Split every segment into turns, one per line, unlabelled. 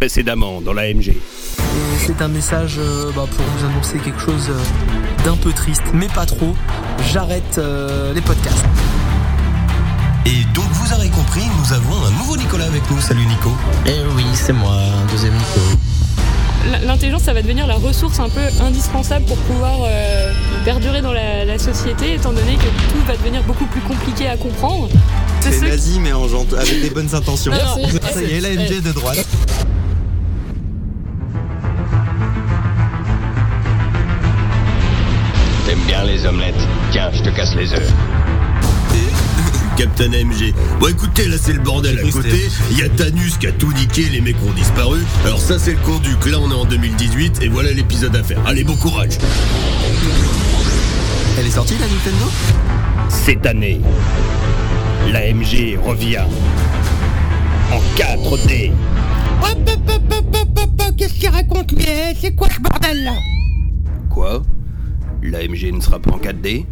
précédemment dans la MG.
C'est un message euh, bah, pour vous annoncer quelque chose euh, d'un peu triste, mais pas trop. J'arrête euh, les podcasts.
Et donc vous aurez compris, nous avons un nouveau Nicolas avec nous. Salut Nico.
Eh oui, c'est moi, un deuxième Nico.
L'intelligence, ça va devenir la ressource un peu indispensable pour pouvoir euh, perdurer dans la, la société, étant donné que tout va devenir beaucoup plus compliqué à comprendre. C'est
C'est
ceux qui-
nazi mais en gent- avec des bonnes intentions.
Non, non, c'est-
Ça y est, la MG de droite.
T'aimes bien les omelettes Tiens, je te casse les œufs.
Captain MG. Bon écoutez, là c'est le bordel à
Oui,
côté. Il y a Tanus qui a tout niqué, les mecs ont disparu. Alors ça c'est le conduc, là on est en 2018 et voilà l'épisode à faire. Allez, bon courage.
Elle est sortie la Nintendo
Cette année, la MG revient en 4D.
Hop, hop, hop, hop, hop, hop, hop, oh, qu'est-ce qu'il raconte Mais c'est quoi ce bordel là
Quoi La MG ne sera pas en 4D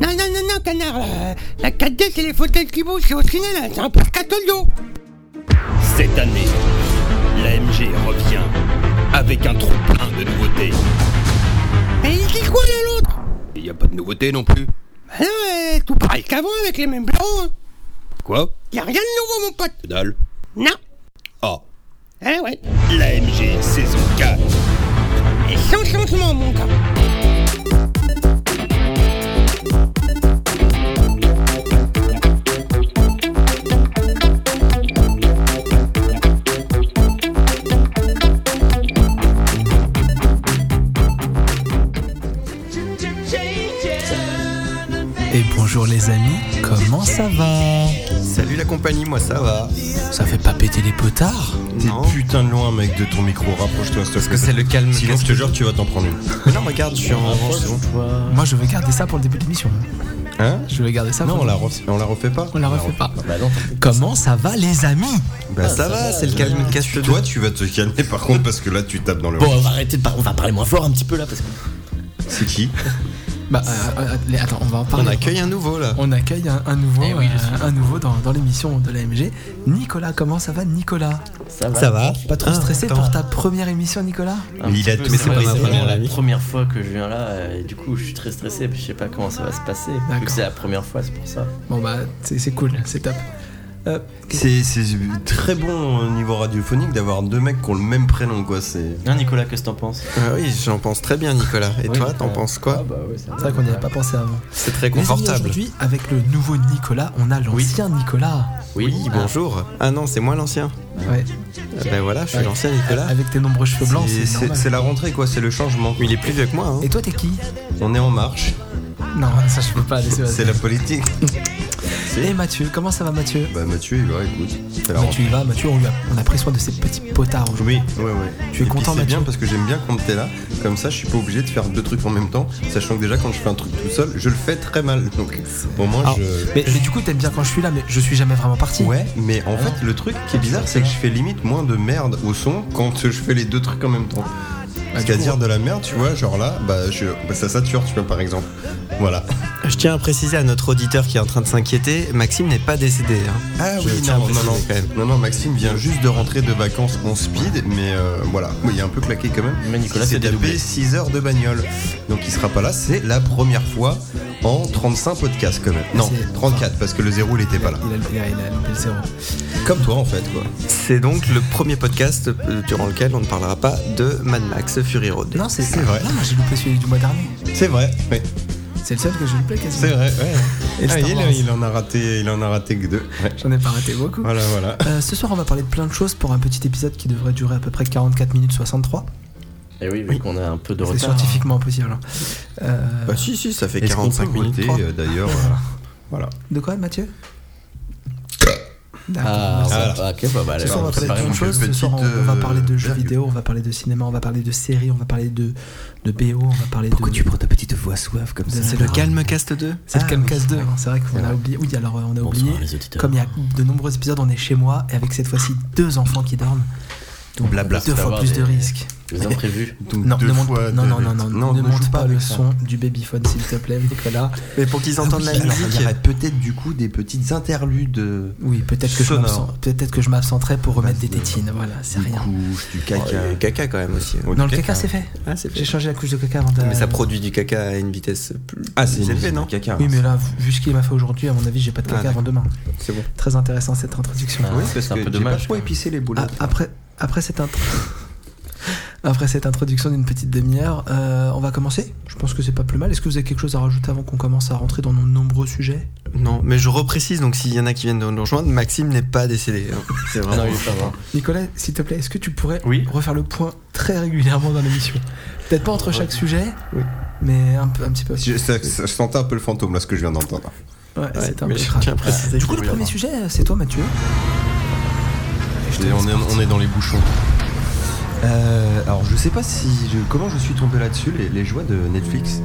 Non, non, non, non, canard, la, la 4D c'est les fauteuils qui bougent, c'est au ciné là, c'est un peu scatolio
Cette année, la MG revient avec un trop plein de nouveautés.
Et il dit quoi là l'autre
Il n'y a pas de nouveautés non plus.
Bah Non, euh, tout pareil qu'avant avec les mêmes bureaux, hein.
Quoi
Y'a rien de nouveau mon pote
Que dalle
Non
Ah
Eh ouais,
La MG saison 4
et sans changement mon gars
Et bonjour les amis, comment ça va
Salut la compagnie, moi ça va.
Ça fait pas péter les potards
Non.
Putain de loin, mec, de ton micro, rapproche-toi, s'il te
Parce que
plaît.
c'est le calme.
Sinon, je te jure, tu vas t'en prendre une.
Mais non, regarde, je suis en orange, c'est bon.
Moi je vais garder ça pour le début de l'émission. hein.
Hein
Je vais garder ça
Non,
pour
on
le-
la, refait, on la refait pas.
on la refait pas. Comment ça va les amis
Bah ça va, c'est le calme casse
Ah, Toi, tu vas te calmer par contre, parce que là, tu tapes dans le.
Bon, on va arrêter de par- on va parler moins fort un petit peu là parce que.
C'est qui
Bah euh, euh, les- attends, on va en parler.
On accueille un nouveau là.
On accueille un, un nouveau,
Eh oui, je
euh, un nouveau dans, dans l'émission de l'AMG. Nicolas, comment ça va Nicolas
Ça va.
va
Pas trop
Ah,
stressé
attends.
pour ta première émission Nicolas
Un
Il
petit
a
peu,
tout
mais
fait
c'est
pour ma
vraiment
première
la
amie.
première fois que je viens là euh, et du coup je suis très stressé puis je sais pas comment ça va se passer. Vu que
D'accord.
C'est la première fois, c'est pour ça.
Bon bah c'est c'est cool, c'est top. Euh,
C'est c'est très bon au niveau radiophonique d'avoir deux mecs qui ont le même prénom, quoi. C'est.
Hein Nicolas, qu'est-ce que t'en penses
Ah oui, j'en pense très bien Nicolas. Et
Oui,
toi, t'en
euh,
penses quoi
Ah bah ouais, ça
c'est vrai qu'on n'y avait pas pensé avant.
C'est très
Les amis,
confortable.
Aujourd'hui, avec le nouveau Nicolas, on a l'ancien Nicolas.
Oui, bonjour. Ah non, c'est moi l'ancien.
Ouais.
Ah Ben voilà, je suis
Ouais.
l'ancien
Ah,
Nicolas.
Avec tes nombreux cheveux blancs, c'est
C'est- C'est
normal.
c'est la rentrée, quoi. C'est le changement.
Mais il est plus vieux que moi. Hein.
Et toi, t'es qui
On est en marche.
Non, ça je peux pas laisser.
C'est la politique.
Et Mathieu, comment ça va Mathieu
Bah, Mathieu, il va, écoute. C'est la
Mathieu, il va, Mathieu, on, lui a, on a pris soin de ses petits potards aujourd'hui.
Oui, ouais, ouais.
Tu es
Et puis,
content,
C'est
Mathieu
bien parce que j'aime bien quand t'es là. Comme ça, je suis pas obligé de faire deux trucs en même temps. Sachant que déjà, quand je fais un truc tout seul, je le fais très mal. Donc, au moins,
Alors,
je.
mais, mais du coup, t'aimes bien quand je suis là, mais je suis jamais vraiment parti.
Ouais, mais en fait, le truc qui est bizarre, c'est que je fais limite moins de merde au son quand je fais les deux trucs en même temps.
Ah,
Parce qu'à
hein.
dire de la merde, tu vois, genre là, bah, je, bah, ça sature, tu vois, par exemple. Voilà.
Je tiens à préciser à notre auditeur qui est en train de s'inquiéter, Maxime n'est pas décédé. hein.
Ah
Je tiens à préciser.
Non, non, Maxime vient juste de rentrer de vacances en speed, mais euh, voilà, Oui, il est un peu claqué quand même.
Mais Nicolas,
Il
c'est
s'est
dédoublé.
tapé 6 heures de bagnole. Donc il sera pas là, c'est la première fois en 35 podcasts quand même. Non,
C'est-
34, parce que le zéro, il était
Il a,
pas là.
il, a, il, a, il a loupé le zéro.
Comme toi, en fait, quoi.
C'est donc le premier podcast euh, durant lequel on ne parlera pas de Mad Max Fury Road.
Non, c'est
C'est vrai.
Non, moi j'ai loupé celui du mois dernier.
C'est vrai, oui.
C'est le seul que j'ai loupé
C'est
quasiment.
vrai, ouais.
Et le
Ah,
Star
il,
Wars.
il en a raté, il en a raté que deux. Ouais.
J'en ai pas raté beaucoup.
Voilà, voilà.
Euh, ce soir, on va parler de plein de choses pour un petit épisode qui devrait durer à peu près 44 minutes 63.
va. Et Eh oui, vu qu'on a un peu de
C'est
retard.
scientifiquement impossible. hein. Euh,
Bah si, si, ça fait
Est-ce qu'on
45
peut
minutes.
voter,
euh, D'ailleurs, euh, voilà.
De quoi, Mathieu D'accord.
Ah,
merci.
ouais, bah, ok, bah, bah,
Ce soir, on va
c'est
parler de
pas
plein de
une
choses. Ce
petite,
soir, on, on va
euh,
parler de jeux
virgule.
vidéo, on va parler de cinéma, on va parler de séries, on va parler de, de BO, on va parler de.
prends ta petite voix suave comme
de-
C'est le Calme Cast 2
C'est le
Ah,
Camcast 2. hein, C'est vrai qu'on a oublié. Oui, alors euh, on a oublié.
les auditeurs.
Comme il y a de nombreux épisodes, on est chez moi et avec cette fois-ci deux enfants qui dorment. Donc
Blabla,
deux
faut
fois
avoir
plus de
des-
risques.
Les imprévus.
Donc
Non,
deux
ne monte-
fois
non,
de-
non, non, non, ne
joue
monte pas,
avec
le
ça.
son du babyphone, s'il te plaît, Nicolas.
Mais pour qu'ils entendent
Ah
la
oui,
Alors, il y
musique.
aurait peut-être du coup des petites
euh,
interludes.
Oui, peut-être que, je
Sonore.
m'absen- peut-être que je m'absenterai pour remettre des
Vas-y, vas-y.
tétines. Voilà, c'est
du
rien.
couche, du
Oh,
caca.
et caca quand même aussi.
Ouais,
Non, le
du
caca, c'est fait.
Ah, c'est
J'ai changé la couche de caca avant de.
Mais ça produit du caca à une vitesse hein, plus.
Ah, c'est
plus
une
élevée,
usine
non
de caca.
Oui, mais là, vu- vu ce qu'il m'a fait aujourd'hui, à mon avis, j'ai pas de
Ah,
caca
d'accord.
avant demain.
C'est bon.
Très intéressant cette introduction.
Ah,
Oui,
c'est
parce
un
que
peu
j'ai
dommage,
pas trop
quoi.
épicé les boulettes.
Ah, après, après cette intro- Après cette introduction d'une petite demi-heure, euh, on va commencer. Je pense que c'est pas plus mal. Est-ce que vous avez quelque chose à rajouter avant qu'on commence à rentrer dans nos nombreux sujets
Non, mais je reprécise donc s'il y en a qui viennent de nous rejoindre, Maxime n'est pas décédé. hein. C'est
Ah non,
vraiment.
il est pas mort.
Nicolas, s'il te plaît, est-ce que tu pourrais
Oui.
refaire le point très régulièrement dans l'émission Peut-être pas entre chaque sujet, mais un, peu, un petit peu.
Je, ça- ça- je sentais un peu le fantôme là, ce que je viens d'entendre.
Ouais,
Ouais,
c'est un
mais
peu
je
grave.
tiens à préciser
Du coup,
que-
le premier sujet, c'est toi, Mathieu. Et je te
Et
laisse
on, est,
partir.
on est dans les bouchons. Euh, alors je sais pas si je- comment je suis tombé là-dessus, les, les joies de Netflix.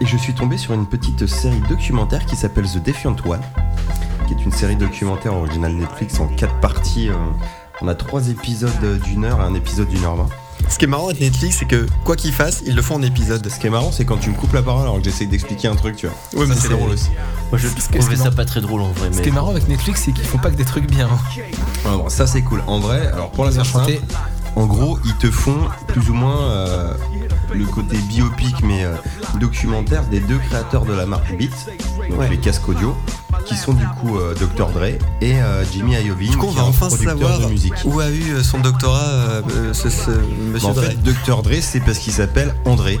Et je suis tombé sur une petite série documentaire qui s'appelle The Defiant One, qui est une série documentaire originale Netflix en quatre parties. euh, on a trois épisodes euh, d'une heure et un épisode d'une heure vingt.
Ce qui est marrant avec Netflix, c'est que quoi qu'ils fassent, ils le font en épisode.
Ce qui est marrant, c'est quand tu me coupes la parole alors que j'essaye d'expliquer un truc, tu vois.
Oui, mais c'est drôle
aussi.
Moi, je
que-
trouvais ça pas très drôle en vrai.
Ce
mais-
qui est marrant avec Netflix, c'est qu'ils font pas que des trucs bien. hein.
Alors, ça c'est cool. En vrai, alors pour la
Ils ont
faire simple,
chanté.
En gros, ils te font plus ou moins euh, le côté biopic mais euh, documentaire des deux créateurs de la marque Beat, donc les casques audio, qui sont du coup euh, Dr Dre et euh, Jimmy Iovine,
Du coup, on
qui
va
est un
enfin
producteur
savoir
de musique.
où a eu euh, son doctorat euh, euh, ce, ce
Ah, Mais
monsieur
en fait,
Drake.
Dr Dre, c'est parce qu'il s'appelle André,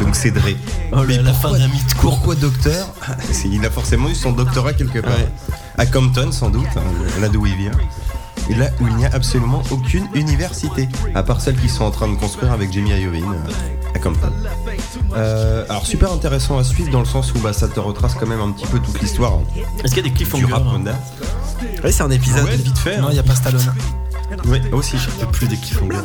donc c'est Dre.
Oh là, la fin d'un mythe court.
Pourquoi docteur C'est- Il a forcément eu son doctorat quelque part.
Ouais.
À Compton, sans doute, hein, là d'où il vient. Et là où il n'y a absolument aucune université, à part celles qui sont en train de construire avec Jimmy Iovine euh, à Compton. Euh, alors super intéressant à suivre dans le sens où bah, ça te retrace quand même un petit peu toute l'histoire hein,
Est-ce qu'il y a des
du
cliffhangers
rap
hein
Honda.
Ouais, c'est un épisode.
Ah Ouais, vite fait. hein.
Non, il y a pas Stallone.
Oui, aussi.
Je peux plus des cliffhangers.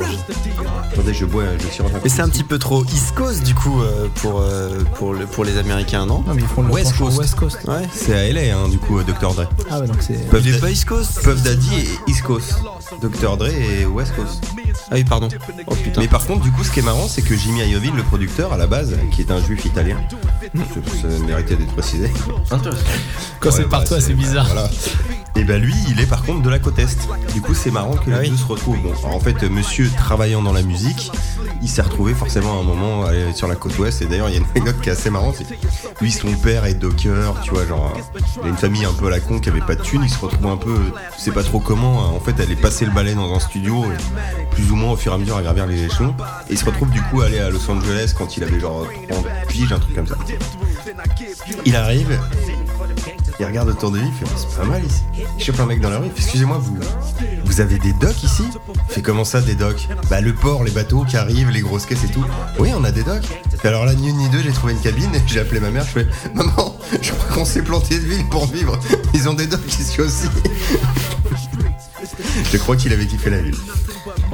Attendez, je bois, je suis en train de-
Mais c'est un petit peu trop East Coast du coup euh, pour, euh, pour, le, pour les Américains, non
Non, mais ils font le
West
penchant
Coast.
West Coast.
Ouais.
C'est à LA, hein, du coup, euh, Dr. Dre.
Ah ouais, donc c'est.
Il est
Da-
pas East Coast
Puff Daddy et East Coast. Dr. Dre et West Coast.
Ah oui, pardon. Oh putain.
Mais par contre, du coup, ce qui est marrant, c'est que Jimmy Iovine, le producteur à la base, qui est un juif italien, ça- ça méritait d'être précisé.
Intéressant.
Quand
Ouais, bah, voilà. Et ben lui, il est par contre de la côte est. Du coup, c'est marrant que les
Ah oui.
deux se retrouvent. Bon, alors, en fait, euh, monsieur travaillant dans la musique, il s'est retrouvé forcément à un moment euh, sur la côte ouest. Et d'ailleurs, il y a une anecdote qui est assez marrante. c'est que Lui, son père est docker, tu vois, genre, euh, il a une famille un peu à la con qui avait pas de thunes. Il se retrouve un peu, euh, c'est pas trop comment. euh, En fait, aller passer le balai dans un studio, euh, plus ou moins au fur et à mesure à gravir les échelons. Et il se retrouve du coup à aller à Los Angeles quand il avait genre 30 piges, un truc comme ça. Il arrive, il regarde autour de lui, il fait c'est pas mal ici. Il chope un mec dans la rue, il fait excusez-moi, vous, vous avez des docks ici Il fait comment ça des docks Bah le port, les bateaux qui arrivent, les grosses caisses et tout. Oui, on a des docks. Il fait, alors là, ni une ni deux, j'ai trouvé une cabine, j'ai appelé ma mère, je fais maman, je crois qu'on s'est planté de ville pour vivre. Ils ont des docks ici aussi. Je crois qu'il avait kiffé la ville.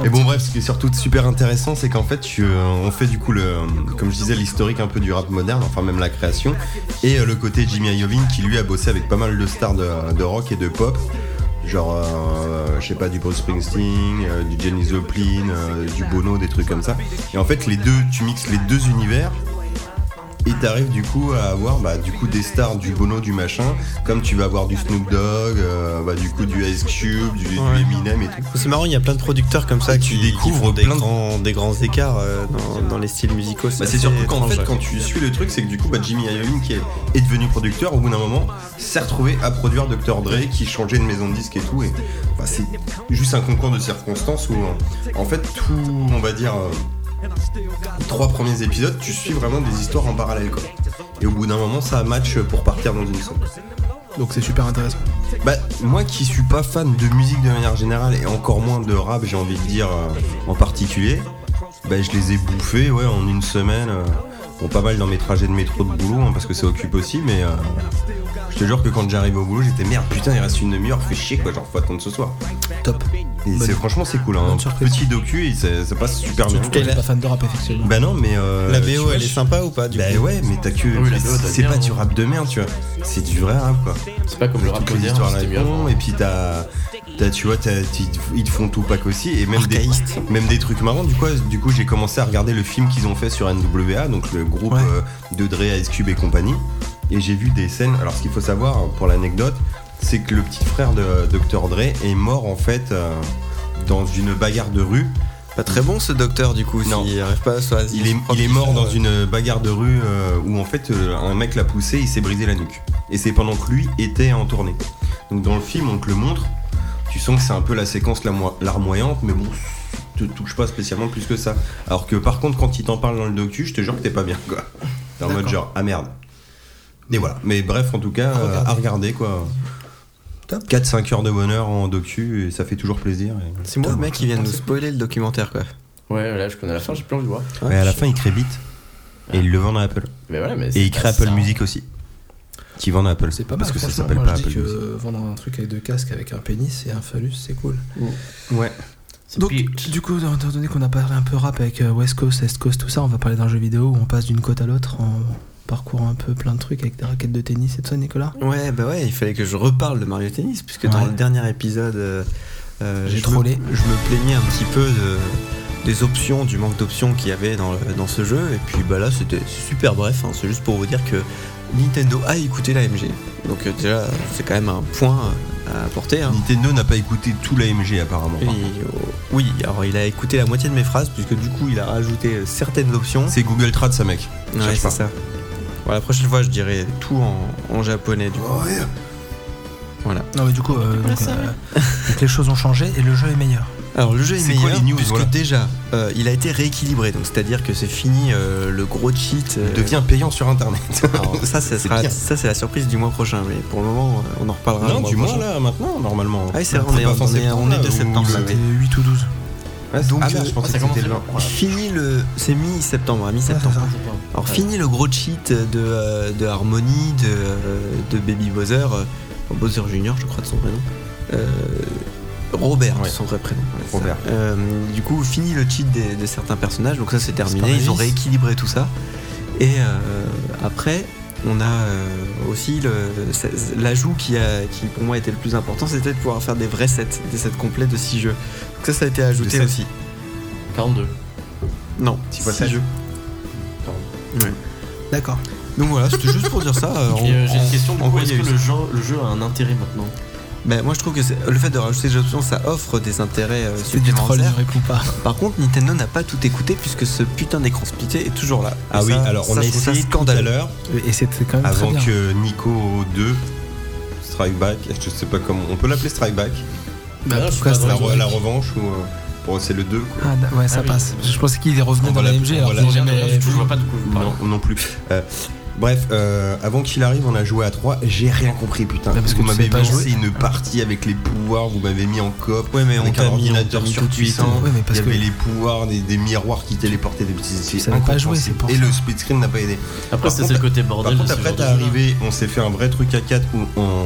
Et bon bref, ce qui est surtout super intéressant, c'est qu'en fait, tu, euh, on fait du coup le, euh, comme je disais, l'historique un peu du rap moderne, enfin même la création, et euh, le côté Jimmy Iovine qui lui a bossé avec pas mal de stars de, de rock et de pop, genre, euh, je sais pas, du Bruce Springsteen, euh, du Jenny Joplin, euh, du Bono, des trucs comme ça. Et en fait, les deux, tu mixes les deux univers, et t'arrives du coup à avoir bah, du coup des stars du Bono du machin, comme tu vas avoir du Snoop Dogg, euh, bah, du coup du Ice Cube, du, du
Ouais.
Eminem et tout.
C'est marrant, il y a plein de producteurs comme ça
Et tu
qui
découvres
qui font des,
plein de-
grands, des grands écarts euh, dans, dans les styles musicaux.
Bah,
assez
c'est surtout qu'en
étrange,
fait,
ouais.
quand tu suis le truc, c'est que du coup, bah, Jimmy Iovine, qui est, est devenu producteur, au bout d'un moment, s'est retrouvé à produire Dr. Dre, qui changeait de maison de disque et tout. Et bah, c'est juste un concours de circonstances où, euh, en fait, tout, on va dire, euh, trois premiers épisodes, tu suis vraiment des histoires en parallèle, quoi. Et au bout d'un moment, ça match pour partir dans une sauce.
Donc c'est super intéressant.
Bah, moi qui suis pas fan de musique de manière générale et encore moins de rap, j'ai envie de dire euh, en particulier, bah, je les ai bouffés ouais, en une semaine. euh, bon, pas mal dans mes trajets de métro de boulot hein, parce que ça occupe aussi, mais euh, Je te jure que quand j'arrive au boulot, j'étais merde, putain, il reste une demi-heure, fais chier quoi, genre faut attendre ce soir.
Top.
Et c'est-
Bonne-
franchement, c'est cool, hein.
bonne surprise.
petit docu, et ça, ça passe super bien.
En tout cas, il est pas fan de rap, effectivement.
Bah non, mais. euh,
La
tu
BO,
vois,
elle est
je-
sympa ou pas du
Bah
coup
ouais, mais t'as que.
Oui, la BO, t'as
c'est
bien,
pas du
hein.
rap de merde, tu vois. C'est du vrai rap quoi.
C'est pas comme le rap
Toutes les
moderne,
histoires
c'était mieux avant.
là et puis t'as. t'as- tu vois, t'as- ils te- ils te font tout pack aussi, et même des,
Archaïste.
même des trucs marrants. Du coup, du coup j'ai commencé à regarder le film qu'ils ont fait sur NWA, donc le groupe
Ouais.
euh, de Dre, Ice Cube et compagnie. Et j'ai vu des scènes. Alors, ce qu'il faut savoir, hein, pour l'anecdote, c'est que le petit frère de Dr. Dre est mort en fait euh, dans une bagarre de rue.
Pas très bon ce docteur du coup,
Non.
s'il arrive pas à soit-
Il est, il est mort dans une bagarre de rue euh, où en fait euh, un mec l'a poussé, il s'est brisé la nuque. Et c'est pendant que lui était en tournée. Donc dans le film, on te le montre. Tu sens que c'est un peu la séquence larmo- larmoyante, mais bon, te touche pas spécialement plus que ça. Alors que par contre, quand il t'en parle dans le docu, je te jure que t'es pas bien quoi. T'es en mode genre ah merde. Et voilà. Mais bref, en tout cas, euh, à regarder quoi.
Top.
4-5 heures de bonheur en docu et ça fait toujours plaisir. et-
C'est moi le mec qui vient de nous spoiler le documentaire quoi.
Ouais, là, je connais la fin, j'ai plus envie de voir.
Mais à la fin, il crée Beat et il le vend à Apple.
Mais voilà, mais
Et
c'est
ils créent
pas
Apple
ça.
Music aussi. Qui vendent à Apple.
C'est pas mal.
Parce que ça
franchement.
s'appelle
Moi,
pas
je
Apple
dis que
Music.
vendre un truc avec deux casques, avec un pénis et un phallus, c'est cool.
Ouais.
C'est
Donc,
pitch.
du coup, étant donné qu'on a parlé un peu rap avec euh, West Coast, East Coast, tout ça, on va parler d'un jeu vidéo où on passe d'une côte à l'autre en parcourant un peu plein de trucs avec des raquettes de tennis et tout ça, Nicolas
Ouais, bah ouais, il fallait que je reparle de Mario Tennis, puisque dans
Ouais.
le dernier épisode, euh, euh,
J'ai
je
trollé.
Me, je me plaignais un petit peu de- des options, du manque d'options qu'il y avait dans, le- dans ce jeu, et puis bah là c'était super bref, hein, c'est juste pour vous dire que Nintendo a écouté l'AMG. Donc euh, déjà, c'est quand même un point euh, à apporter. hein.
Nintendo n'a pas écouté tout l'AMG apparemment.
Et, euh, oui, alors il a écouté la moitié de mes phrases, puisque du coup il a rajouté euh, certaines options.
C'est Google Trad, ça mec.
Ouais,
Cherche
c'est
pas.
ça. Bon, la prochaine fois, je dirai tout en, en japonais. Du coup.
Non, mais du coup, euh, donc,
ça,
euh, donc les choses ont changé et le jeu est meilleur.
Alors, le jeu est,
C'est quoi
meilleur
les news,
puisque
voilà
déjà, euh, il a été rééquilibré. Donc, c'est-à-dire que c'est fini euh, le gros cheat. euh,
Il devient payant sur internet.
alors, ça, ça
C'est
sera-
bien.
ça, c'est la surprise du mois prochain. Mais pour le moment, euh, on en reparlera. le
non,
mois
du moins
prochain.
là, maintenant, normalement.
Ah oui, c'est vrai, on est-
pas fin
on est- on est de
là,
septembre,
ou
là,
le-
oui.
C'était 8 ou 12.
Ah, donc,
Ah,
euh, je pensais
ça
que c'était
commence
le.
Fini le. C'est mi-septembre, à mi-septembre. Alors, fini le gros cheat de, euh, de Harmony, de, euh, de Baby Bowser. euh, Bowser Junior, je crois, de son prénom. Euh, Robert, de
Ouais.
son vrai prénom. ouais, c'est
Robert.
ça. Euh, du coup, fini le cheat des- de certains personnages. Donc, ça, c'est terminé. Ils ont
Spartalis.
rééquilibré tout ça. Et euh, après, on a euh, aussi le- ça- l'ajout qui, a- qui, pour moi, était le plus important c'était de pouvoir faire des vrais sets, des sets complets de 6 jeux. Donc, ça, ça a été ajouté
sets.
aussi.
42.
Non,
Six
6
fois sept.
jeux.
D'accord.
Donc voilà, c'était juste pour dire ça. euh,
Et,
en-
euh, J'ai une
en-
question, du
en
coup,
gros, il
est-ce
y a
que
eu
le jeu, le jeu a un intérêt maintenant
Ben, moi je trouve que c'est- le fait de rajouter des options ça offre des intérêts euh,
C'est du troll,
supplémentaires.
je réponds pas.
Par contre Nintendo n'a pas tout écouté puisque ce putain d'écran splitté est toujours là.
Ah
Et
oui,
ça,
alors on
ça,
a
je trouve ça Ah,
essayé tout à
scandaleux.
l'heure,
Et c'était quand même très
avant
bien.
que Nico 2, Strike Back, je sais pas comment, on peut l'appeler Strike Back,
Bah,
Ah, je suis
pourquoi
pas
c'est
dans
la,
le
la-
re- la revanche, ou. euh, Bon, c'est le 2, quoi.
Ah, d- ouais, ça
Ah oui.
passe. Je pensais qu'il est revenu
On
dans
va
la
la-
MG
on
alors
va
que
la-
j'ai
Regarde, regarde,
jamais.
du coup, Je vois pas de coup.
Non, non plus. Euh, bref, euh, avant qu'il arrive, on a joué à 3. J'ai rien compris, putain.
Ouais, Bah, parce que
vous
tu
m'avez
sais pas
lancé
jouer.
une partie avec les pouvoirs, vous m'avez mis en coop.
Ouais mais on
avec un
t'a mis en
ordinateur
mis tout de suite,
surpuissant.
Ouais, mais parce
Il y
que-
avait les pouvoirs, des, des miroirs qui téléportaient des petits. c'est
savais pas jouer,
incompréhensible.
c'est pour
Et
ça.
le split screen n'a pas aidé.
Après,
Par
c'est
contre,
le côté
Par
bordel.
contre,
de ce
après,
genre de
t'es
jeu.
arrivé, on s'est fait un vrai truc à 4 où on.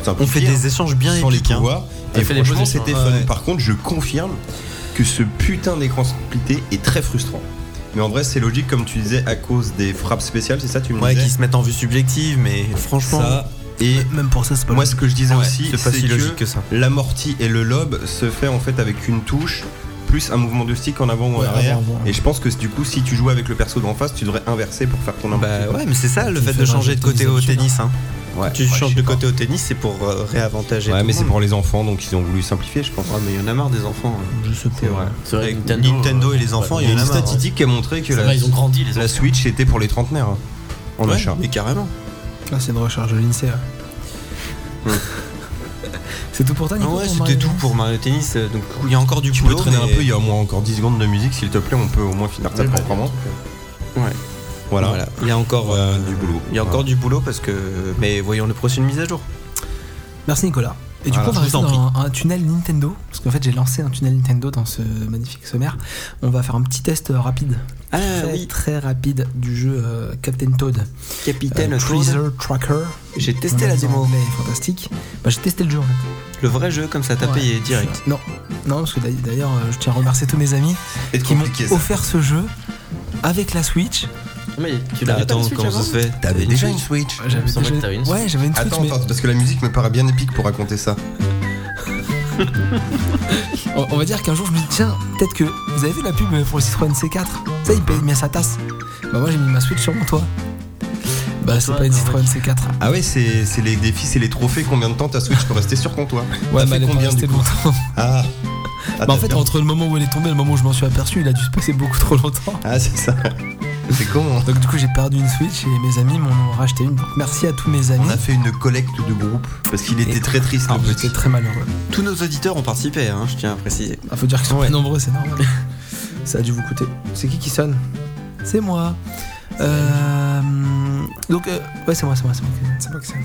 c'est un peu
On fait
fier,
des échanges bien
sans les
épiques. hein.
pouvoirs.
Ça
Et
fait des
franchement,
beaux
c'était
échanges.
fun.
Ouais.
Par contre, je confirme que ce putain d'écran splitté est très frustrant. Mais en vrai, c'est logique, comme tu disais, à cause des frappes spéciales, c'est ça, tu me
Ouais
disais
qui se mettent en vue subjective mais franchement
Ça, et
Même pour ça, c'est pas
moi, ce que je disais
ouais,
aussi,
c'est pas si logique
que
que ça.
l'amorti et le lobe se fait en fait avec une touche plus un mouvement de stick en avant ou en
Ouais,
arrière.
avant, avant.
Et je pense que du coup, si tu joues avec le perso d'en face, tu devrais inverser pour faire ton amorti.
Bah ouais mais c'est ça le
Tu
fait
fais
de
un
changer
jeu
de
de
côté au
tennis habituel.
tennis. hein.
Ouais,
Tu
ouais,
changes
je sais
de
pas.
côté au tennis c'est pour euh, réavantager.
Ouais,
tout
mais
le
c'est
monde.
pour les enfants, donc ils ont voulu simplifier, je pense.
Ouais mais il y en a marre des enfants. hein.
Je sais pas.
C'est vrai.
C'est vrai que
Avec
Nintendo,
Nintendo et les
ouais,
enfants,
ouais,
il y en a
une
marre. hein.
statistique qui a montré que
Ça
la,
va, ils ont grandi, les
la
enfants.
Switch était pour les trentenaires hein, en
Ouais,
achat.
mais carrément.
Là, Ah, c'est une recharge de l'INSEE. là. c'est tout pour toi,
Ah
Nico
ouais,
pour
c'était
Mario
tout pour Mario Tennis. euh, Donc il y a encore du
Tu peux
boulot,
traîner un
mais-
peu, il y a au moins encore 10 secondes de musique, s'il te plaît, on peut au moins finir ça
Oui, bah,
proprement.
Ouais.
Voilà.
Voilà. Il y a encore euh,
du boulot.
Il y a encore
Voilà.
du boulot parce que. Mais voyons le prochain mise à jour.
Merci, Nicolas. Et du
Voilà,
coup, on va
je vous
rester
en
dans un, un tunnel Nintendo. Parce qu'en fait, j'ai lancé un tunnel Nintendo dans ce magnifique sommaire. On va faire un petit test euh, rapide.
Ah
très,
oui.
très rapide du jeu euh, Captain Toad.
Capitaine
Euh,
Treasure.
Treasure Tracker.
J'ai testé
On
la
l'a dit en
démo.
anglais, Fantastique. Bah, j'ai testé le jeu en fait.
Le vrai jeu, comme ça, t'as
Ouais.
payé direct.
Non, non, parce que d'ailleurs- d'ailleurs, euh, je tiens à remercier tous mes amis
Et
qui m'ont
compliqué ça.
offert ce jeu avec la Switch.
Ah, Mais tu
Là,
l'avais pas de
attends,
Switch
comment ça
avant
se fait
T'avais déjà une Switch
Il me semblait
déjà-
que t'avais une
Ouais, j'avais une Switch.
Attends,
mais-
attends, parce que la musique me paraît bien épique pour raconter ça.
On, on va dire qu'un jour je me dis tiens, peut-être que vous avez vu la pub pour le Citroën C4 Ça il paye bien sa tasse. Bah moi j'ai mis ma Switch sur mon toit. Bah c'est
Toi,
pas une
non,
Citroën C4.
Ah ouais, c'est c'est les défis, c'est les trophées. Combien de temps ta Switch peut rester sur ton toit
Ouais, mais
T'as fait
elle est pas
combien
restée
du coup
longtemps.
Ah, Ah,
Bah en
t'as
fait
perdu.
entre le moment où elle est tombée et le moment où je m'en suis aperçu, il a dû se passer beaucoup trop longtemps.
Ah, c'est ça. C'est con. hein.
Donc du coup j'ai perdu une Switch et mes amis m'en ont racheté une. Donc merci à tous mes amis.
On a fait une collecte de groupe parce qu'il était
Et-
très triste
Ah,
le petit.
J'étais très malheureux.
Tous nos auditeurs ont participé, hein, je tiens à préciser.
Ah, faut dire qu'ils sont pas nombreux, c'est normal. Ça a dû vous coûter. C'est qui qui sonne C'est moi. Euh, donc euh, ouais c'est moi, c'est moi, c'est moi. qui- C'est moi qui sonne.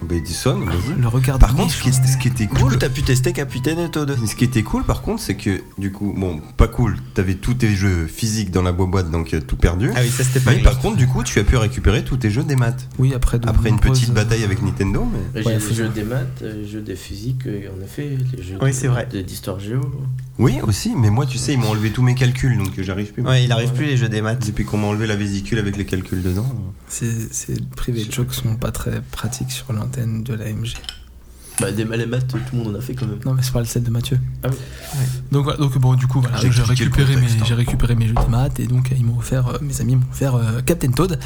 Bah, il dit sonne, vas-y.
Le regard.
Par
de
contre,
niche,
ce qui, est- ce qui était
Du coup,
cool,
t'as pu tester Capitaine et Toad.
ce qui était cool par contre, c'est que du coup, bon, pas cool, t'avais tous tes jeux physiques dans la boîte, donc euh, tout perdu.
Ah oui, ça c'était pas
Mais par contre, du coup, tu as pu récupérer tous tes jeux des maths.
Oui, après, de
Après une
nombreuses-
petite bataille avec Nintendo, mais.
J'ai
Ouais,
les
faut-
jeux des maths, les jeux des physiques, euh, en effet, les jeux
Oui,
de-
c'est vrai.
de- d'histoire géo.
Oui, aussi, mais moi, tu sais, ils m'ont enlevé tous mes calculs, donc euh, j'arrive plus.
Ouais, il arrive plus les jeux des maths.
Depuis qu'on m'a enlevé la vésicule avec les calculs dedans.
C'est c'est- privé de jokes sont pas très pratiques sur l'antenne de l'AMG.
Bah, des mal et maths, tout le monde en a fait quand même.
Non, mais c'est pas le set de Mathieu.
Ah oui.
Donc, voilà, donc bon, du coup, voilà,
J'ai
j'ai
expliqué le
récupéré,
contexte,
mes-
hein.
j'ai récupéré mes jeux de maths et donc euh, ils m'ont offert, euh, mes amis m'ont offert euh, Captain Toad.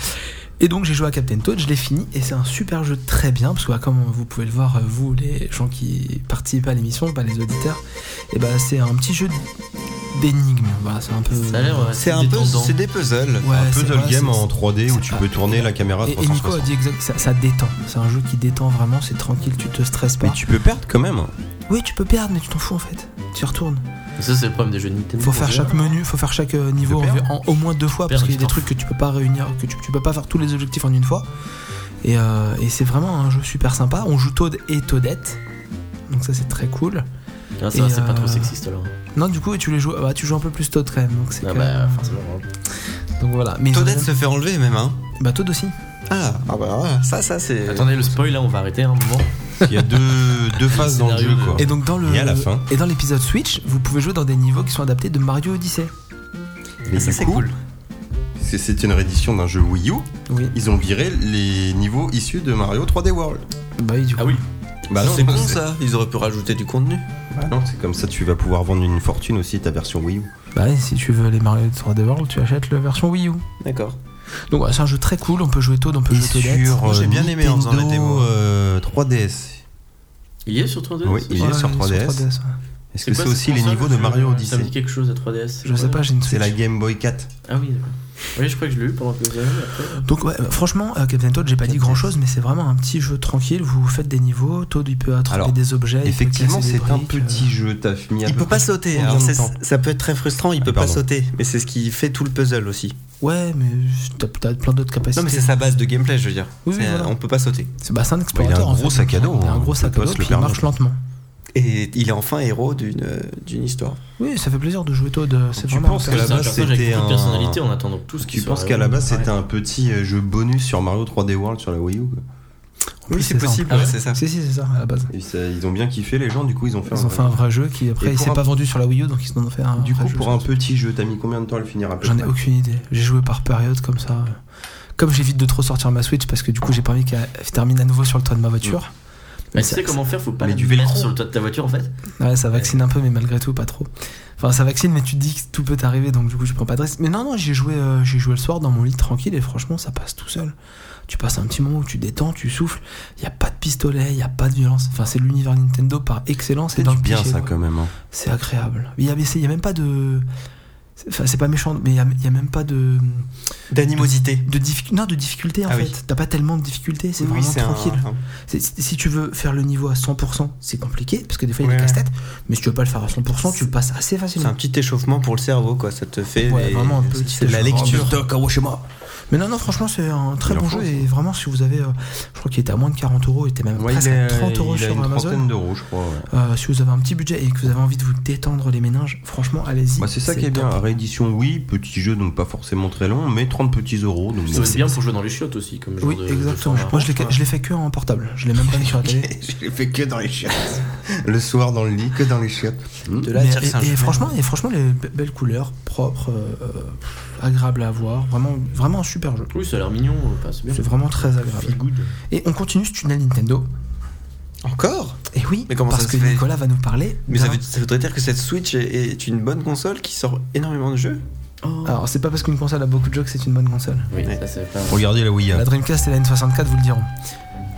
Et donc j'ai joué à Captain Toad, je l'ai fini et c'est un super jeu très bien parce que bah, comme vous pouvez le voir, euh, vous les gens qui participent à l'émission, bah, les auditeurs, et bah c'est un petit jeu d'énigmes. Voilà, c'est un peu.
Ça a l'air euh,
C'est un peu,
détendant.
c'est des puzzles.
Ouais,
un
c'est
puzzle
vrai,
game
c'est-
en 3D où
c'est
tu
pas-
peux tourner la caméra
Et, et Nico a
360.
dit exact, ça, ça détend. C'est un jeu qui détend vraiment, c'est tranquille, tu te stresses pas.
Mais tu peux perdre quand même. hein,
Oui, tu peux perdre, mais tu t'en fous en fait. Tu y retournes.
Ça, c'est le problème des jeux de Nintendo.
Faut faire chaque menu, faut faire chaque euh, niveau
peux
en- en- au moins deux fois parce
Perdre,
qu'il y a des
putain.
trucs que tu peux pas réunir, que tu, tu peux pas faire tous les objectifs en une fois. Et, euh, et c'est vraiment un jeu super sympa. On joue Toad et Toadette, donc ça c'est très cool.
Ah, ça va,
Et,
c'est pas
euh,
trop sexiste alors.
Non, du coup tu les joues, bah, tu joues un peu plus Toad quand même, donc c'est.
Ah,
quand
bah,
même-
forcément.
donc voilà. Mais ils ont
Toadette
même-
se fait enlever même, hein.
bah Toad aussi.
Ah, ah bah voilà, ça, ça c'est.
Attendez, le spoil là, on va arrêter un moment.
Il y a deux, deux phases dans le jeu,
scénario de-
quoi.
Et donc dans le
Et à la fin.
et dans l'épisode Switch, vous pouvez jouer dans des niveaux qui sont adaptés de Mario Odyssey.
Mais
ça
du
c'est
coup,
cool.
c'est- c'est une réédition d'un jeu Wii U.
Oui.
Ils ont viré les niveaux issus de Mario 3D World.
Bah oui, du coup.
Ah oui.
Bah non,
c'est bon
c'est-
ça, ils auraient pu rajouter du contenu.
Bah non, c'est comme ça, tu vas pouvoir vendre une fortune aussi ta version Wii U.
Bah ouais, si tu veux les Mario 3D World, tu achètes la version Wii U.
D'accord.
Donc ouais, c'est un jeu très cool, on peut jouer Toad, on peut jouer Toadette.
Moi, j'ai bien
hein,
aimé en faisant la
euh, Nintendo,
démo.
euh, 3DS.
Il y est sur 3DS
Oui, il est
Ouais,
euh, sur
ils sont
3DS. Est-ce que c'est aussi les niveaux de Mario
euh, Ça me dit
Odyssey
quelque chose à 3DS.
Je sais pas, j'ai une
C'est
Switch.
la Game Boy 4.
Ah oui, d'accord. Oui, je crois que je l'ai eu pendant quelques années. Après.
Donc ouais, bah, franchement, euh, Captain Toad, j'ai pas dit grand chose, mais c'est vraiment un petit jeu tranquille. Vous faites des niveaux, Toad il peut attraper
Alors,
des objets. il peut
Effectivement,
casser des
c'est un
briques, euh,
petit jeu. T'as mis à
Il
peu
peut pas
près
sauter,
combien
alors
de
c'est-
temps
ça peut être très frustrant, il peut pas
pardon.
sauter. Mais c'est ce qui fait tout le puzzle aussi.
Ouais, mais t'as- t'as plein d'autres capacités.
Non, mais c'est sa base de gameplay, je veux dire.
Oui, oui,
C'est-
voilà.
On peut pas sauter.
C'est bah, c'est un
Bah,
explorateur.
il a un
en
gros
fait.
sac à dos,
Il a un
hein,
gros
le
sac à dos,
poste le
puis il marche
permet.
lentement.
Et il est enfin héros d'une euh, d'une histoire.
Oui, ça fait plaisir de jouer Toad. euh, C'est
Tu
vraiment.
penses
un
que la-
personnage.
C'est un
base,
personnage avec
c'était
beaucoup de
un-
personnalité, on attend donc tout ce qui
Tu penses qu'à la base c'était un petit euh, jeu bonus sur Mario 3D World sur la Wii U quoi.
En plus,
Oui, c'est
ça, en
possible,
plus.
ouais, c'est ça.
Si, si, Ah c'est ça, à la base.
Et ça- Ils ont bien kiffé les gens, du coup ils ont fait
Ils ont
vrai-
fait un vrai jeu qui après
Et
il
pour
s'est
un-
pas vendu sur la Wii U donc ils en ont fait un.
Du
vrai
coup
jeu,
pour
je
un
pense.
petit jeu, t'as mis combien de temps à le finir à peu
J'en ai
près
aucune idée. J'ai joué par période comme ça. Comme j'évite de trop sortir ma Switch parce que du coup j'ai pas envie qu'elle termine à nouveau sur le toit de ma voiture.
Mais tu sais comment faire, faut pas
Mais
la
du
mettre
velcro.
sur le toit de ta voiture en fait.
Ouais, ça vaccine un peu, mais malgré tout, pas trop. Enfin, ça vaccine, mais tu te dis que tout peut t'arriver, donc du coup, je prends pas de risque. Mais non, non, j'ai joué, euh, j'ai joué le soir dans mon lit tranquille, et franchement, ça passe tout seul. Tu passes un petit moment où tu détends, tu souffles, il y a pas de pistolet, il y a pas de violence. Enfin, c'est l'univers Nintendo par excellence.
C'est
et dans
du
le
bien
cliché,
ça
quoi.
quand même. hein.
C'est agréable. Il y a, mais c'est- il y a même pas de. c'est- Enfin, c'est pas méchant, mais il y a, il y a même pas de.
D'animosité.
de, difficulté non, de difficulté en
Ah
fait.
oui.
T'as pas tellement de difficultés, c'est
Oui,
vraiment
c'est un-
tranquille. C'est- Si tu veux faire le niveau à 100%, c'est compliqué, parce que des fois il y a
Ouais.
des casse-têtes, mais si tu veux pas le faire à 100%, tu le passes assez
C'est un
facilement.
petit échauffement pour le cerveau, quoi. Ça te fait.
Ouais,
les-
vraiment un petit
c'est de la
échauffement.
lecture.
Mais non, non, franchement, c'est un très
Il en
bon
faut,
jeu. Et vraiment, si vous avez. euh, je crois qu'il était à moins de 40 euros, il était même
Ouais,
presque
il est
à
à-
30 euros
il a
sur
une trentaine
Amazon.
d'euros, je crois. ouais.
Euh, si vous avez un petit budget et que vous avez envie de vous détendre les méninges, franchement, allez-y.
Bah, c'est ça qui est bien.
top.
Réédition, oui, petit jeu, donc pas forcément très long, mais 30 petits euros. Donc,
C'est bien pour jouer dans les chiottes aussi, comme genre
Oui,
de. de
exactement.
format.
Moi, je l'ai- je l'ai fait que en portable. Je l'ai même pas mis sur la télé.
je l'ai fait que dans les chiottes. le soir dans le lit, que dans les chiottes. Hmm.
De là, à
Mais-
dire que c'est un
et, et
jeu
franchement, et franchement, les be- belles couleurs, propres, euh, pff, agréables à voir. Vraiment, vraiment un super jeu.
Oui, ça a l'air mignon, euh, c'est bien.
C'est vraiment très agréable.
Feel good.
Et on continue ce tunnel Nintendo.
Encore
Et oui,
Mais comment
parce
ça se
que
fait
Nicolas va nous parler.
Mais
d'un-
ça, veut- ça voudrait dire que cette Switch est, est une bonne console qui sort énormément de jeux
Alors, c'est pas parce qu'une console a beaucoup de jeux que c'est une bonne console.
Oui, ça c'est pas.
Regardez la Wii,
La Dreamcast et la N64 vous le diront.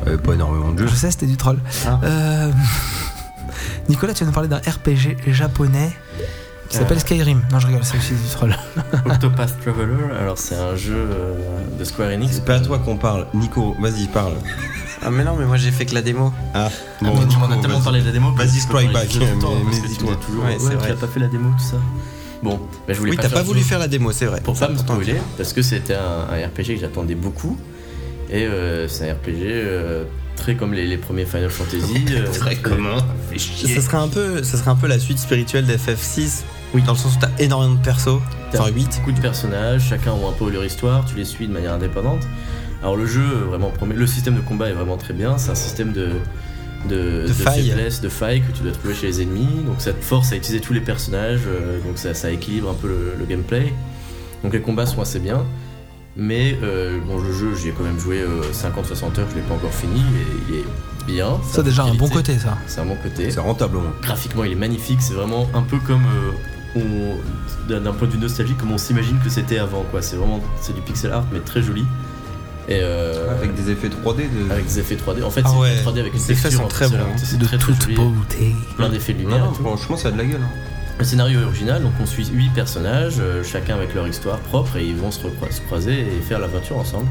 euh, pas énormément de jeux.
Je sais, c'était du troll.
Ah.
Euh, Nicolas, tu vas nous parler d'un RPG japonais qui
Euh.
s'appelle Skyrim. Non, je rigole, c'est aussi du troll.
Octopath Traveler, alors c'est un jeu euh, de Square Enix.
C'est pas à toi qu'on parle. Nico, vas-y, parle.
Ah mais non, mais moi j'ai fait que la démo.
Ah,
Ah,
bon,
mais tu
Nico,
m'en as tellement
vas-y.
parlé de la démo. que
Vas-y,
je peux
scroll
parler
back,
tout le temps,
mais-
parce
mais
que tu
dis-toi.
m'as toujours.
Ouais,
Ouais,
c'est
tu
vrai.
n'as pas fait la démo, tout ça. Bon, bah, je voulais
Oui,
pas
t'as
faire
pas
de-
voulu faire la démo, c'est vrai.
Pour pas me
Pourtant,
spoiler, parce que c'était un, un RPG que j'attendais beaucoup. Et euh, c'est un RPG euh, très comme les, les premiers Final Fantasy. euh,
Très commun. Fais
Ça
chier.
serait un peu, ça serait un peu la suite spirituelle d'FF6. Oui, dans le sens où t'as énormément de persos,
T'as
enfin 8.
beaucoup de personnages, chacun ont un peu leur histoire, tu les suis de manière indépendante. Alors le jeu, euh, vraiment, promet- le système de combat est vraiment très bien, c'est un système de, de,
failles.
faiblesse, de failles que tu dois trouver chez les ennemis, donc ça te force à utiliser tous les personnages, euh, donc ça, ça équilibre un peu le, le gameplay. Donc les combats sont assez bien, mais euh, bon, le jeu, j'y ai quand même joué euh, 50-60 heures, je l'ai pas encore fini, mais il est bien. c'est
Ça, déjà, un bon
qualité,
côté, ça.
C'est un bon côté
C'est rentable. hein.
graphiquement il est magnifique, c'est vraiment un peu comme euh, on- d'un d'un point de vue nostalgique comme on s'imagine que c'était avant quoi. C'est vraiment c'est du pixel art mais très joli. Et euh,
Avec des effets 3D. De...
avec des effets 3D. En fait,
Ah
c'est
ouais,
une 3D avec une
les effets
texture
sont
en
très
pixel art.
bons.
C'est
De
très, très
toute
joli.
beauté.
Plein d'effets de
Non,
lumière.
non,
et tout.
franchement, ça a de la gueule. hein.
Le scénario est original, donc on suit 8 personnages, euh, chacun avec leur histoire propre, et ils vont se, recro- se croiser et faire l'aventure ensemble.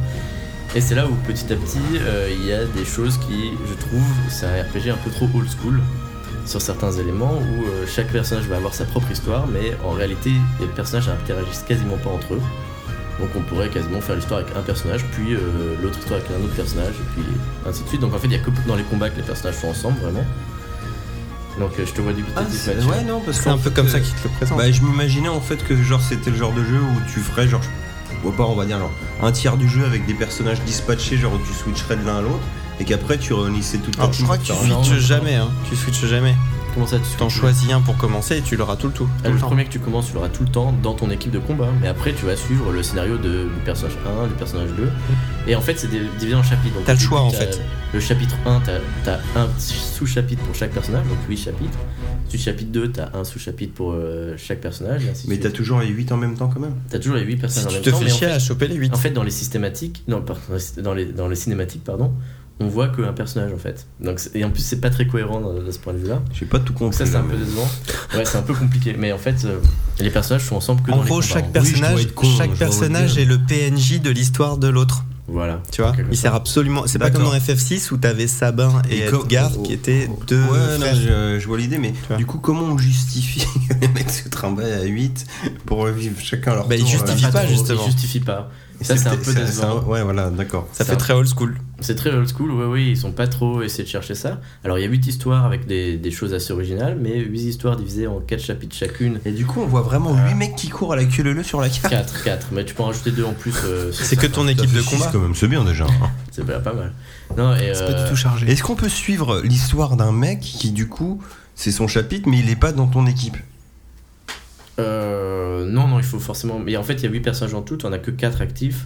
Et c'est là où petit à petit, euh, il y a des choses qui, je trouve, c'est un RPG un peu trop old school sur certains éléments, où euh, chaque personnage va avoir sa propre histoire, mais en réalité, les personnages interagissent quasiment pas entre eux. Donc on pourrait quasiment faire l'histoire avec un personnage, puis euh, l'autre histoire avec un autre personnage, et puis ainsi de suite. Donc en fait, il y a que dans les combats que les personnages sont ensemble, vraiment. Donc euh, je te vois dubiter
Ah,
du
c'est-
match.
ouais, non, parce
C'est
qu'en
un peu
fait,
comme
euh,
ça qu'ils te le présentent.
Bah, je m'imaginais en fait que genre c'était le genre de jeu où tu ferais genre, je vois pas, on va dire genre un tiers du jeu avec des personnages dispatchés, genre où tu switcherais de l'un à l'autre et qu'après tu réunissais toute ta
Alors, Ah, je
team
crois que
pour
tu
faire un-
non,
switches
non.
jamais, hein. Tu switches jamais.
Comment ça, tu
T'en choisis un pour commencer et tu l'auras tout le tout.
Ah,
tout
le
le temps.
premier que tu commences, tu l'auras tout le temps dans ton équipe de combat, mais après tu vas suivre le scénario de, du personnage 1, du personnage 2. Et en fait, c'est dé- divisé en chapitres. Donc,
Mm. T'as
au
le
début,
choix, en
t'as
fait.
Le chapitre 1, t'as t'as un petit sous-chapitre pour chaque personnage, donc 8 chapitres. Ensuite, chapitre 2, t'as un sous-chapitre pour euh, chaque personnage. et ainsi de
Mais
suite.
t'as toujours les 8 en même temps quand même.
T'as toujours les 8
Si
personnages en
tu
même
te
temps.
fais
mais en
chier à choper les 8.
en fait, dans les systématiques, non, par- dans, les, dans les cinématiques, pardon, on voit qu'un personnage en fait. Donc, c'est- et en plus, c'est pas très cohérent de- de ce point de vue-là.
J'ai pas tout
Donc
compris.
ça c'est
Euh,
là,
un peu
mais-
décevant. Ouais c'est un peu compliqué. Mais en fait euh, les personnages sont ensemble que
En
dans
gros,
les combats,
chaque
en gros.
Oui, je
personnage,
dois être con, hein, je
chaque
dois
personnage
vous
est le PNJ de l'histoire de l'autre.
Voilà.
Tu vois,
Quelque
il sert
sorte.
absolument. C'est pas comme
D'accord.
dans FF6 où t'avais Sabin et
Et comme-
Edgar
oh,
qui étaient
oh.
deux
Ouais, non,
frères.
je, je vois l'idée, mais
vois.
du coup, comment on justifie que les mecs se trimbaillent à 8 pour vivre chacun leur
Bah, ils
tour,
justifient
euh,
pas,
trop,
justement.
Ils justifient pas. Et ça c'est un peu
ça-
décevant.
hein.
ça- Ouais, voilà, d'accord.
Ça
c'est
fait
un-
très old school.
C'est très old school. Oui oui ils sont pas trop essayé de chercher ça. Alors il y a 8 histoires avec des, des choses assez originales, mais 8 histoires divisées en 4 chapitres chacune.
Et du coup, on voit vraiment
Ah.
8 mecs qui courent à la queue leu leu sur la carte.
4 4 mais tu peux en rajouter deux en plus. euh, sur
C'est que
certains.
ton équipe de combat.
quand même, c'est bien déjà.
C'est pas, pas mal. Non et
C'est pas
euh,
du tout chargé.
Est-ce qu'on peut suivre l'histoire d'un mec qui, du coup, c'est son chapitre, mais il est pas dans ton équipe
Euh, non, non, il faut forcément. Mais en fait, il y a 8 personnages en tout, on a que 4 actifs.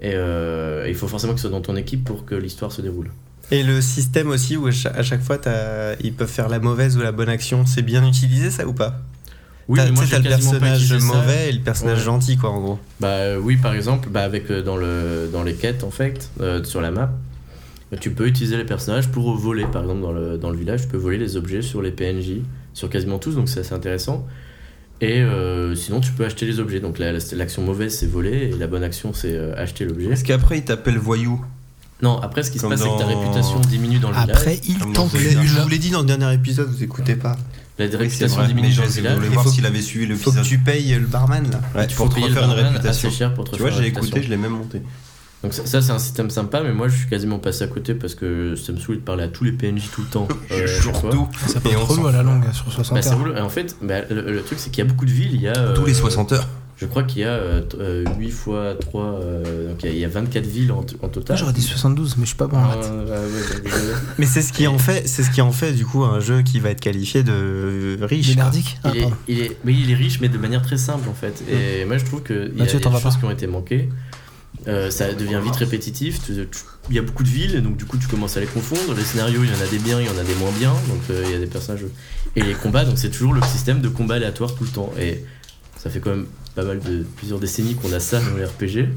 Et euh, il faut forcément que ce soit dans ton équipe pour que l'histoire se déroule.
Et le système aussi où à cha- à chaque fois t'as- ils peuvent faire la mauvaise ou la bonne action, c'est bien utilisé ça ou pas
Oui,
T'as
mais moi
tu sais,
j'ai
t'as le
quasiment pas
personnage
utilisé ça.
mauvais et le personnage
Ouais.
gentil quoi en gros.
Bah euh, oui, par exemple, bah, avec euh, dans, le, dans les quêtes en fait, euh, sur la map, bah, tu peux utiliser les personnages pour voler. Par exemple, dans le, dans le village, tu peux voler les objets sur les PNJ, sur quasiment tous, donc c'est assez intéressant. Et euh, sinon, tu peux acheter les objets. Donc la- la- l'action mauvaise, c'est voler, et la bonne action, c'est euh, acheter l'objet.
Est-ce qu'après, il t'appelle voyou
Non, après, ce qui se
Comme
passe, c'est que ta
dans-
réputation diminue dans le village.
Après, il
Comme dans
Je
t'encule.
vous l'ai dit dans le dernier épisode, vous écoutez pas.
La
C'est
réputation
vrai, mais
diminue dans le
je
village.
voulais
Il
voir
faut-
s'il avait suivi
Faut que
l'épisode.
tu payes le barman là.
Ouais,
Tu
pour
faut
te
payer le
refaire une
barman assez
réputation.
cher pour te
Tu vois,
refaire
j'ai
une
écouté, je l'ai
réputation.
même monté.
Donc ça, ça, c'est un système sympa, mais moi je suis quasiment passé à côté parce que ça me saoule de parler à tous les PNJ tout le temps. euh, à chaque fois.
Ça peut
Et on
être relou
s'en
à la longue hein, sur 60
Bah, ça
heures.
roule. Et en fait, bah, le, le truc c'est qu'il y a beaucoup de villes. Il y a, euh,
Tous les 60 heures.
Je crois qu'il y a euh, t- euh, 8 fois 3, euh, donc il y, a- il y a 24 villes en, t- en
Moi,
total.
J'aurais dit 72, mais je suis pas bon en maths.
Euh, ouais, ouais, ouais, ouais, ouais.
Mais c'est ce qui en fait, c'est ce qui en fait du coup un jeu qui va être qualifié de riche.
Des merdiques Ah,
il, est,
pardon. Hum.
il est- mais il est riche, mais de manière très simple en fait. Et moi je trouve que il y a,
Mathieu,
il y a
t'en
des
vas
choses
pas.
qui ont été manquées. Euh, ça devient vite répétitif. Tu- tu- Il y a beaucoup de villes, donc du coup tu commences à les confondre. Les scénarios, il y en a des biens, il y en a des moins bien. Donc euh, il y a des personnages. Et les combats, donc c'est toujours le système de combat aléatoire tout le temps. Et ça fait quand même pas mal de plusieurs décennies qu'on a ça dans les RPG.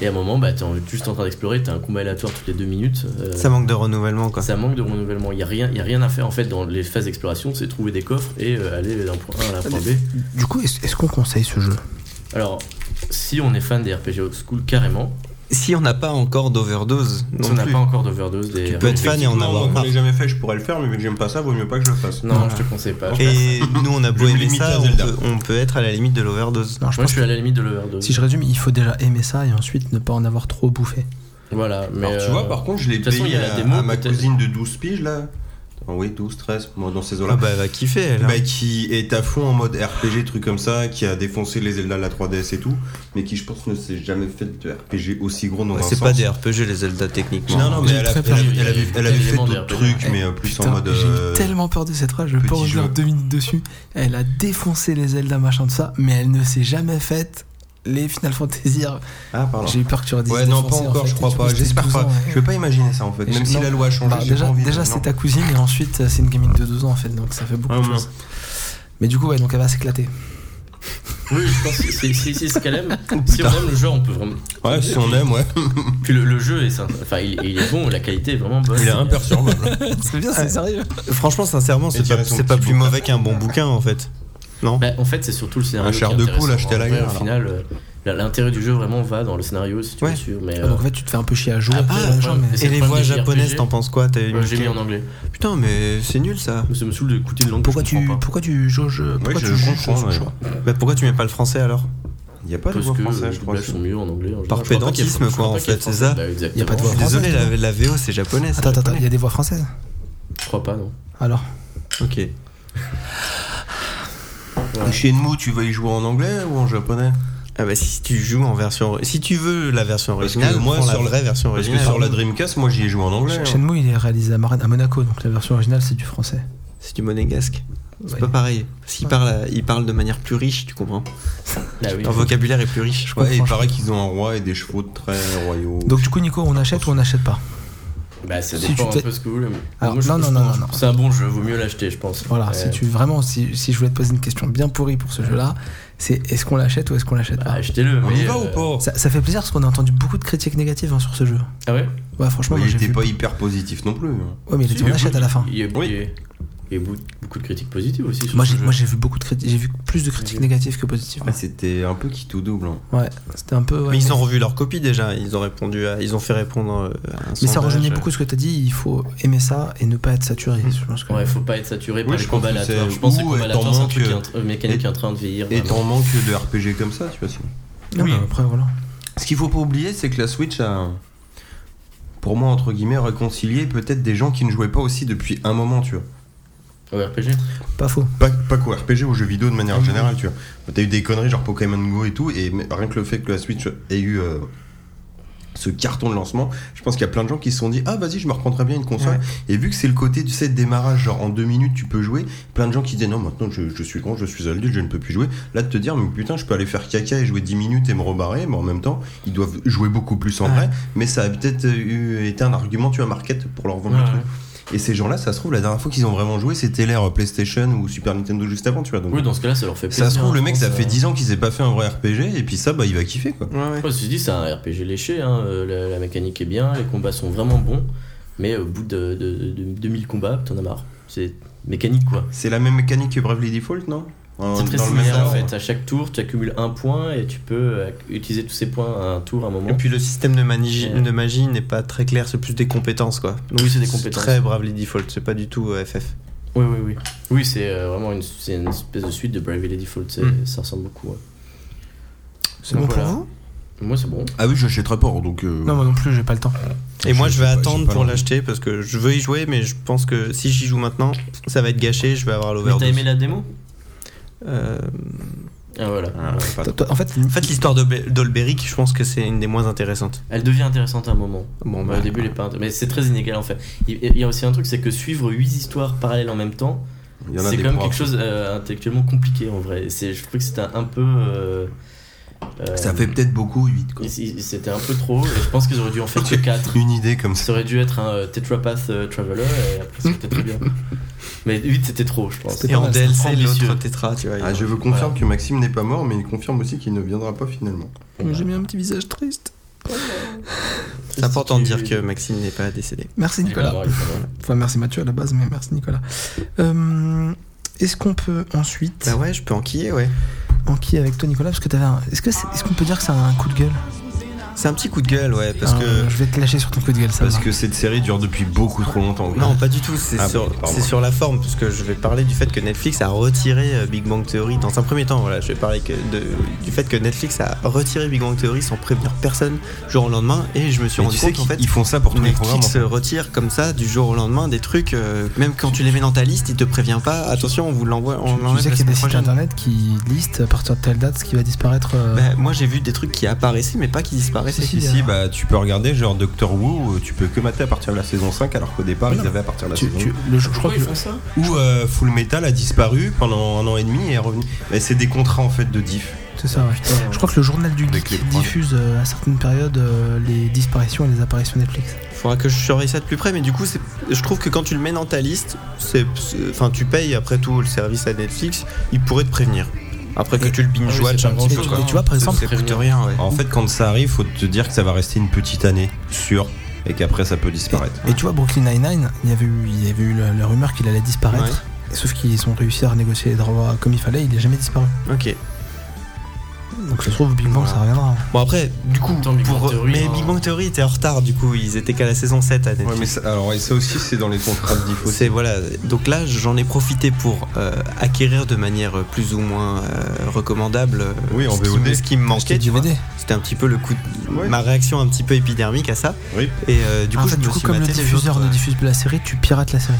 Et à un moment, bah, t'es en- juste en train d'explorer, t'as un combat aléatoire toutes les deux minutes. euh,
Ça manque de renouvellement quoi.
ça manque de renouvellement. Il n'y a, rien- il y a rien à faire en fait dans les phases d'exploration, c'est trouver des coffres et euh, aller d'un point A à un point B.
Du coup, est-ce est-ce qu'on conseille ce jeu
Alors, si on est fan des RPG old school carrément,
Si on n'a pas encore d'overdose,
si
non
on n'a
plus.
pas encore d'overdose des
Tu peux être fan et en
Moi,
avoir
moi,
marre.
je l'ai jamais fait, je pourrais le faire, mais vu que j'aime pas ça, vaut mieux pas que je le fasse.
Non,
Voilà.
je te conseille pas.
Et nous on a beau
Je me
aimer
limite
ça,
à
on
Zelda.
peut, on peut être à la limite de l'overdose.
Non, je
Moi,
pense
je suis à la limite de l'overdose.
Si je résume, il faut déjà aimer ça et ensuite ne pas en avoir trop bouffé.
Voilà, mais
Alors, tu
euh,
vois, par contre, je l'ai
de toute façon,
payé
il y a la
à,
démo,
à ma
peut-être.
cousine de 12 piges là. Attends, oui, 12, 13, moi dans ces eaux-là.
Ah bah elle va kiffer elle. hein.
Bah, qui est à fond en mode RPG, truc comme ça, qui a défoncé les Zelda, la 3DS et tout, mais qui je pense ne s'est jamais fait de RPG aussi gros dans
Ouais,
un
c'est
sens.
pas des RPG les Zelda techniquement.
Non, non, mais
J'ai
elle, a-
très
elle
peur.
avait- elle avait, elle avait fait
Éléments de
d'autres
RPG.
trucs, mais euh, plus
Eh, Putain,
en mode.
J'ai
euh,
tellement peur de cette phrase, je peux
petit
revenir
jeu.
deux minutes dessus. Elle a défoncé les Zelda, machin de ça, mais elle ne s'est jamais faite les Final Fantasy.
Ah, pardon.
J'ai eu peur que tu redises.
Ouais, non, pas
défoncé, en
encore,
fait.
je crois
Du coup,
pas.
j'étais
J'espère
12
pas.
ans, ouais.
Je veux pas imaginer ça en fait,
Et
même
je-
si
non.
la loi a changé.
Bah,
j'ai
déjà,
pas envie de-
déjà
non.
c'est ta cousine et ensuite euh, c'est une gamine de 12 ans en fait, donc ça fait beaucoup
Ah,
de
mince.
choses. Mais du coup, ouais, donc elle va s'éclater.
oui, je pense que c'est c'est- c'est ce qu'elle aime. si on aime le jeu, on peut vraiment.
Ouais, si on aime, ouais.
Puis le, le jeu est sympa. Enfin, il, il est bon, la qualité est vraiment bonne.
Il est imperturbable.
c'est bien, c'est sérieux.
Franchement sincèrement
Et
c'est
tirer
pas,
son
c'est pas
petit
plus
bouquin.
mauvais qu'un bon bouquin en fait. Non.
Bah, en fait, c'est surtout le scénario.
Un char
qui est
de poule
intéressant.
acheté à la
En vrai,
guerre,
Au final, euh, la- l'intérêt du jeu vraiment va dans le scénario, si tu
Ouais.
es sûr. Mais,
Ah, Donc en
euh,
fait, tu te fais un peu chier à jouer.
Ah,
après,
ah,
machin,
ouais.
mais-
Et
Et les
le problème
voix
des
japonaises
RPG,
t'en penses quoi T'as une
Euh, j'ai mis
clé
en anglais.
Putain mais c'est nul ça.
Ça me saoule d'écouter une langue. que
Pourquoi
je
tu,
comprends pas.
pourquoi tu jauges euh, pourquoi
je
tu
le
juges
comprends,
son
ouais.
choix
Bah pourquoi tu mets pas le français alors
Il y a pas de
Parce
voix
que
française,
les
je crois.
doublages sont mieux en anglais. en général.
Par
Je crois pas qu'il y ait-
pédantisme,
je crois
quoi,
pas
en
qu'il y ait
fait,
de
c'est ça
Bah,
Y a pas de
exactement.
Je suis
voix.
désolé la, la VO c'est japonais.
Attends, attends, attends, il y a des voix françaises
Je crois pas, non.
Alors
Ok.
Ah, Chez nous, tu vas y jouer en anglais ou en japonais
Ah bah si tu joues en version si tu veux la version
Parce que
originale,
moi,
moi la
sur la-
vraie version
Parce
originale.
que sur la Dreamcast, moi j'y ai joué en anglais. hein.
Shenmue, il est réalisé à Mar- à Monaco, donc la version originale, c'est du français.
c'est du monégasque. C'est
Ouais.
pas pareil. S'il parle, à- il parle de manière plus riche, tu comprends.
Ah oui.
Leur vocabulaire est plus riche.
Ouais, il
franchement.
paraît qu'ils ont un roi et des chevaux de très royaux.
Donc du coup, Nico, on achète ou on n'achète pas
Bah, ça
Si
dépend
tu
un
fais-
peu ce que vous voulez. mais-
Alors,
Moi, je-
non,
je
non, non,
pense-
non, non.
C'est un bon jeu, vaut mieux l'acheter, je pense.
Voilà,
Euh,
si tu vraiment, si, si je voulais te poser une question bien pourrie pour ce jeu-là, c'est est-ce qu'on l'achète ou est-ce qu'on l'achète
bah,
pas
Achetez-le.
on y
mais,
va
euh,
ou pas
ça, ça fait plaisir parce qu'on a entendu beaucoup de critiques négatives hein, sur ce jeu.
Ah ouais
Ouais, franchement,
Ouais,
moi
il
j'ai
était
vu.
pas hyper positif non plus. hein.
Ouais, mais il a dit on achète à la fin.
Il y a
Oui.
il y a- il y a beaucoup- beaucoup de critiques positives aussi. sur
Moi
ce
j'ai,
jeu.
moi j'ai vu beaucoup de critiques, j'ai vu plus de critiques négatives que positives.
Ah, C'était un peu qui tout double. hein.
Ouais, c'était un peu. ouais,
Mais ils
mais-
ont revu leur copie déjà. Ils ont répondu à, ils ont fait répondre euh, à un
mais ça
sondage.
rejoignait beaucoup ce que t'as dit. Il faut aimer ça et ne pas être saturé. Je pense que-
Ouais, faut pas être saturé
Oui,
par
je
les
pense
combats
que c'est-
aléatoires. Je pense que les
ou
combats
étant
aléatoires, c'est un truc
manque-
qui est en train- euh, mécanique qui est en train de vieillir.
Et
vraiment.
t'en manques de RPG comme ça, tu vois. c'est-
Non, mais après voilà.
Ce qu'il faut pas oublier, c'est que la Switch a, pour moi, entre guillemets, réconcilié peut-être des gens qui ne jouaient pas aussi depuis un moment, tu vois.
Au RPG
Pas faux.
Pas, pas qu'au RPG, aux jeux vidéo de manière générale, tu vois. T'as eu des conneries genre Pokémon Go et tout, et mais rien que le fait que la Switch ait eu euh, ce carton de lancement, je pense qu'il y a plein de gens qui se sont dit Ah, vas-y, je me reprendrai bien une console. Et vu que c'est le côté, tu sais, de démarrage, genre en deux minutes tu peux jouer, plein de gens qui disaient Non, maintenant je, je suis grand, je suis adulte, je ne peux plus jouer. Là, de te dire Mais putain, je peux aller faire caca et jouer 10 minutes et me rebarrer, mais en même temps, ils doivent jouer beaucoup plus en
Ouais.
vrai, mais ça a peut-être euh, eu, été un argument, tu vois, market pour leur vendre le
Ouais,
truc. Et ces gens-là, ça se trouve, la dernière fois qu'ils ont vraiment joué, c'était l'ère PlayStation ou Super Nintendo juste avant, tu vois. Donc,
Oui, dans ce cas-là, ça leur fait plaisir.
ça se trouve, le mec,
je
ça
pense,
fait
euh,
10 ans qu'ils aient pas fait un vrai RPG, et puis ça, bah, il va kiffer, quoi.
Ouais, ouais.
Ouais, ceci dit, c'est un RPG léché, hein, euh, la, la mécanique est bien, les combats sont vraiment bons, mais au bout de, de, de- de 2000 combats, t'en as marre. C'est mécanique quoi.
C'est la même mécanique que Bravely Default, non Dans,
C'est très
dans le même
similaire en
ordre.
fait. À chaque tour, tu accumules un point et tu peux euh, utiliser tous ces points à un tour, à un
Et
moment.
puis le système de, mani-
Ouais.
de magie n'est pas très clair, c'est plus des compétences quoi.
Oui, c'est des compétences.
Très Bravely Default, c'est pas du tout euh, FF.
Oui, oui, oui. Oui, c'est euh, vraiment une, c'est une espèce de suite de Bravely Default. c'est-
Mm.
Ça ressemble beaucoup. ouais.
C'est bon
Voilà.
pour vous
Moi, c'est bon.
Ah oui, j'achèterai pas, donc. euh,
Non, moi non plus, j'ai pas le temps.
Et moi
Je-
je vais
j'ai pas- j'ai
attendre
pas
pour
l'envie.
l'acheter parce que je veux y jouer, mais je pense que si j'y joue maintenant, ça va être gâché, je vais avoir
Mais t'as
l'overdose.
aimé la démo
Euh,
Ah, voilà.
ah, pas
Toi- toi, En fait,
En fait, l'histoire de Be- d'Olberic, je pense que c'est une des moins intéressantes.
Elle devient intéressante à un moment.
Bon,
Bah,
bah,
au début, elle est pas intér- Mais c'est très inégal en fait. Il il y a aussi un truc, c'est que suivre 8 histoires parallèles en même temps,
Il y en a
c'est
des
quand même
propres.
quelque chose euh, intellectuellement compliqué en vrai. C'est- Je trouvais que c'était un, un peu. euh, euh,
Ça fait peut-être beaucoup, 8 quoi.
il- il- C'était un peu trop. Et je pense qu'ils auraient dû en faire que 4.
Une idée comme ça.
Ça aurait dû être un euh, Tetrapath euh, Traveler et après c'était très bien. Mais 8 c'était trop, je pense.
Et en DLC,
Ambitieux.
l'autre Tetra, tu vois.
Ah, je vous confirme que Maxime n'est pas mort, mais il confirme aussi qu'il ne viendra pas finalement.
j'ai mis un petit visage triste.
C'est important de dire que Maxime n'est pas décédé.
Merci
Il est pas
Nicolas.
mort, il est pas mort.
Enfin, merci Mathieu à la base, mais merci Nicolas. Euh, Est-ce qu'on peut ensuite
Bah ouais, je peux enquiller, ouais.
enquiller avec toi Nicolas Parce que t'avais un... Est-ce que c'est- est-ce qu'on peut dire que c'est un coup de gueule
C'est un petit coup de gueule, Ah, ouais, parce
Un-
que.
Ah, Je vais te lâcher sur ton coup de gueule, ça
Parce
va.
que cette série dure depuis beaucoup trop longtemps. quoi.
Non, pas du tout, c'est
Ah,
sur,
pardon.
c'est sur la forme, parce que je vais parler du fait que Netflix a retiré euh, Big Bang Theory dans un premier temps. Voilà, je vais parler que de- du fait que Netflix a retiré Big Bang Theory sans prévenir personne du jour au lendemain, et je me suis
Mais
rendu
tu sais
compte
qu'ils
qu'en fait.
ils font ça pour tous les programmes. en
Netflix
fait.
euh, retire comme ça du jour au lendemain des trucs, euh, même quand tu les mets dans ta liste, il te prévient pas. Attention, on vous l'envoie. On
Tu-
l'enlève
tu sais
la
qu'il y a des
semaine
sites
prochaine.
internet qui listent à partir de telle date ce qui va disparaître. euh,
Bah, moi j'ai vu des trucs qui apparaissaient mais pas qui disparaissaient.
Si, si,
Ici, bah, tu peux regarder genre Doctor Who, euh, tu peux que mater à partir de la saison 5, alors qu'au départ,
Voilà.
ils avaient à partir de la
tu-
saison
tu- le- je crois
Pourquoi
que
ils
le-
font ça
Ou euh, Full Metal a disparu pendant un an et demi et est revenu. Mais c'est des contrats en fait de diff.
c'est ça, ouais. Je crois que le journal du
Avec
geek
les points.
diffuse euh, à certaines périodes euh, les disparitions et les apparitions Netflix.
Faudra que je surveille ça de plus près, mais du coup, c'est- je trouve que quand tu le mets dans ta liste, c'est, c'est- enfin, tu payes après tout le service à Netflix, ils pourraient te prévenir. Après que tu le binge
Ah oui,
watch
c'est
un
pas
petit peu,
grand-chose,
quoi.
hein.
Et tu vois, par
Ça-
exemple,
ça coûte rien, ouais.
En fait, quand ça arrive, faut te dire que ça va rester une petite année, sûre, et qu'après ça peut disparaître.
Et, et tu vois, Brooklyn Nine-Nine, il y avait eu, il y avait eu la, la rumeur qu'il allait disparaître. Sauf qu'ils ont réussi à renégocier les droits comme il fallait, il n'est jamais disparu.
Ok.
Donc je trouve Big Bang,
Voilà.
ça reviendra.
Bon, après, du coup,
Attends, Big Bang
pour-
Theory,
mais
hein.
Big Bang Theory était en retard, du coup, ils étaient qu'à la saison 7 à Netflix.
Ouais, mais ça- alors, et ça aussi, c'est dans les contrats de diff aussi.
C'est voilà. Donc là, j'en ai profité pour euh, acquérir de manière euh, plus ou moins euh, recommandable euh,
Oui, en
ce, qui,
VOD.
me- ce qui me manquait.
Acheter du
tu vois.
DVD.
C'était un petit peu le coup, de-
Ouais.
ma réaction un petit peu épidermique à ça.
Oui.
Et euh, du
Ah,
coup,
en
je
fait,
me
du coup,
suis
comme le
maté les
diffuseur
autres,
ne
euh,
diffuse plus la série, tu pirates la série.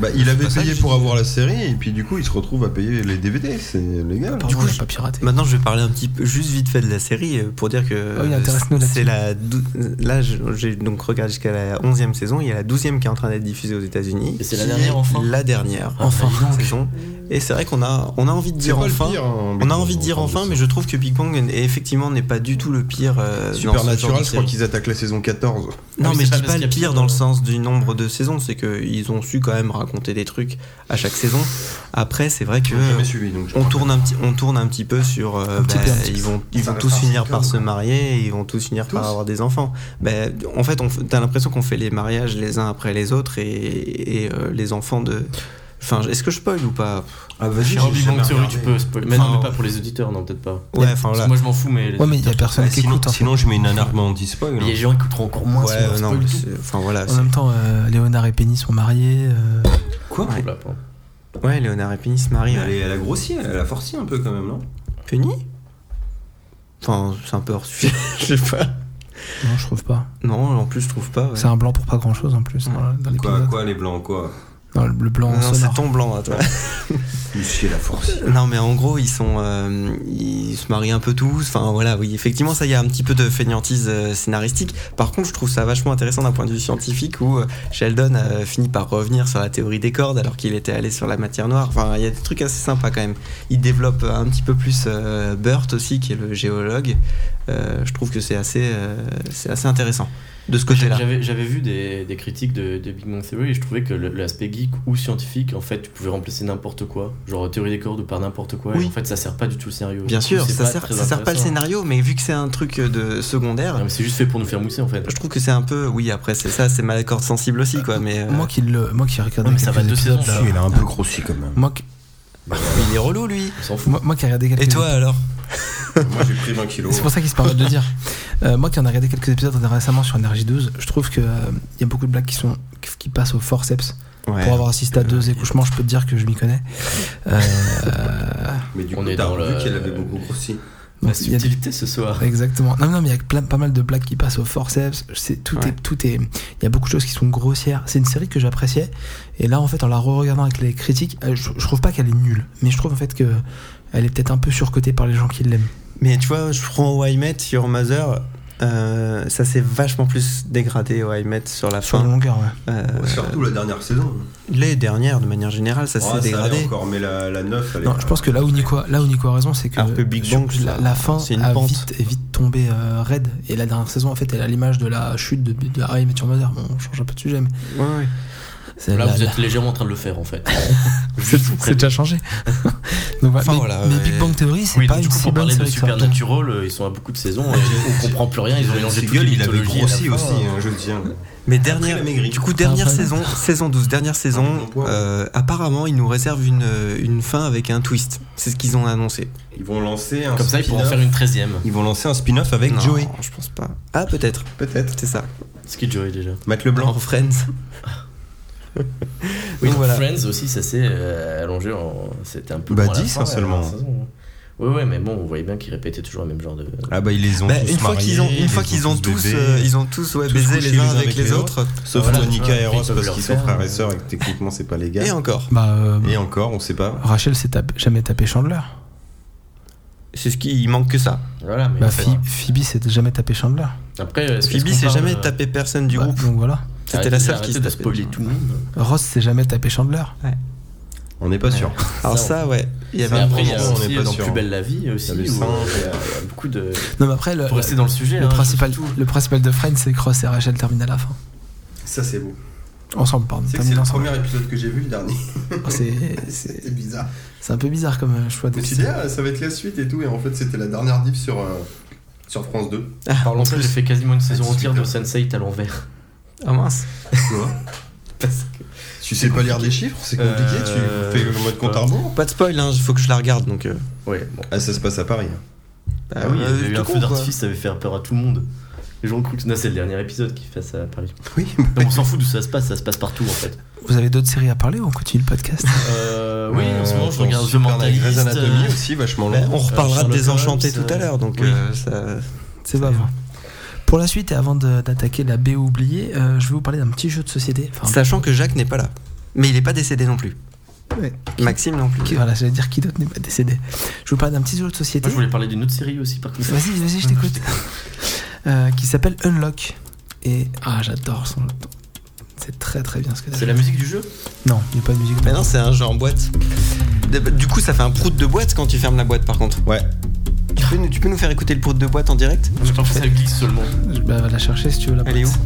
Bah, il avait
pas ça
payé
que je
pour
dis.
avoir la série, et puis du coup, il se retrouve à payer les DVD, c'est légal.
Pardon,
coup,
on l'a
je-
pas piraté.
Maintenant, je vais parler un petit peu, juste vite fait de la série euh, pour dire que
Ah oui,
euh,
intéresse-nous là-dessus.
c'est la dou- euh, là je- j'ai donc regardé jusqu'à la 11e saison, il y a la 12e qui est en train d'être diffusée aux États-Unis.
Et c'est la
qui
dernière,
est
enfin
La dernière
Ah,
Enfin.
bah, dis donc.
saison. Et c'est vrai qu'on a on a envie de
C'est
dire
pas le
enfin.
pire, hein, mais
On a
bon,
envie de dire
parle
enfin,
ça.
mais je trouve que Big Bang est- effectivement n'est pas du tout le pire. euh, dans ce genre de
Supernatural, je crois
série.
qu'ils attaquent la saison 14.
Ah
Non,
oui,
mais
c'est
je
pas
dis
parce
pas le
qu'il y a
pire
plus
dans
de-
le sens du nombre de saisons, c'est qu'ils ont su quand même raconter des trucs à chaque saison. Après, c'est vrai que.
J'ai jamais suivi, donc je
euh, On
crois
tourne, un petit, on tourne un petit peu sur. euh,
petit
bah,
peu, un petit
ils vont, ils
Ça
vont
va
tous
faire
finir
sitcom.
par se marier, et ils vont tous finir par
Tous
avoir des enfants. Bah, en fait, on f- t'as l'impression qu'on fait les mariages les uns après les autres et, et, euh, les enfants de. Enfin, est-ce que je spoil ou pas
Ah,
Chez
vas-y,
Big Bang Theory, tu peux spoiler. Mais
Enfin,
non, mais
ouais.
pas pour les auditeurs, non, peut-être pas.
Ouais, enfin
Parce
là.
que Moi, je m'en fous, mais. les
Ouais, mais il y a
auditeurs-
personne qui
sinon,
écoute. hein. en fait.
sinon, je mets une alarme anti-spoil.
Les gens écouteront encore moins
ouais,
si on leur
non,
spoil
mais
tout.
c'est- enfin voilà.
En même temps, euh, Léonard et Penny sont mariés. euh,
Quoi
On l'a pas.
Ouais, Léonard et Penny se marient.
Elle,
ouais.
est- elle a grossi, elle a forci un peu quand même, non
Penny Enfin, c'est un peu hors sujet, je sais pas.
Non, je trouve pas.
Non, en plus, je trouve pas. ouais.
C'est un blanc pour pas grand chose en plus
Ouais.
dans, dans
Quoi,
l'épisode.
quoi, les blancs, quoi
Non, le- le blanc
Non, c'est
sonore.
ton blanc, à toi.
Chier la force.
Non, mais en gros, ils sont, euh, ils se marient un peu tous. Enfin, voilà, oui, effectivement, ça, il y a un petit peu de fainéantise euh, scénaristique. Par contre, je trouve ça vachement intéressant d'un point de vue scientifique où euh, Sheldon euh, finit par revenir sur la théorie des cordes alors qu'il était allé sur la matière noire. Enfin, il y a des trucs assez sympas quand même. Il développe euh, un petit peu plus euh, Burt aussi, qui est le géologue. Euh, je trouve que c'est assez, euh, c'est assez intéressant de ce côté-là.
J'avais j'avais vu des, des critiques de, de Big Bang Theory et je trouvais que le- l'aspect geek ou scientifique, en fait, tu pouvais remplacer n'importe quoi, genre théorie des cordes ou par n'importe quoi,
Oui.
et en fait, ça sert pas du tout le scénario.
Bien
Du coup,
sûr,
c'est
ça
pas
sert,
très
ça sert pas le
intéressant. hein.
scénario, mais vu que c'est un truc euh, de secondaire,
Non, mais C'est juste fait pour nous faire mousser en fait.
Je trouve que c'est un peu, oui, après c'est ça, c'est ma corde sensible aussi, quoi. Mais euh,
Moi qui le, moi qui regarde.
Ouais, mais ça va deux saisons,
Si, elle a un peu grossi quand même.
Moi, qui-
Il est relou, lui.
On s'en fout.
Moi, moi qui ai regardé quelques
Et toi alors
Moi j'ai pris 20 kilos.
C'est pour ça qu'il se permet de le dire. Euh, moi qui en ai regardé quelques épisodes récemment sur Energy 12, je trouve qu'il y a beaucoup de blagues qui, sont, qui- qui passent au forceps.
Ouais. Euh,
Pour avoir assisté à deux écouchements, je peux te dire que je m'y connais. Euh,
Mais du
On
coup,
est
t'as
dans
vu
le-
qu'elle avait beaucoup grossi.
La
donc, il y a des-
subtilité ce soir.
Exactement. Non, non, mais il y a plein, pas mal de blagues qui passent au forceps. C'est tout
Ouais.
est, tout est. Il y a beaucoup de choses qui sont grossières. C'est une série que j'appréciais. Et là, en fait, en la re-regardant avec les critiques, euh, je, je trouve pas qu'elle est nulle, mais je trouve en fait que elle est peut-être un peu surcotée par les gens qui l'aiment.
Mais tu vois, je prends Why Met sur Mother. euh, ça s'est vachement plus dégradé Why Met sur la
Sur la
fin.
longueur, ouais.
Euh,
Surtout la dernière saison.
les dernières, de manière générale, ça
Ah,
s'est
allait
dégradé.
encore, mais la, la 9, elle est.
Non, je pense que là où Nico, a- là où Nico a raison, c'est que
Alors que Big
sur-
Bang,
la,
ça-
la fin
c'est une
a
pente.
vite, est vite tombé euh, raide. Et la dernière saison, en fait, elle a l'image de la chute de, de Harry Met Your Mother. Bon, on change un peu de sujet, mais
Ouais, ouais.
c'est
Là,
la-
vous
la-
êtes légèrement en train de le faire en fait.
c'est c'est déjà changé. Donc, voilà.
Enfin,
mais,
voilà,
mais
ouais.
Big Bang Theory, c'est
Oui,
pas
donc, du
une
coup,
si
pour
bonne
parler de
série que ça.
Supernatural, euh, ils sont à beaucoup de saisons, et on comprend plus rien, ils ont mélangé toutes les
il avait
mythologies à la
grossi
fin.
aussi, hein, je le tiens.
Mais dernière,
il a maigri.
du coup, dernière
Ah, pas
saison, saison 12, dernière
Ah,
saison,
bon, ouais.
euh, apparemment, ils nous réservent une, une fin avec un twist. C'est ce qu'ils ont annoncé.
Ils vont lancer un
Comme ça, ils pourront
spin-off.
faire une 13 e
Ils vont lancer un spin-off avec
Non,
Joey.
Je pense pas. Ah, peut-être.
Peut-être.
C'est ça.
C'est qui Joey déjà
Matt Leblanc.
En Friends.
Oui,
Donc, voilà.
Friends aussi, ça s'est euh, allongé. En... C'était un peu.
Bah,
long à la
10,
fin,
hein,
la
seulement.
dernière saison, hein. Ouais, ouais, mais bon, on voyait bien qu'ils répétaient toujours le même genre de.
Ah bah ils les ont
Bah,
tous
une fois
mariés,
qu'ils ont, une
ils
fois
les
qu'ils ont tous,
bébés.
euh, ils ont tous ouais,
tous
baisé
couchés
les uns avec les autres.
Sauf
Voilà,
Monica
ouais,
et
ils
Ross
peuvent
parce
leur
qu'ils sont
faire,
frères
euh,
et sœurs et que techniquement c'est pas les gars.
Et encore.
Bah, euh,
Et encore, on sait pas.
Rachel s'est tapé- jamais tapé Chandler.
C'est ce qui il manque que ça.
Voilà, mais.
Bah,
enfin,
Phoe- Phoebe s'est jamais tapé Chandler.
Après, euh, est-ce
Phoebe
qu'on
s'est
parle,
jamais
euh,
tapé personne du
Bah,
groupe.
Donc voilà.
C'était la
arrêtez-
seule qui
arrêtez
s'est
de
tapée. hein.
spoiler tout le monde.
Ross s'est jamais tapé Chandler.
On n'est pas sûr.
Alors
Ça, on-
ça, ouais. Il y
Mais
avait un
après, il y a
moment, on
aussi
n'est pas
dans
sûr.
Plus belle la vie aussi.
Il y a le
où,
singe,
euh,
il y a-
il y a beaucoup de.
Non, mais après, le,
Pour rester dans le sujet.
le
hein,
principal, le principal de Friends, c'est que Ross et Rachel terminent à la fin.
Ça c'est beau.
Ensemble, pardon.
Tu sais que
terminent
c'est le
ensemble.
premier épisode que j'ai vu, le dernier.
C'est- C'est
C'était bizarre.
c'est un peu bizarre comme euh, choix
Je me suis
d'épisode.
dit, ah, ça va être la suite et tout. Et en fait, c'était la dernière diff sur, euh, sur France 2.
Parlons plus, j'ai fait quasiment une saison
Ah,
entière de
super.
Sense8 à l'envers.
Ah mince.
Quoi Tu sais pas lire des chiffres C'est compliqué.
Euh,
Tu fais le mode compte à rebours
Pas de spoil, hein. Faut que je la regarde donc. euh,
Ouais, bon.
Ah, ça se passe à Paris.
bah,
Ah oui,
euh,
il y avait eu
tout
un
con,
feu
quoi.
d'artifice, ça avait fait peur à tout le monde. Les gens ont cru que non, c'est le dernier épisode qui fait ça à Paris.
Oui.
Non, on s'en fout d'où ça se passe, ça se passe partout en fait.
Vous avez d'autres séries à parler ou on continue le podcast
Euh, oui, en ce moment je
Euh,
regarde The
Supernatural
Mentalist.
Grey's Anatomy
euh,
aussi, vachement
Bah,
long.
on reparlera de
Sherlock
Désenchanté
Holmes,
tout à
euh,
l'heure, donc
oui.
euh, ça-
C'est pas vrai. Pour la suite, et avant de- d'attaquer la BO oubliée, euh, je vais vous parler d'un petit jeu de société. Enfin,
sachant que Jacques n'est pas là. Mais il n'est pas décédé non plus.
Ouais.
Maxime non plus.
qui- voilà, j'allais dire qui d'autre n'est pas décédé. Je vous parle d'un petit jeu de
Moi
société.
je voulais parler d'une autre série aussi par contre.
Vas-y, vas-y, je
Ah,
t'écoute. Euh, qui s'appelle Unlock. Et ah, j'adore son. C'est très très bien ce que t'as
C'est
fait.
la musique du jeu
Non, il n'y a pas de musique.
Mais non, c'est un jeu en boîte. De- Du coup, ça fait un prout de boîte quand tu fermes la boîte, par contre.
Ouais.
Tu peux, nous- tu peux nous faire écouter le prout de boîte en direct
Je pense que ça glisse seulement.
Je- bah, va la chercher si tu veux la
Elle est où
boîte.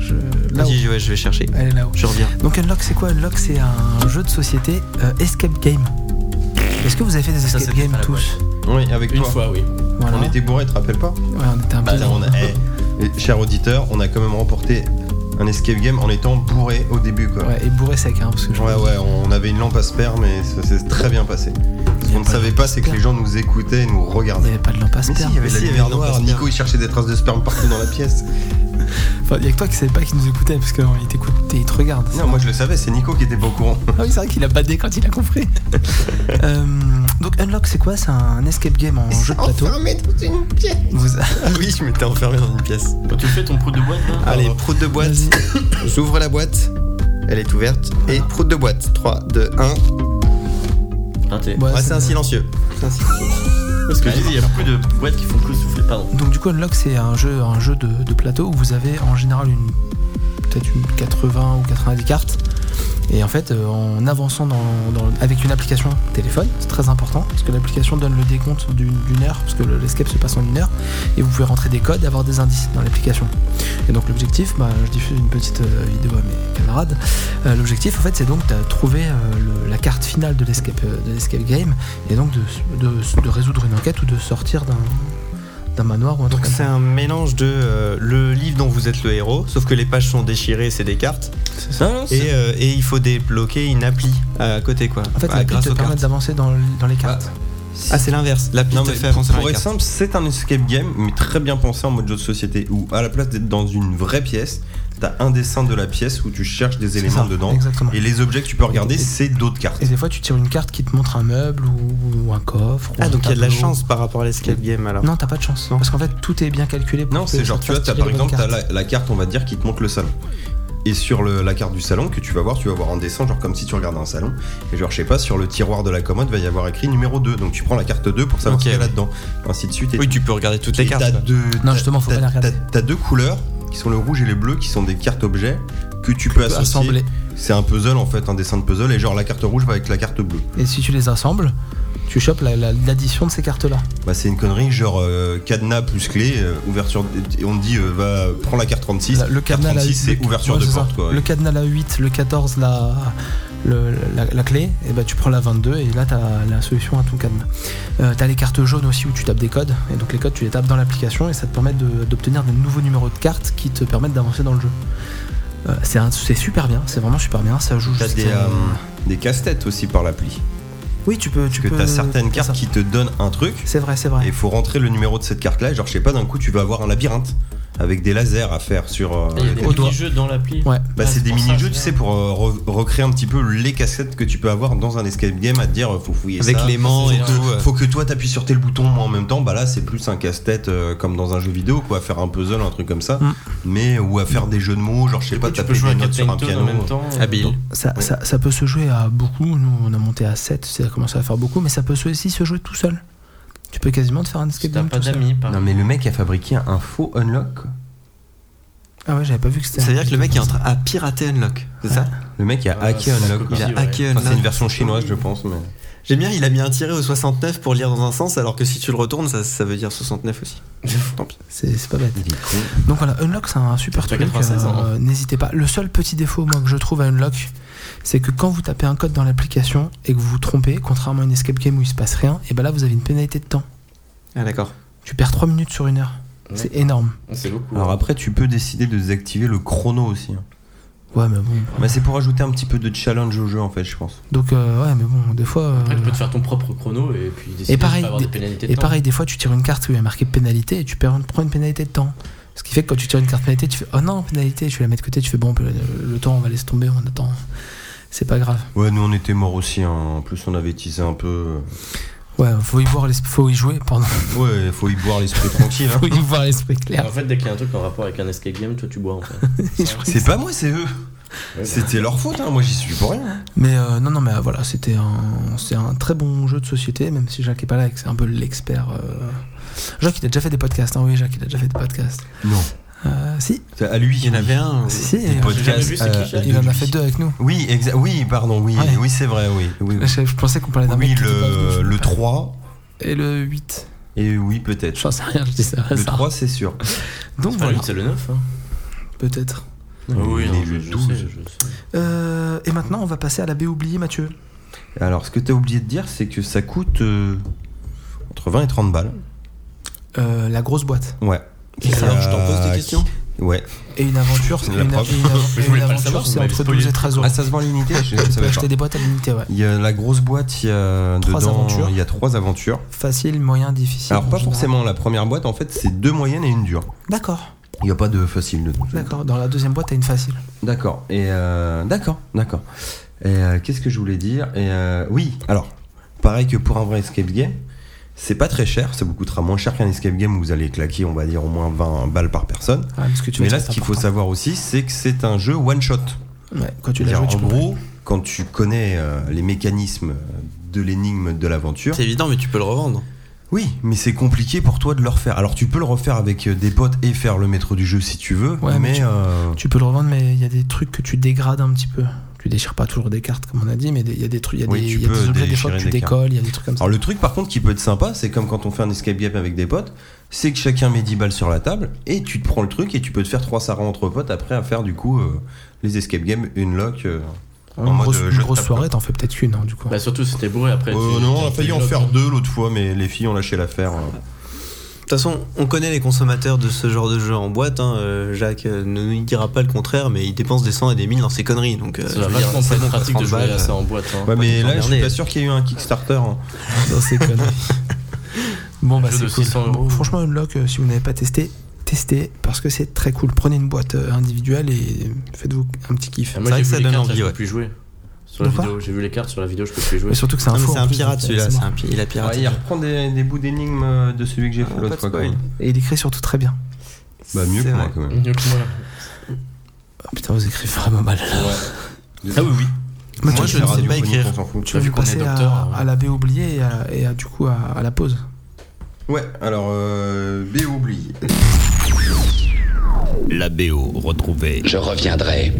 Je... Là-haut.
Vas-y, ouais, je vais chercher.
Elle est là-haut.
Je reviens.
Donc Unlock, c'est quoi Unlock, c'est un jeu de société euh, escape game. Est-ce que vous avez fait des
Ça,
escape
c'était
games
pas la
tous
Oui, avec
Une
toi.
fois, oui.
Voilà.
On était bourrés, tu te rappelles pas
Ouais, on était un peu.
Bah, on a, eh, eh, cher auditeur, on a quand même remporté un escape game en étant bourré au début, quoi.
Ouais, et bourré sec, hein, parce que je-
Ouais, ouais, on avait une lampe à sperme mais ça s'est très bien passé. Ce qu'on ne savait pas, c'est que les gens nous écoutaient et nous
il n'y
regardaient.
avait pas de lampe à
Mais si,
sperme.
il y avait de la
si, il y avait
lumière
une lampe à
noire.
sperme.
Nico, il cherchait des traces de sperme partout dans la pièce.
Enfin, il y a que toi qui savais pas qui nous écoutait, parce qu'il t'écoute et il te regarde.
Non, moi je le savais, c'est Nico qui était pas au courant.
Ah oui, c'est vrai qu'il a badé quand il a compris. Euh, donc Unlock, c'est quoi C'est un escape game en jeu de plateau. Vous...
oui, je m'étais enfermé dans une pièce.
Quand Bah, tu fais ton prout de boîte, là,
Allez, prout de boîte. J'ouvre la boîte. Elle est ouverte. Et prout de boîte. 3, 2, 1.
raté.
Ouais,
Ouais,
Ah, c'est-
Ah, c'est un silencieux. C'est un silencieux.
Parce que je dis, Bah, il y a beaucoup de boîtes qui font que souffler. Pardon.
Donc du coup, Unlock, c'est un jeu, un jeu de, de plateau où vous avez en général une peut-être une 80 ou 90 cartes. Et en fait, euh, en avançant dans, dans- avec une application téléphone, c'est très important, parce que l'application donne le décompte d'une d'une heure, parce que le- l'escape se passe en une heure, et vous pouvez rentrer des codes et avoir des indices dans l'application. Et donc l'objectif, bah, je diffuse une petite euh, vidéo à mes camarades, Euh, l'objectif en fait c'est donc de trouver euh, le- la carte finale de l'escape euh, de l'escape game, et donc de, de- de résoudre une enquête ou de sortir d'un d'un manoir ou un truc
Donc
comme ça.
c'est un mélange de euh, le livre dont vous êtes le héros, sauf que les pages sont déchirées, c'est des cartes, et, euh, et il faut débloquer une appli à côté quoi.
En fait,
Bah,
la carte
grâce
te
aux
permet
cartes.
d'avancer dans, dans les cartes.
Ah c'est l'inverse, l'appli
Non,
te
mais
fait
pour,
avancer dans
pour
les
être
cartes.
simple, c'est un escape game, mais très bien pensé en mode jeu de société, où à la place d'être dans une vraie pièce, t'as un dessin de la pièce où tu cherches des éléments
ça,
dedans.
exactement.
Et les objets que tu peux regarder, c'est d'autres cartes.
Et des fois, tu tires une carte qui te montre un meuble ou, ou un coffre. ou
Ah
un
donc il y a de la
tableau.
chance par rapport à l'escape game alors.
Non, t'as pas de chance.
Non.
Parce qu'en fait, tout est bien calculé. Pour
Non,
que
c'est
ça
genre,
te
tu vois,
fasse
t'as
tirer
par
les bonnes
exemple t'as
cartes.
la, la carte, on va dire, qui te montre le salon. Et sur le- la carte du salon que tu vas voir, tu vas voir un dessin, genre comme si tu regardais un salon. Et genre, je sais pas, sur le tiroir de la commode, va y avoir écrit numéro 2. Donc tu prends la carte 2 pour savoir
Ok,
ce qu'il y a
ouais.
là-dedans. Ainsi de suite. Et
Oui tu peux regarder toutes les
Et
cartes.
t'as
quoi.
deux,
Non,
t'as-
justement, faut pas
t'as-
les regarder.
t'as- T'as deux couleurs qui sont le rouge et le bleu, qui sont des cartes objets que tu peux
Bah,
associer.
Assembler.
C'est un puzzle en fait, un dessin de puzzle. Et genre la carte rouge va avec la carte bleue.
Et si tu les assembles, tu chopes la- la- l'addition de ces cartes-là.
Bah c'est une connerie, genre euh, cadenas plus clé, euh, ouverture. Et on te dit, euh, va prends la carte 36.
Là, le cadenas
carte
la
36, c'est
le-
ouverture
ouais,
de
c'est ça.
porte quoi.
Le cadenas la 8, le 14 la le- la, la clé, et bah tu prends la 22 et là t'as la solution à ton cadenas. Euh, t'as les cartes jaunes aussi où tu tapes des codes et donc les codes tu les tapes dans l'application et ça te permet de- d'obtenir des nouveaux numéros de cartes qui te permettent d'avancer dans le jeu. Euh, c'est un- c'est super bien, c'est vraiment super bien, ça joue
T'as
jusqu'à-
des, euh, des casse-têtes aussi par l'appli.
Oui, tu peux tu
Parce que
peux
t'as certaines
t'as
cartes
ça.
qui te donnent un truc
C'est vrai, c'est vrai.
et faut rentrer le numéro de cette carte là. Et genre, je sais pas, d'un coup, tu vas avoir un labyrinthe avec des lasers à faire sur. euh,
Il y a des
au doigt.
mini-jeux dans l'appli.
Ouais.
Bah,
Ah,
c'est des
pour ça,
mini-jeux, tu
c'est bien.
sais, pour euh, re- recréer un petit peu les cassettes que tu peux avoir dans un escape game à te dire, euh, faut fouiller
Avec
ça.
l'aimant et
Faut que-
tout, euh.
Faut que toi t'appuies sur tel bouton moi, en même temps. Bah là, c'est plus un casse-tête euh, comme dans un jeu vidéo, quoi, à faire un puzzle, un truc comme ça.
Mm.
Mais ou à faire des jeux de mots, genre je sais pas,
tu
taper
peux jouer à
des notes sur un
Captain Toad
piano. euh,
en même temps. euh,
Habile.
Ça,
Ouais.
ça- ça peut se jouer à beaucoup, nous on a monté à 7, ça a commencé à faire beaucoup, mais ça peut aussi se jouer tout seul. Tu peux quasiment te faire un
Si
escape
t'as
game
pas
tout seul.
d'amis, par
Non mais le mec a fabriqué un faux unlock. quoi.
Ah ouais, j'avais pas vu que c'était.
C'est à dire que le mec est en train à pirater Unlock, c'est ça
Le mec a
Ah,
hacké
c'est
unlock. quoi.
la
Il
Si, ouais.
a hacké
Enfin,
Unlock.
c'est une version chinoise, je pense. Mais...
J'aime bien, il a mis un tiré au 69 pour lire dans un sens, alors que si tu le retournes, ça, ça veut dire 69 aussi. Tant pis.
C'est c'est pas bête.
Il est con.
Donc voilà, Unlock c'est un super
T'as
truc.
96 ans,
euh, N'hésitez pas. Le seul petit défaut moi que je trouve à Unlock, c'est que quand vous tapez un code dans l'application et que vous vous trompez, contrairement à une escape game où il se passe rien, et ben là vous avez une pénalité de temps.
Ah d'accord.
Tu perds 3 minutes sur une heure.
Ouais.
C'est énorme.
C'est beaucoup.
Alors après, tu peux décider de désactiver le chrono aussi. hein.
Ouais, mais bon.
Mais c'est pour ajouter un petit peu de challenge au jeu en fait, je pense.
Donc euh, ouais, mais bon, des fois. euh,
Après, tu peux te faire ton propre chrono et puis décider
Et pareil,
de pas avoir des
des-
pénalités de
Et
temps.
pareil, des fois, tu tires une carte où il y a marqué pénalité et tu perds- prends une pénalité de temps. Ce qui fait que quand tu tires une carte pénalité, tu fais oh non, pénalité, tu la mets de côté, tu fais bon, le, le temps, on va laisser tomber, on attend. C'est pas grave.
Ouais, nous on était morts aussi. hein. En plus, on avait teasé un peu. euh.
Ouais, faut y voir, l'es- faut y jouer, pardon,
Ouais, faut y boire l'esprit tranquille. hein.
faut y voir l'esprit clair.
En fait, dès qu'il y a un truc en rapport avec un escape game, toi tu bois en fait.
C'est pas moi, c'est eux. C'était leur faute. hein. Moi, j'y suis pour rien.
Mais euh, non, non, mais euh, voilà, c'était un, c'est un très bon jeu de société, même si Jacques est pas là et que c'est un peu l'expert. euh. Jacques, il a déjà fait des podcasts, hein, oui, Jacques, il a déjà fait des podcasts.
Non.
Euh, si,
Ah,
À lui, il y en avait
Euh,
un.
si, si, il-
J'ai jamais vu, c'est qui, Jacques
il en a fait deux avec nous.
Oui, exa- oui, pardon, oui,
Ouais.
oui, c'est vrai, oui, oui. oui.
Je, je pensais qu'on parlait d'un
Oui,
mec qui était pas
le,
venu.
le 3,
Et le 8.
et oui, peut-être.
J'en sais rien, je dis ça.
Le
ça.
3, c'est sûr.
Donc
Enfin,
voilà,
lui, c'est le 9. Hein.
peut-être.
oui,
il
non,
est
je,
le
je
12.
sais, je sais.
Euh, et maintenant, on va passer à la baie oubliée, Mathieu.
Alors, ce que t'as oublié de dire, c'est que ça coûte euh, entre 20 et 30 balles.
Euh, la grosse boîte.
Ouais.
Et alors, je t'en pose des
Euh,
questions
Ouais.
Et une aventure,
La
une, une-
preuve.
une-
Je
une
voulais pas le
aventure,
savoir,
c'est
vous m'avez
entre
spoilé.
12 et 13 euros.
Ah, ça se vend à l'unité Je
tu peux
savais pas.
acheter des boîtes à l'unité, ouais.
Il y a la grosse boîte, il y a
Trois
dedans,
aventures.
il y a trois aventures.
Facile, moyen, difficile.
Alors
en
pas
général.
forcément la première boîte, en fait c'est deux moyennes et une dure.
D'accord,
Il n'y a pas de facile dedans.
d'accord. Dans la deuxième boîte, t'as une facile.
D'accord. Et euh, d'accord, d'accord. Et euh, qu'est-ce que je voulais dire Et euh, oui, alors pareil que pour un vrai escape game, c'est pas très cher, ça vous coûtera moins cher qu'un escape game où vous allez claquer, on va dire au moins 20 balles par personne.
Ah, parce que tu
Mais
vas
là
dire,
ce qu'il
c'est
faut
important.
savoir aussi, c'est que c'est un jeu one shot.
Ouais, quand tu l'as
C'est-à-dire,
joué, tu
en
peux
gros, quand tu connais euh, les mécanismes de l'énigme de l'aventure,
C'est évident, mais tu peux le revendre.
Oui, mais c'est compliqué pour toi de le refaire. Alors tu peux le refaire avec euh, des potes et faire le maître du jeu si tu veux,
Ouais, mais
mais,
tu-
euh,
Tu peux le revendre, mais il y a des trucs que tu dégrades un petit peu. Tu déchires pas toujours des cartes, comme on a dit, mais des- il y a des trucs, il y a
Oui,
des,
tu
il y a des objets
peux
des fois que
déchirer
tu
des cartes.
décolles, il y a des trucs comme ça.
alors le truc par contre qui peut être sympa, c'est comme quand on fait un escape game avec des potes, c'est que chacun met 10 balles sur la table et tu te prends le truc et tu peux te faire trois sarans entre potes après à faire du coup euh, les escape games une lock euh, en
Ah, une
mode
grosse,
euh,
une
jeu de
grosse
table.
soirée, t'en fais peut-être qu'une, hein, du coup.
Bah, surtout si t'es bourré après.
Euh,
tu-
non,
tu-
on a failli
tu
en
bloques.
faire deux l'autre fois, mais les filles ont lâché l'affaire. euh.
toute façon, on connaît les consommateurs de ce genre de jeu en boîte. hein, euh, Jacques euh, ne nous dira pas le contraire, mais il dépense des 100 et des 1000 dans ses conneries. Donc, euh,
Ça
je veux
va
dire,
vachement
c'est
pas
bon,
être pratique de
30
jouer
balles,
à ça en boîte. hein.
Ouais, mais là, je suis
t'emmerder.
pas sûr qu'il y ait eu un Kickstarter. hein.
dans ces conneries. Bon, bah
jeu
c'est
de
cool.
600 euros.
Bon, franchement, Unlock, euh, si vous n'avez pas testé, testez parce que c'est très cool. Prenez une boîte euh, individuelle et faites-vous un petit kiff.
Ah,
C'est
Moi,
vrai
j'ai
que
vu
ça
les
donne
cartes, là,
envie,
je
ouais.
peux plus jouer. Sur la
De quoi
vidéo, j'ai vu les cartes sur la vidéo, je peux plus jouer.
Mais surtout que c'est un
Non, mais
faux.
c'est
en
un
plus,
pirate
donc,
celui-là,
c'est
c'est
mort.
un pi- il a
Ouais,
piraté.
Ah, il
celui-là.
reprend des, des bouts d'énigmes euh, de celui que j'ai fait
Ah,
l'autre
pas
fois.
de
quand
spoil.
même.
Et il écrit surtout très bien.
Bah, mieux
C'est
que moi
vrai.
quand même.
Mieux que moi.
Ah, putain, vous écrivez vraiment mal.
Ah oui, oui.
Moi,
Moi,
tu-
je ne sais pas écrire.
tu as vu
qu'on est
passer
docteur,
à,
ouais.
à la baie oubliée et, à, et à- du coup à, à la pause.
Ouais, alors, euh, B oublié.
La BO retrouvée.
Je reviendrai.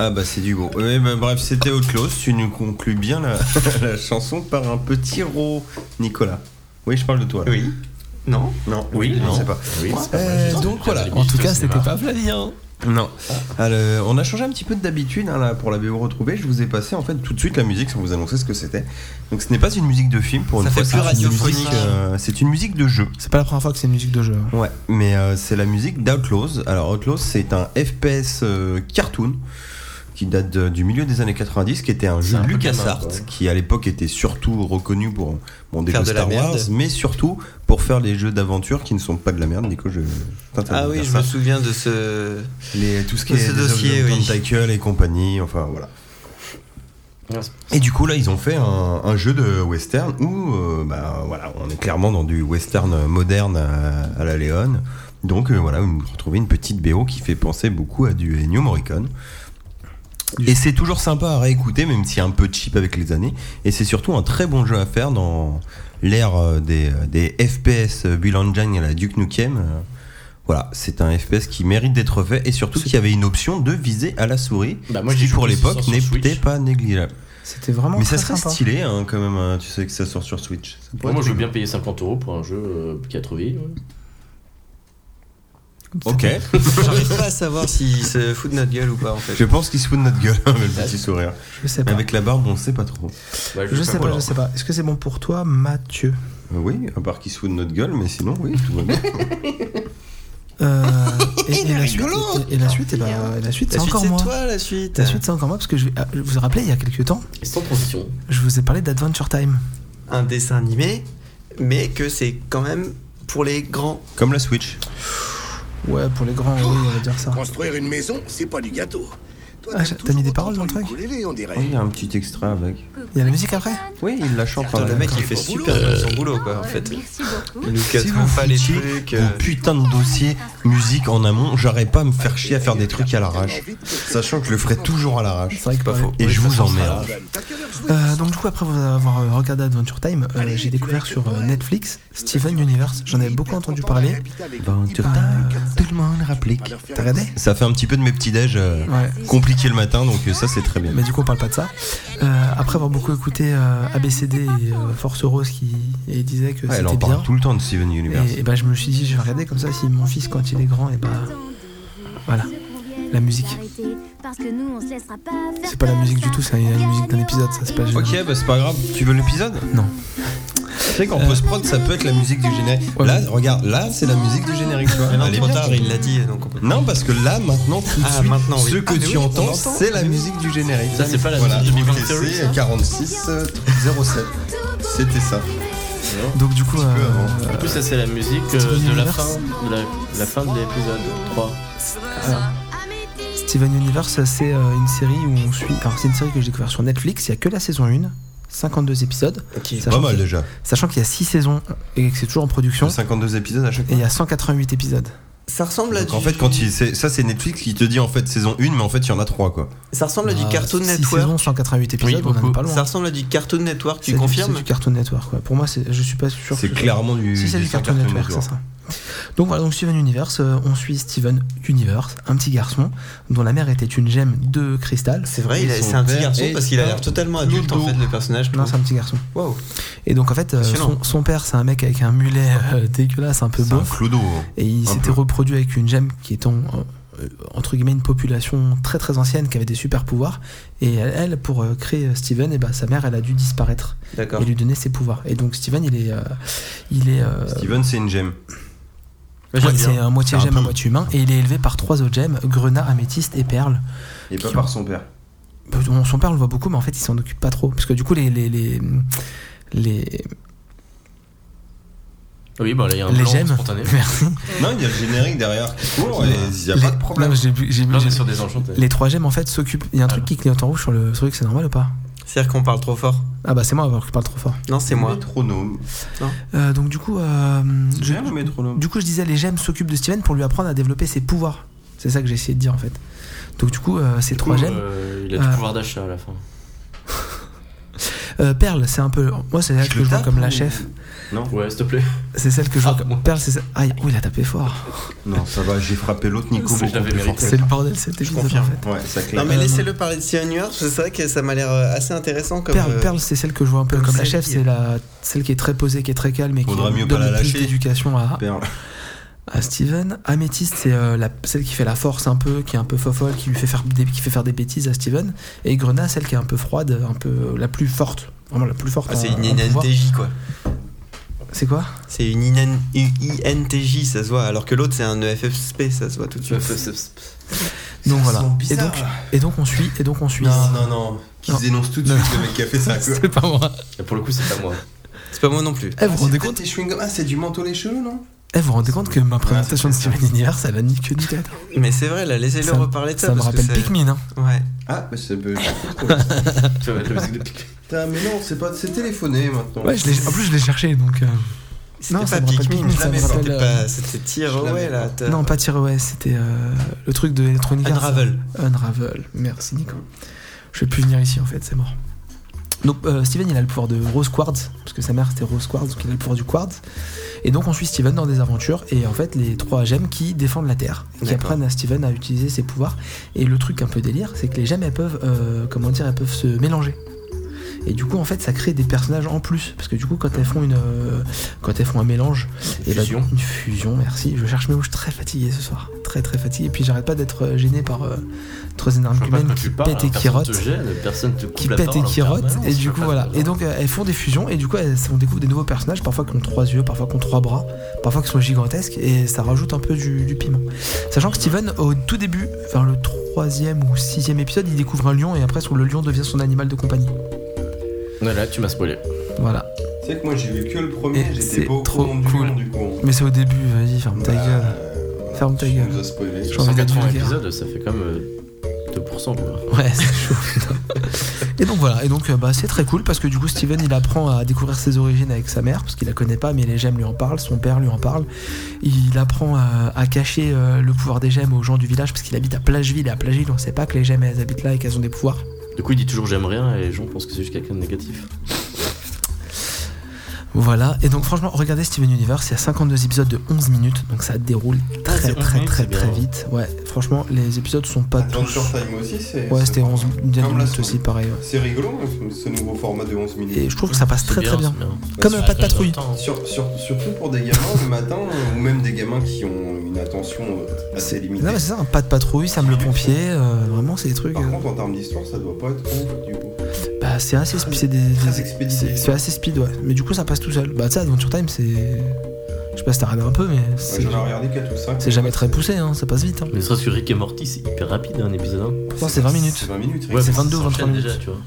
Ah bah c'est du beau. Ouais, bah, bref, c'était Outlaws. Tu nous conclus bien la, la chanson par un petit ro, Nicolas. Oui, je parle de toi. là.
Oui. Non
Non.
Oui,
je
non.
sais pas.
Oui, c'est pas
Euh,
vrai.
donc
voilà.
En tout cas, c'était pas Flavien.
Non. Alors, on a changé un petit peu d'habitude hein, là pour la BO retrouvée. Je vous ai passé en fait tout de suite la musique sans vous annoncer ce que c'était. Donc ce n'est pas une musique de film pour
Ça
une fois.
fait plus
c'est une
radiophonique.
musique, euh, C'est une musique de jeu.
C'est pas la première fois que c'est une musique de jeu. hein.
Ouais, mais euh, c'est la musique d'Outlaws. Alors Outlaws, c'est un FPS euh, cartoon qui date de- du milieu des années 90, qui était un jeu
un peu
LucasArts,
gamin, quoi.
qui à l'époque était surtout reconnu pour bon, des
Faire
jeux
de la
Star Wars,
merde.
mais surtout pour faire les jeux d'aventure qui ne sont pas de la merde. Nico, je t'interdis
Ah
de
oui,
faire
je
ça.
me souviens de ce.
les, tout ce qui
de
est
ce
les
dossier,
Of the
oui.
Tentacle et compagnie, enfin voilà.
Ouais,
Et du coup là ils ont fait un, un jeu de western où euh, bah, voilà, on est clairement dans du western moderne à, à la Léon. Donc euh, voilà, vous retrouvez une petite BO qui fait penser beaucoup à du Ennio Morricone. Et c'est toujours sympa à réécouter, même si un peu cheap avec les années. Et c'est surtout un très bon jeu à faire dans l'ère euh, des, des FPS euh, Bull Engine à la Duke Nukem. Euh, Voilà, c'est un FPS qui mérite d'être fait et surtout qu'il y avait une option de viser à la souris,
Bah, moi,
ce
j'ai
qui
joué
pour
aussi
l'époque
sur Switch.
n'était pas négligeable.
C'était vraiment
Mais ça
très
serait
sympa.
stylé hein, quand même, hein, tu sais que ça sort sur Switch. Ça pourrait
moi,
être
je veux
cool.
bien payer 50 euros pour un jeu euh, qui a trouvé.
Ok,
J'arrive pas à savoir s'il se fout de notre gueule ou pas en
je
fait.
pense qu'il se fout de notre gueule avec le petit sourire.
Je sais
Mais
pas.
avec la barbe, on sait pas trop.
Je sais pas, je sais pas. Est-ce que c'est bon pour toi, Mathieu
Euh, Oui, à part qu'il se fout de notre gueule, mais sinon, oui, tout va bien.
Euh, et, et
Il est
la suite,
rigolo. Ah,
et, et la suite, eh ben, et la suite, c'est
La suite,
encore
c'est
moi.
toi la suite.
La suite, c'est encore moi parce que je, vais- ah, je vous vous rappelez, il y a quelques temps,
hein. Sans transition.
je vous ai parlé d'Adventure Time.
Un dessin animé, mais que c'est quand même pour les grands.
Comme la Switch.
Ouais, pour les grands, oui, on va dire ça.
Construire une maison, c'est pas du gâteau. Toi,
Ah,
t'aimes
j'ai- t'as
toujours
mis des
autant
paroles dans le
ton
truc
ukulélé, on dirait.
Oh, il y a un petit extra avec.
Il y a la musique après
Oui, il la chante par
Putain,
là.
le mec il fait
Bon
super
boulot.
bien son boulot quoi en fait.
Merci beaucoup.
Il nous casse
Si
vraiment
vous
pas les
foutiez
trucs.
Mon
euh,
putain de dossier musique en amont, j'arrête pas à me faire chier à faire des trucs à l'arrache. Sachant que je le ferai toujours à l'arrache.
C'est vrai que pas faux.
Et je vous emmerde.
Euh, donc du coup après vous avoir euh, regardé Adventure Time, euh, j'ai découvert sur euh, Netflix Steven Universe. J'en avais beaucoup entendu parler. Tout le monde réplique. T'as regardé
Ça fait un petit peu de mes petits déj euh,
Ouais.
compliqués le matin, donc euh, ça c'est très bien.
Mais du coup on parle pas de ça. Euh, après avoir beaucoup écouté euh, ABCD et euh, Force Rose qui et disait que
Ouais, Ah, elle en
c'était bien.
parle tout le temps de Steven Universe.
Et, et bah, je me suis dit je vais regarder comme ça si mon fils quand il est grand et
Ah.
bah voilà. La musique. C'est pas la musique du tout, c'est une musique d'un épisode, ça se passe.
Ok, bah c'est pas grave. Tu veux l'épisode
Non. Euh.
Tu sais qu'en post-prod, ça peut être la musique du générique.
Ouais,
là,
mais-
regarde, là, c'est la musique du générique. tu vois.
mais non,
Elle est
trop
bien.
tard, il l'a dit donc on peut-
Non, parce que là, maintenant, tout de
Ah,
suite,
maintenant, oui.
ce que
Ah, mais
tu
oui, on
entends,
l'entend.
c'est la musique du générique.
Ça, c'est pas la
voilà,
musique de
donc,
Big Bang Theory,
c'est
ça
46 euh, 07. C'était ça.
Donc du coup euh,
En plus, ça, c'est la musique euh, de la fin de la, la fin de l'épisode 3.
Steven Universe, c'est euh, une série où on suit. Alors, c'est une série que j'ai découverte sur Netflix. Il y a que la saison 1, 52 épisodes.
Pas
sachant
mal
qu'il-
déjà.
Sachant qu'il y a 6 saisons et que c'est toujours en production.
52 épisodes à chaque
Et
fois.
il y a 188 épisodes.
Ça ressemble à
Donc
du...
en fait, quand il, c'est- ça c'est Netflix qui te dit en fait saison 1, mais en fait il y en a 3 quoi.
ça ressemble à du
Ah,
Cartoon
six
Network.
saisons, 188 épisodes, on en est pas loin.
Ça ressemble à du Cartoon Network,
C'est
tu
du-
confirmes
C'est du Cartoon Network, ouais. Pour moi, c'est- je suis pas sûr.
C'est
que ce soit-
clairement du.
Si, c'est du Cartoon Network, c'est ça. Donc voilà, donc Steven Universe, euh, on suit Steven Universe, un petit garçon dont la mère était une gemme de cristal.
C'est vrai,
Et
il a-
son
c'est un petit
père
garçon
est
parce qu'il a
un
l'air totalement adulte en
clodo.
fait le personnage.
Non, c'est un petit garçon.
Wow.
Et donc en fait, euh,
Impressionnant.
son, son père, c'est un mec avec un mulet euh, dégueulasse, un peu
C'est un
bof.
clodo. hein.
Et il
Un
s'était
peu.
reproduit avec une gemme qui est en- euh, entre guillemets une population très très ancienne qui avait des super pouvoirs. Et elle, elle, pour euh, créer euh, Steven, et bah, sa mère, elle a dû disparaître
D'accord.
et lui donner ses pouvoirs. Et donc Steven, il est, euh, il est, euh,
Steven, c'est une gemme.
ouais, c'est un moitié
C'est un
gemme, à
peu-
moitié humain, et il est élevé par trois autres gemmes, grenat, améthyste et perle.
Et pas
Qui-
par son père.
Bah, on- Son père on le voit beaucoup, mais en fait, il s'en occupe pas trop, parce que du coup, les les les, les,
Oui, bah là, il y a un
les
plan
gemmes.
spontané.
Merci.
Non, il y a le générique derrière qui court et il n'y a
Les-
pas de problème.
Non, j'ai bu- j'ai bu-
Là, on est sur des enchantés.
Les trois gemmes en fait s'occupent. Il y a un truc qui clignote en rouge sur le truc, c'est normal ou pas
C'est-à-dire qu'on parle trop fort.
Ah bah c'est moi alors que je parle trop fort.
Non, c'est moi.
Métronome.
Euh, donc du coup, euh, je-
J'aime le métronome.
du coup je disais les gemmes s'occupent de Steven pour lui apprendre à développer ses pouvoirs. C'est ça que j'ai essayé de dire en fait. Donc du coup euh, ces trois
Ouh,
gemmes.
euh, il a du
Euh,
pouvoir d'achat à la fin.
Euh, Perle c'est un peu. Moi c'est celle que je vois comme la chef.
Ouais, s'il te plaît.
C'est celle que je vois
Ah,
comme.
moi.
Perle c'est celle. Aïe, oh il a tapé fort.
Non, ça va, j'ai frappé l'autre Nico
C'est-
beaucoup
je l'avais
plus fort
mérité.
que
C'est le bordel cet épisode en fait.
Ouais, ça
Non
claque.
mais
Euh,
laissez-le parler de Steven Universe, parce que c'est vrai que ça m'a l'air euh, assez intéressant comme.
Perle,
euh,
Perle, c'est celle que je vois un peu
comme
comme, la
celle
chef,
qui-
c'est la celle qui est très posée, qui est très calme et qui
Faudra mieux
donne
pas la
le plus
lâcher.
d'éducation à,
Perle.
à Steven. Améthyste, c'est euh, la- celle qui fait la force un peu, qui est un peu fofolle, qui lui fait faire des, qui fait faire des bêtises à Steven. Et Grenat, celle qui est un peu froide, un peu euh, la plus forte. Vraiment la plus forte.
ah, c'est
en-
une
en pouvoir.
INTJ quoi.
C'est quoi
C'est une INN INTJ, ça se voit, alors que l'autre c'est un E EFFSP, ça se voit tout de
Tu
E
vas
suite.
faire ce-
Donc
Ça
voilà.
sent
Et
bizarre.
donc, et donc on suit, et donc on suit.
Non, non, non. Qui
Non.
se dénonce tout de suite le mec qui a fait ça. quoi.
C'est pas moi.
Et Pour le coup, c'est pas moi.
C'est pas moi non plus.
Eh, vous vous rendez compte,
des chewing-gums. Ah, c'est du manteau les cheveux, non
eh, vous vous rendez compte que ma présentation de Steven Universe, elle a ni queue ni tête.
Mais c'est vrai, là, laissez-le
Ça-
reparler de ça.
Ça me
parce que
rappelle
c'est-
Pikmin. hein.
Ouais.
Ah, bah c'est.
Ça va être la musique de Pic-
Putain, mais non, c'est pas. C'est téléphoné maintenant.
Ouais, je l'ai- en plus je l'ai cherché donc. euh,
C'était
Non, ça
pas
me rappelle Pikmin,
Pikmin,
ça
là,
me
mais
rappelle,
c'était
euh,
pas. C'était Tearaway, là. t'as-
Non, pas Tearaway, c'était euh, le truc de Electronic Arts.
Unravel.
Unravel. Merci Nico. Je vais plus venir ici en fait, c'est mort. Donc euh, Steven il a le pouvoir de Rose Quartz, parce que sa mère c'était Rose Quartz, donc il a le pouvoir du Quartz. Et donc on suit Steven dans des aventures, et en fait les trois gemmes qui défendent la Terre, qui
D'accord.
apprennent à Steven à utiliser ses pouvoirs. Et le truc un peu délire, c'est que les gemmes elles peuvent, euh, comment dire, elles peuvent se mélanger. Et du coup en fait ça crée des personnages en plus, parce que du coup quand elles font une, euh, quand elles font un mélange, et bah,
Fusion.
une fusion, merci. Je cherche mes mots, je suis très fatigué ce soir. Très très fatigué. Et puis j'arrête pas d'être euh, gêné par euh, trois énormes
Je vois pas de
humaines
quoi
qui
tu parles, hein.
pètent et qui
personne te
rotent.
gêne, personne te coupe
Qui
la
pètent et
parole en
qui rotent.
permanence,
Et
je
du
vois
coup
pas hein.
voilà.
ce que
Et donc euh, elles font des fusions et du coup elles- on découvre des nouveaux personnages, parfois qui ont trois yeux, parfois qui ont trois bras, parfois qui sont gigantesques et ça rajoute un peu du, du piment. Sachant que Steven au tout début, vers le troisième ou sixième épisode, il découvre un lion et après son- le lion devient son animal de compagnie.
Ouais, Là, tu m'as spoilé.
Voilà.
Tu sais que moi j'ai vu que le
Et
premier,
Eh, c'est
j'étais pas au
trop
courant du
cool.
nom du coup.
Mais c'est au début, vas-y, ferme ta
Bah,
gueule. Ferme ta
tu
gueule.
nous as spoilé.
J'ai envie d'être
180
vulgaire.
épisodes, ça fait comme euh, 2%. Quoi.
Ouais, c'est chaud. putain. et donc voilà, et donc euh, bah, c'est très cool parce que du coup Steven il apprend à découvrir ses origines avec sa mère parce qu'il la connaît pas mais les gemmes lui en parlent, son père lui en parle. Il apprend à, à cacher euh, le pouvoir des gemmes aux gens du village parce qu'il habite à Plageville et à Plageville on sait pas que les gemmes elles habitent là et qu'elles ont des pouvoirs.
Du coup, il dit toujours j'aime rien et les gens pensent que c'est juste quelqu'un de négatif.
Voilà, et donc franchement regardez Steven Universe, il y a 52 épisodes de 11 minutes donc ça déroule très
Ah, c'est
très
11
très
minutes, c'est
très
bien.
vite. Ouais, franchement les épisodes sont pas tous...
Adventure Time aussi, c'est.
Ouais
c'est-
c'était 11 une dizaine de
Comme la
minutes
semaine.
aussi pareil. ouais.
C'est rigolo hein, ce nouveau format de 11 minutes.
Et je trouve que ça passe
C'est
très très bien.
c'est
Comme
Ça
euh, pas de
reste
patrouille.
longtemps.
Sur- sur- surtout pour des gamins le matin ou même des gamins qui ont une attention euh, assez limitée.
Non, mais c'est ça, un pas de patrouille, Sam le pompier, euh, vraiment, c'est des trucs.
Par
euh,
contre, en termes d'histoire, ça doit pas être ouf du coup.
bah, c'est assez speed. C'est des-
euh, Très
des-
expédié.
c'est- c'est assez speed, ouais. Mais du coup, ça passe tout seul. Bah, tu sais, Adventure Time, c'est. Je sais pas si t'as regardé un peu, mais
Ouais,
c'est
J'en ai regardé 4 ou 5.
c'est jamais très poussé, hein, ça passe vite. Hein.
Euh,
Mais ne serait-ce que Rick et Morty, c'est hyper rapide hein, un épisode.
Pourtant, c'est 20
C'est
minutes.
20 minutes, Rick.
1.
c'est 22 ou 23 minutes.
déjà, tu vois.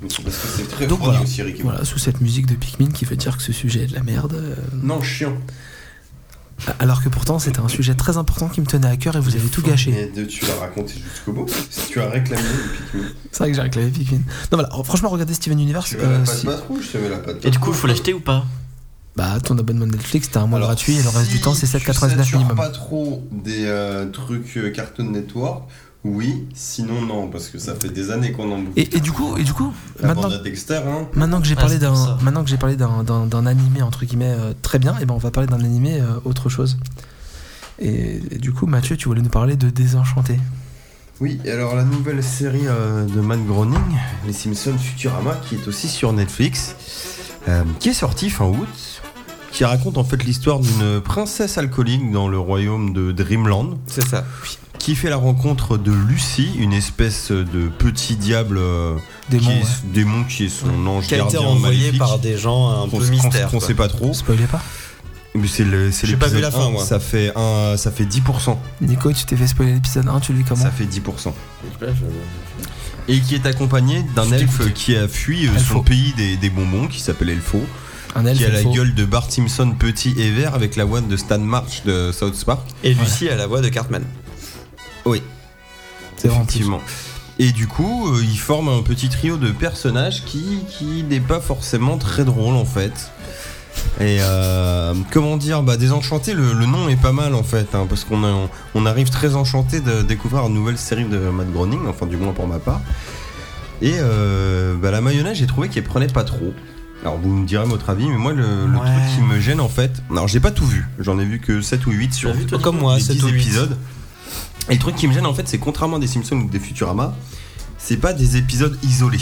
Mais c'est parce que c'est très
Donc
Donc,
voilà.
aussi, Rick et Morty.
Voilà, sous cette musique de Pikmin qui veut dire que ce sujet est de la merde. euh,
Non, chiant.
alors que pourtant, c'était un sujet très important qui me tenait à cœur et vous avez tout gâché.
Et de- tu l'as raconté jusqu'au bout. Si tu as réclamé le Pikmin,
C'est vrai que j'ai réclamé Pikmin. Non, voilà, oh, franchement, regardez Steven Universe.
tu veux
euh,
la
si-
pâte pâte rouge, tu veux la pâte
Et du coup, il faut l'acheter ou pas
Bah, ton abonnement Netflix, t'as un mois
Alors,
gratuit et le reste
si
du temps, c'est
tu
7,99
satures
minimum.
pas trop des euh, trucs euh, Cartoon Network, oui, sinon non, parce que ça fait des années qu'on en bouffe.
Et, et du coup, et du coup,
La
maintenant
bande à Dexter, hein.
Maintenant que j'ai
Ah,
parlé
c'est pour
d'un,
ça.
maintenant que j'ai parlé d'un, d'un, d'un animé entre guillemets euh, très bien, et ben on va parler d'un animé euh, autre chose. Et, et du coup, Mathieu, tu voulais nous parler de Désenchanté.
Oui, et alors la nouvelle série euh, de Matt Groening, Les Simpsons Futurama, qui est aussi sur Netflix, euh, qui est sortie fin août, qui raconte en fait l'histoire d'une princesse alcoolique dans le royaume de Dreamland,
C'est ça.
qui fait la rencontre de Lucy, une espèce de petit diable euh,
Des
qui
mots.
est- démon qui est son ange
Qui a été
gardien
envoyé
maléfique,
par des gens un
qu'on
peu
qu'on-
mystères.
qu'on
quoi.
sait pas trop.
Spoilez pas.
Mais c'est le, c'est
J'ai pas vu la
l'épisode
fin,
un,
moi.
Ça fait un, ça fait 10%.
Nico, tu t'es fait spoiler l'épisode 1, tu le dis
Ah
comment
Ça fait 10%. Et qui est accompagné d'un
Je
elfe qui a fui euh,
Elfo.
son pays des, des bonbons, qui s'appelle Elfo,
Un elfe.
qui a
il
la
faut-
gueule de Bart Simpson petit et vert avec la voix de Stan March de South Park.
Et Lucie à la voix de Cartman.
Oui,
C'est vrai, en plus.
effectivement. Et du coup, euh, ils forment un petit trio de personnages qui, qui n'est pas forcément très drôle en fait. Et euh, comment dire, bah, Désenchanté, le, le nom est pas mal en fait, hein, parce qu'on a- on arrive très enchanté de découvrir une nouvelle série de Matt Groening, enfin du moins pour ma part. Et euh, bah, la mayonnaise, j'ai trouvé qu'elle prenait pas trop. Alors vous me direz votre avis, mais moi le, le
Ouais.
truc qui me gêne en fait, alors j'ai pas tout vu, j'en ai vu que 7 ou 8 sur
T'as vu, toi,
comme
Nico
moi,
Les
7
10
ou 8
huit.
épisodes. Et le truc qui me gêne en fait, c'est contrairement à des Simpsons ou des Futurama, c'est pas des épisodes isolés.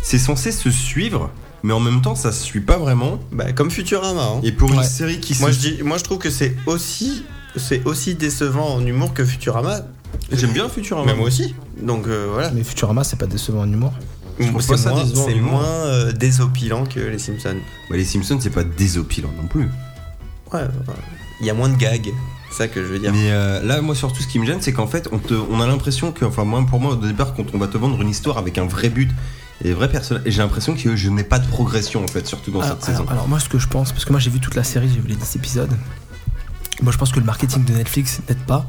C'est censé se suivre, mais en même temps ça se suit pas vraiment.
Bah, comme Futurama. hein.
Et pour une
Ouais.
série qui
Moi
se
je, dis, moi je trouve que c'est aussi, c'est aussi décevant en humour que Futurama.
J'aime bien Futurama.
Mais moi aussi. Donc euh, voilà.
Mais Futurama, c'est pas décevant en humour.
Je trouve
C'est
pas ça
moins,
décevant en
c'est
humour.
moins, euh, désopilant que les Simpsons.
Bah, les Simpsons c'est pas désopilant non plus.
Ouais, enfin, il y a moins de gags. C'est ça que je veux dire.
Mais euh, là, moi, surtout, ce qui me gêne, c'est qu'en fait, on, te, on a l'impression que, enfin, moi, pour moi, au départ, quand on va te vendre une histoire avec un vrai but et vrai personnage, et j'ai l'impression que je n'ai pas de progression, en fait, surtout dans
Alors,
cette
Ah, alors-
saison.
alors, moi, ce que je pense, parce que moi j'ai vu toute la série, j'ai vu les 10 épisodes. Moi, je pense que le marketing de Netflix n'aide pas.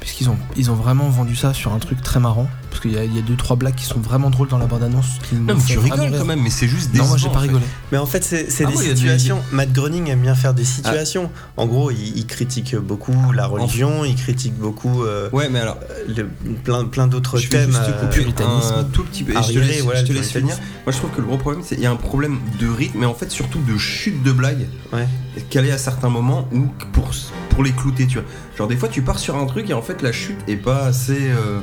parce qu'ils ont, ils ont vraiment vendu ça sur un truc très marrant. Parce qu'il y a, il y a deux trois blagues qui sont vraiment drôles dans la bande annonce.
Non, mais tu rigoles quand même, mais c'est juste des.
Non, moi j'ai pas rigolé.
Mais en fait, c'est c'est
Ah
des
oui, il y a du-
situations. Matt Groening aime bien faire des situations.
Ah.
En gros, il, il critique beaucoup la religion, il critique beaucoup euh,
Ouais, mais alors,
le- plein, plein d'autres
je vais
thèmes.
juste te
euh,
couper
puritanisme.
un tout petit peu. et je te
Arriéré,
laisse,
voilà,
je te
le
laisse finir.
puritanisme.
Moi, je trouve que le gros problème, c'est qu'il y a un problème de rythme, mais en fait, surtout de chute de blague.
Ouais.
Calé à certains moments ou pour, pour les clouter, tu vois. Genre, des fois, tu pars sur un truc et en fait, la chute est pas assez. euh,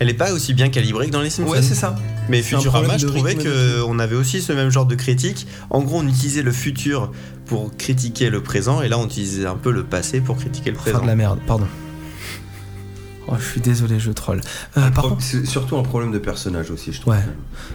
Elle est pas aussi bien calibrée que dans les Simpsons.
Ouais, c'est ça.
Mais
C'est un
Futurama,
problème
je
de
trouvais
rythme de
qu'on avait aussi ce même genre de critique. En gros, on utilisait le futur pour critiquer le présent, et là, on utilisait un peu le passé pour critiquer le
Faire
présent.
de la merde, pardon. Oh, je suis désolé, je troll. Euh, par
Pro-
contre,
C'est surtout un problème de personnage aussi, je trouve.
Ouais.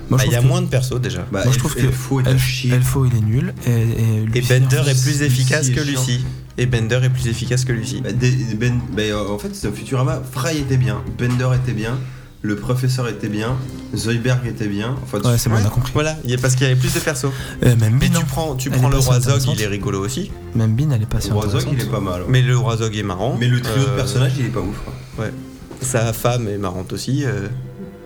moi
Bah,
je
Il y a
trouve
moins de persos déjà.
Bah,
Moi, je
elle-
trouve que
elle faut être
que
chier.
Elfo il est nul et, et,
Et
Lucifer-
Bender est plus efficace
Lucie
que
est chiant.
Lucy. Et Bender est plus efficace que Lucy.
Bah, des- des ben, bah, euh, en fait, c'est Futurama, Fry était bien, Bender était bien, le professeur était bien, Zoidberg était bien. Enfin,
Ouais, c'est bon, on a compris.
Bah, Voilà, il y a- parce qu'il y avait plus de persos.
Euh, même
Mais
Bin,
tu
hein.
prends, tu
Elle
prends
est
le
pas si
roi Zog,
intéressante.
il est rigolo aussi.
même Bin elle est pas si
Roazog,
intéressante.
il est pas mal. ouais.
Mais le roi Zog est marrant.
Mais le trio de
Euh,
personnages, il est pas ouf. hein.
Sa femme est marrante aussi. euh.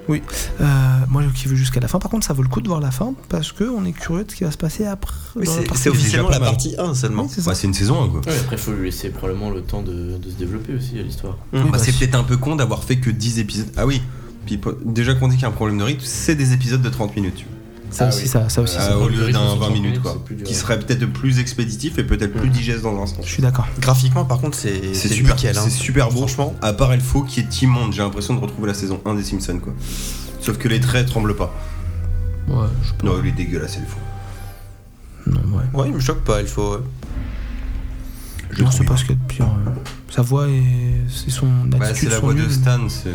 Euh, moi qui veux jusqu'à la fin. Par contre, ça vaut le coup de voir la fin parce que on est curieux de ce qui va se passer après.
Oui,
dans la
c'est
partie.
c'est officiellement
pas
la
mal.
partie 1 seulement.
Oui, c'est ça.
Bah, c'est une saison, hein, quoi.
Ouais, après, faut lui laisser probablement le temps de, de se développer aussi à l'histoire.
Mm.
Oui,
Bah,
bah,
c'est
si.
peut-être un peu con d'avoir fait que 10 épisodes. Ah oui. Puis, po- déjà qu'on dit qu'il y a un problème de rythme, c'est des épisodes de 30 minutes. tu vois.
Ça
Ah
aussi,
oui.
ça, ça aussi.
Si
Euh,
c'est
au
pas le
lieu d'un
rythme, c'est
20
30
minutes,
minutes,
quoi.
c'est plus dur.
Qui serait peut-être plus expéditif et peut-être plus digeste dans un sens.
Je suis d'accord.
Graphiquement, par contre, c'est
C'est
c'est
super,
nickel. hein.
c'est super beau. Franchement, à part Elfo qui est immonde, j'ai l'impression de retrouver la saison 1 des Simpsons, quoi. Sauf que les traits tremblent pas.
Ouais, je peux.
Non, il est dégueulasse, Elfo.
Non, ouais.
Ouais, il me choque pas, il faut.
Je
Non,
trouve
c'est
bien.
pas ce qu'il y a de pire. euh. Sa voix et c'est son
Bah, c'est
attitude
la
sont
voix de
nulles.
Stan, c'est.
Ouais,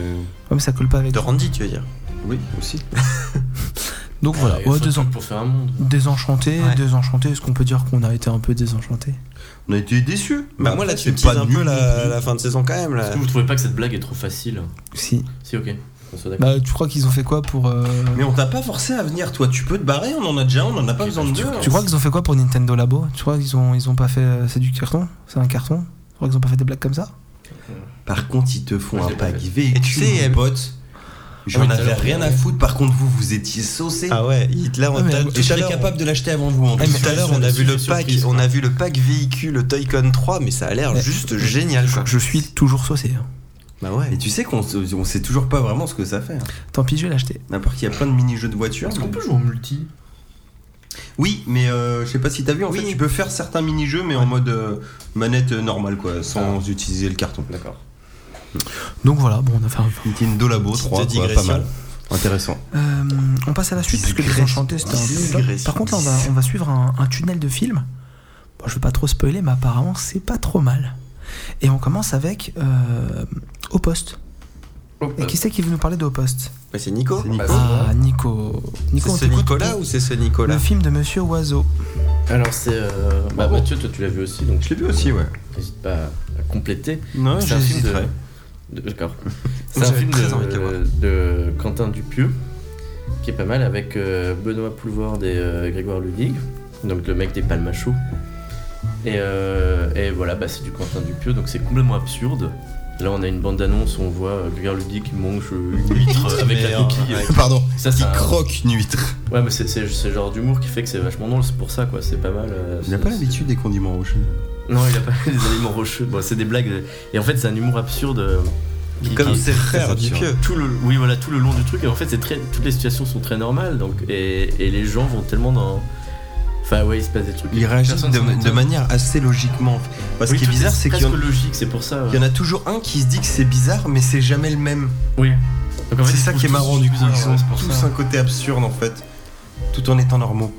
mais ça colle pas avec.
De Randy, tu veux dire.
Oui, aussi.
Donc voilà,
il
ouais,
faut
deux ans.
tout pour faire un monde.
Désenchanté,
Ouais.
désenchanté. Est-ce qu'on peut dire qu'on a été un peu désenchanté
On a été déçus.
Bah,
Mais
moi, là,
après,
tu me
c'est pas
teases un
nul
peu
non
la,
plus.
la fin de saison quand même. Là.
Est-ce que vous trouvez pas que cette blague est trop facile hein
Si.
Si, ok. On soit d'accord.
Bah, tu crois qu'ils ont fait quoi pour. euh,
Mais on t'a pas forcé à venir, toi. Tu peux te barrer, on en a déjà, un, on en a pas besoin de deux.
Tu crois qu'ils ont fait quoi pour Nintendo Labo Tu crois qu'ils ont, ils ont pas fait. euh, C'est du carton C'est un carton Tu crois qu'ils ont pas fait des blagues comme ça
Par contre, ils te font
Moi,
un
je l'ai pas
pack
fait.
véhicule,
Et tu sais, euh,
mon
elle-
pote. J'en
oui, tout à
avais
l'heure,
rien
ouais.
à foutre. Par contre, vous, vous étiez saucé.
Ah ouais, Hitler, on
Ouais, mais
t'a-
elle-
tout
Et je
à
serais
l'heure,
capable de l'acheter avant vous. hein. En
on-
plus.
tout à l'heure, on a vu le pack, on a vu le pack véhicule Toy-Con 3, mais ça a l'air
Ouais.
juste génial. Quoi.
Je suis toujours saucé. hein.
Bah ouais.
Et tu sais qu'on se- on sait toujours pas vraiment ce que ça fait. hein.
Tant pis, je vais l'acheter.
N'importe qu'il y a plein de mini-jeux de voiture.
Est-ce qu'on
mais-
peut jouer en multi
Oui, mais euh, je sais pas si t'as vu, en
Oui.
fait, tu peux faire certains mini-jeux, mais en mode euh, manette euh, normale, quoi, sans utiliser le carton. D'accord.
Donc voilà, bon, on a fait un.
Nintendo Labo
Petite
3, quoi, pas
Bah,
digression.
mal. Intéressant.
Euh, on passe à la suite parce que
Disgrace.
Désenchanté c'était un peu
Disgrace.
Par contre, là, on va, on va suivre un, un tunnel de film. Bon, je veux pas trop spoiler, mais apparemment, c'est pas trop mal. Et on commence avec euh, Au Poste. Et qui c'est qui veut nous parler de Au Poste
Bah, c'est Nico.
C'est Nico.
Ah, Nico. Nico, on
C'est ce
t'écoute
Nicolas ou c'est ce
Le
Nicolas
film de Monsieur Oiseau.
Alors, c'est. euh, Bah, Mathieu, toi, tu l'as vu aussi, donc
Je l'ai vu aussi, ouais.
N'hésite pas à compléter.
Non,
C'est un film
j'hésiterais.
de. de- D'accord. C'est un
J'avais
film
très envie de le voir.
de, de Quentin Dupieux, qui est pas mal, avec euh, Benoît Poulvord et euh, Grégoire Ludig, donc le mec des Palmachos. Et, euh, et voilà, bah, c'est du Quentin Dupieux, donc c'est complètement absurde. Là, on a une bande-annonce où on voit euh, Grégoire Ludig qui mange euh, une huître avec la
Merde.
coquille.
Pardon.
Ça,
Qui
c'est un-
croque une huître.
Ouais, mais c'est c'est- c'est le genre d'humour qui fait que c'est vachement drôle, c'est pour ça, quoi. C'est pas mal. euh,
Il n'a
c'est-
pas l'habitude des condiments rouges.
non, il a pas des aliments rocheux. Bon, c'est des blagues. Et en fait, c'est un humour absurde. euh, qui-
Comme
qui-
ses frères du
absurde.
pieu.
tout le, oui, voilà, tout le long du truc. Et en fait, c'est très, toutes les situations sont très normales. Donc, et, et les gens vont tellement dans. Enfin, ouais, il se passe des trucs.
Il réagit de,
Personne s'en
de
étonne.
manière assez logiquement. Parce
Oui,
ce qui est
tout
bizarre, c'est qu'il y,
presque
en-
logique, c'est pour ça.
il y en a toujours un qui se dit que c'est bizarre, mais c'est jamais le même.
Oui. Donc, en fait,
C'est
ils
ça
trouvent
qui est
tous
marrant du coup.
bizarre,
Ils
ouais,
ont
c'est pour
tous
ça.
un côté absurde en fait, tout en étant normaux.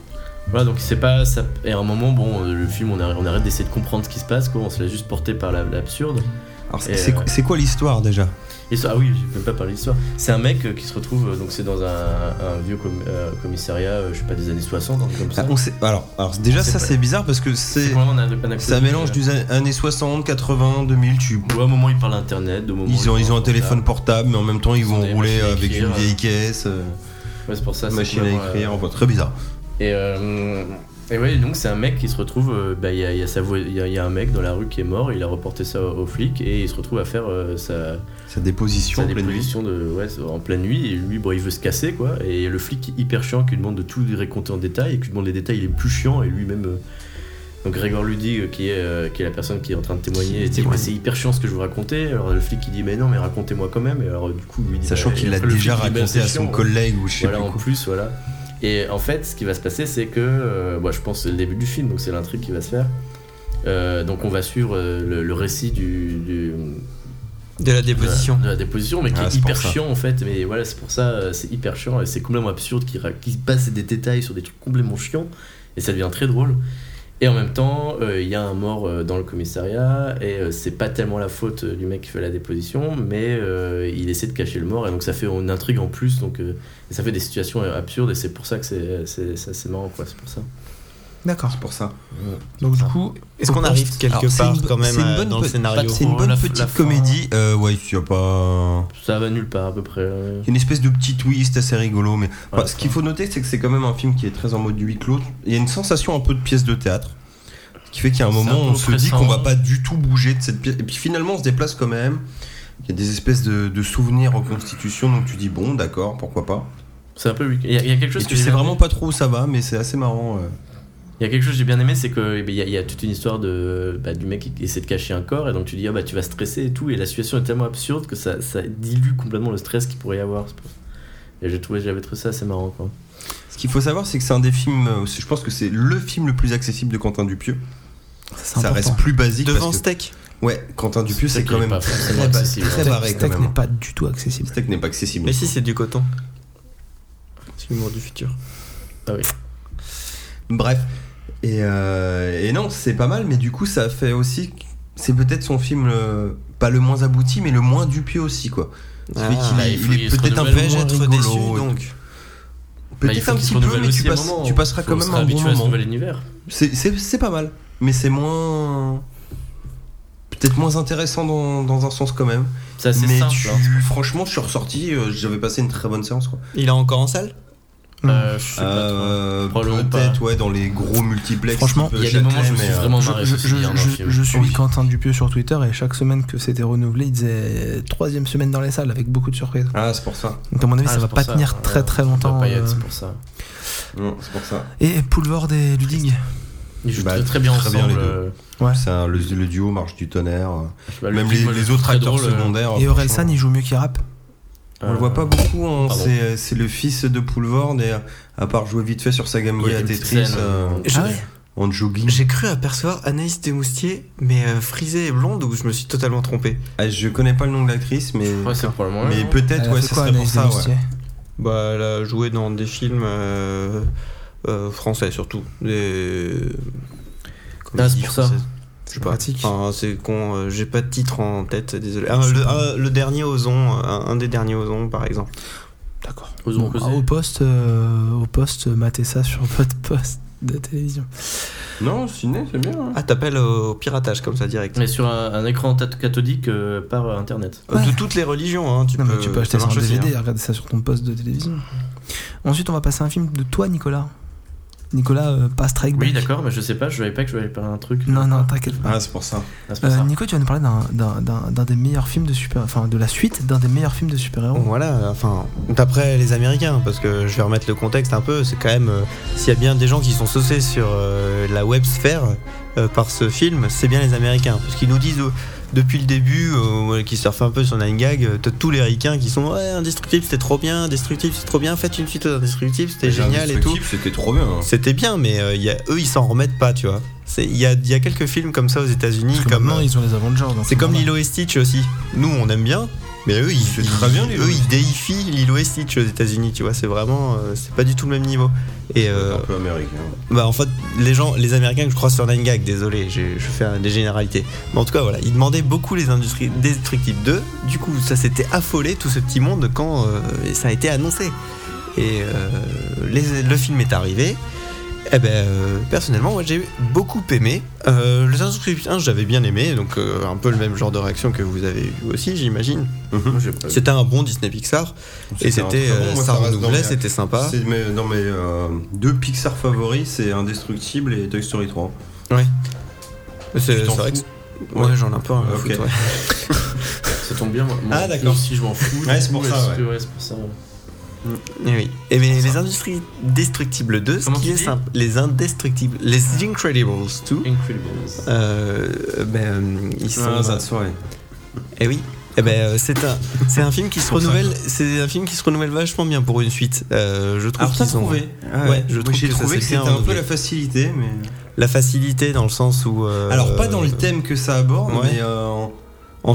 Voilà, donc c'est pas. Ça... Et à un moment, bon, euh, le film, on arrête, on arrête d'essayer de comprendre ce qui se passe, quoi. On se laisse juste porter par la- l'absurde.
Alors
Et,
c'est- c'est
euh,
quoi- c'est quoi l'histoire déjà
Et ça- ah oui, je peux pas parler d'histoire. C'est un mec euh, qui se retrouve, euh, donc c'est dans un, un vieux com- euh, commissariat, euh, je sais pas, des années 60, un truc comme
Ah,
ça.
on sait- alors, alors déjà
sait
ça
pas.
c'est bizarre parce que c'est
vraiment un, un
ça mélange des années 60, 80, 2000. Tu,
Ou à un euh. moment, il parle internet, de moment.
ils ont ils ont un téléphone portable mais en même temps ils
Ils ont
vont
des
rouler
machines à
avec
écrire,
une vieille caisse, euh,
Ouais, c'est pour ça. c'est
machine à
complètement,
écrire,
euh,
enfin très bizarre.
Et, euh, Et ouais, donc c'est un mec qui se retrouve, euh, bah, il y, a, il y a sa vo- il y a- il y a un mec dans la rue qui est mort, il a reporté ça aux flics et il se retrouve à faire euh, sa,
Sa déposition
sa
en pleine nuit.
déposition de, ouais, en pleine nuit. Et lui, bon, il veut se casser quoi. Et le flic hyper chiant qui lui demande de tout lui raconter en détail et qui lui demande les détails les plus chiants et lui-même. euh, donc Grégoire lui dit euh, qui est, euh, qui est la personne qui est en train de témoigner, et dit
témoigne.
c'est hyper chiant ce que je vous racontais. Alors le flic il dit mais non mais racontez-moi quand même. Et alors du coup lui dit
Sachant
bah, et
qu'il l'a
après, le
déjà
flic dit, bah,
raconté
c'est
à
chiant,
son
hein.
collègue ou je sais
Voilà,
plus
en
quoi.
plus, voilà. Et en fait, ce qui va se passer, c'est que, euh, bah, je pense, que c'est le début du film, donc c'est l'intrigue qui va se faire. Euh, donc on va suivre euh, le, le récit du, du-
De
de,
la
la,
déposition.
de la déposition, mais qui
Ah,
est
c'est pour
hyper
ça.
chiant en fait. Mais voilà, c'est pour ça, euh, c'est hyper chiant et c'est complètement absurde qu'il ra- qu'il passe des détails sur des trucs complètement chiants et ça devient très drôle. Et en même temps, euh, il y a un mort euh, dans le commissariat et euh, c'est pas tellement la faute euh, du mec qui fait la déposition, mais euh, il essaie de cacher le mort et donc ça fait une intrigue en plus, donc euh, ça fait des situations euh, absurdes et c'est pour ça que c'est- c'est c'est assez marrant quoi, c'est pour ça.
D'accord.
C'est pour ça.
Donc du coup,
Est-ce qu'on
au
arrive
poste-
quelque
Alors, c'est
part
une bo-
quand même
c'est une
euh,
bonne
dans le
pe-
scénario
pas- c'est une bonne
La-
petite
la fin.
comédie.
Euh, ouais, tu as pas.
Ça va nulle part à peu près. euh.
Il y a une espèce de petit twist assez rigolo, mais enfin,
Voilà.
ce qu'il faut noter, c'est que c'est quand même un film qui est très en mode huis clos. Il y a une sensation un peu de pièce de théâtre, ce qui fait qu'il y a un
C'est
moment
un
où
peu
on se dit
oppressant.
qu'on va pas du tout bouger de cette pièce. Et puis finalement, on se déplace quand même. Il y a des espèces de, de souvenirs reconstitution, donc tu dis bon, d'accord, pourquoi pas.
C'est un peu. weak. Il y, a- il y a quelque chose
Et
que
tu
j'ai
sais
bien-
vraiment pas trop où ça va, mais c'est assez marrant. euh.
Il y a quelque chose que j'ai bien aimé, c'est que eh ben, il y, a- il y a toute une histoire de bah, du mec qui essaie de cacher un corps et donc tu dis ah bah tu vas stresser et tout et la situation est tellement absurde que ça, ça dilue complètement le stress qu'il pourrait y avoir. c'est pour ça. Et j'ai trouvé j'avais trouvé ça assez marrant quoi.
Ce qu'il faut savoir, c'est que c'est un des films. euh, Je pense que c'est le film le plus accessible de Quentin Dupieux.
c'est
Ça
important.
reste plus basique.
Devant
parce que-
Steak.
Ouais, Quentin Dupieux, c'est
ça qui
quand
est
même
pas
très,
forcément
ba-
accessible,
très
hein.
barré quand
Steak n'est
même.
pas du tout accessible.
Steak n'est pas accessible.
Mais si, c'est du coton. C'est l'humour du futur.
Ah oui.
Bref. Et, euh, et non, c'est pas mal, mais du coup, ça fait aussi. que C'est peut-être son film, le- pas le moins abouti, mais le moins dupieux aussi, quoi. Ça fait
Ah,
qu'il
bah,
est-
il
il,
faut-
est
il se
peut-être un peu
renouvelle.
moins
Vais-je être
rigolo.
déçu, donc
Bah, il
Peut-être
faut
un
qu'il se
petit peu,
renouvelle
mais tu,
aussi à un
passes-
moment.
tu passeras
Faut
quand
se
même un bon
réhabituer à ce
moment.
nouvel univers.
C'est- C'est c'est pas mal, mais c'est moins. Peut-être moins intéressant dans, dans un sens quand même.
C'est assez
mais
simple.
tu-
hein.
franchement, je suis ressorti, euh, j'avais passé une très bonne séance, quoi.
Il est encore en salle
Euh, je sais pas trop.
Euh,
Probablement
peut-être,
pas.
ouais, dans les gros multiplex.
Franchement,
type
il y a des moments où je
Châtelet,
me suis
mais, euh,
vraiment marré.
je,
ceci
je-
dit, hein, dans
je-
le film.
je suis
Oui.
Quentin Dupieux sur Twitter et chaque semaine que c'était renouvelé, il disait troisième semaine dans les salles avec beaucoup de surprises.
Ah, c'est pour ça.
Donc à mon avis,
Ah,
ça
c'est
va
pour
pas tenir
ouais,
très très
ça va
longtemps.
pas y être,
euh.
C'est pour ça.
Non, c'est pour ça.
Et Poulvord et Luding.
Ils jouent
Bah,
très, très bien
très bien,
ensemble.
les deux.
euh,
Ça, le, le duo marche du tonnerre.
je sais pas, Bah, le
Même
film,
les,
moi, je
les
trouve
autres
très
acteurs
drôle, euh,
secondaires.
Et
franchement.
Orelsan, il joue mieux qu'il rappe.
On le voit pas beaucoup, hein,
pardon.
c'est c'est le fils de Poulvord, et à part jouer vite fait sur sa Game
Il
Boy
y a
à
des petites
Tetris
scènes,
euh,
euh,
Je-
Ah ouais
en jogging,
J'ai cru apercevoir Anaïs Desmoustiers, mais euh, frisée et blonde, ou je me suis totalement trompé
Ah, je connais pas le nom de l'actrice, mais,
Je crois que c'est probablement.
mais
elle, hein.
peut-être,
Euh,
ouais, ça serait pour ça. ouais.
Bah, elle a joué dans des films euh, euh, français surtout. Des...
Ah,
comédies
c'est pour ça.
françaises. Je sais pas.
Pratique.
Enfin, c'est con, euh, j'ai pas de titre en tête, désolé. Ah, le, ah, le dernier Ozon, un, un des derniers Ozon par exemple.
D'accord.
Osons
Bon,
causer.
bah, au poste, euh, au poste, matez ça sur votre poste de télévision.
Non, ciné, c'est bien. hein.
Ah, t'appelles au piratage comme ça direct.
Mais sur un, un écran tat- cathodique euh, par euh, internet.
Euh, De toutes les religions, hein, tu,
Non,
peux,
mais tu peux acheter ça
ça
en
marche aussi,
DVD
hein.
et regarder ça sur ton poste de télévision. Ensuite, on va passer à un film de toi, Nicolas. Nicolas, euh, pas Strike
Oui,
Back.
d'accord, mais je sais pas, je savais pas que je voulais parler un truc.
Non, non, t'inquiète pas.
Ah, c'est pour ça.
Ah, c'est pour
Euh,
ça.
Nico, tu vas nous parler d'un- d'un- d'un d'un des meilleurs films de super, enfin de la suite d'un des meilleurs films de super-héros.
Voilà, enfin, d'après les Américains, parce que je vais remettre le contexte un peu, c'est quand même, euh, s'il y a bien des gens qui sont saucés sur euh, la web sphère euh, par ce film, c'est bien les Américains, parce qu'ils nous disent euh, depuis le début, euh, qui surfent un peu sur Nine Gag, euh, t'as tous les ricains qui sont ouais, indestructible, c'était trop bien, destructible, c'est trop bien, faites une suite aux indestructibles, c'était génial et tout.
C'était trop bien. hein.
C'était bien, mais euh, il y a, eux, ils s'en remettent pas, tu vois. C'est- Il y a, il y a quelques films comme ça aux États-Unis,
Parce que
comme euh,
maintenant, ils ont les Avengers. donc
c'est comme
normal.
Lilo et Stitch aussi. Nous, on aime bien, mais eux, ils,
C'est
ils-
très bien, Lilo
eux,
et
ils déifient Lilo et Stitch aux États-Unis. Tu vois, c'est vraiment, euh, c'est pas du tout le même niveau. Et euh,
Un peu américain.
bah, en fait, les gens, les Américains que je crois sur Nine Gag, désolé, j'ai- je fais un- des généralités. Mais en tout cas, voilà, ils demandaient beaucoup les industries destructibles 2. Du coup, ça s'était affolé tout ce petit monde quand euh, ça a été annoncé. Et euh, les- le film est arrivé. Eh ben, euh, personnellement, moi j'ai beaucoup aimé. Euh, les inscriptions, j'avais bien aimé, donc euh, un peu le même genre de réaction que vous avez eu aussi, j'imagine.
Moi, j'ai pas-
C'était un bon Disney Pixar, et
C'était un
c'était
très bon,
euh,
moi,
ça
ça reste dans
renouvelait,
mes-
c'était sympa.
C'est mes- dans mes euh, deux Pixar favoris, c'est Indestructible et Toy Story 3.
C'est
Tu
c'est
t'en
vrai
fous
que- Ouais, j'en ai un peu un
Ok.
foutre, ouais.
Ça tombe bien, moi.
Ah,
moi,
d'accord.
Si je m'en fous.
Ouais, c'est pour ça,
Est-ce
ouais.
que- ouais, c'est pour ça.
Et oui. Et mais les Industries Destructibles 2, ce
Comment
qui
tu
est
dis
simple, les Indestructibles, les Incredibles 2,
Incredibles.
euh, ben, ils sont.
Ah, ça te soirée.
Eh oui. Eh ben, euh, c'est un, c'est un film qui se renouvelle. C'est un film qui se renouvelle vachement bien pour une suite. Euh, je trouve
Alors t'as
qu'ils ont
trouvé
ouais. Ouais, je
Moi,
trouve
j'ai
que ça
trouvé
s'est
que c'était
bien
un peu
renouvelé.
la facilité, mais
la facilité dans le sens où. euh,
alors pas dans le thème que ça aborde,
ouais.
mais euh, en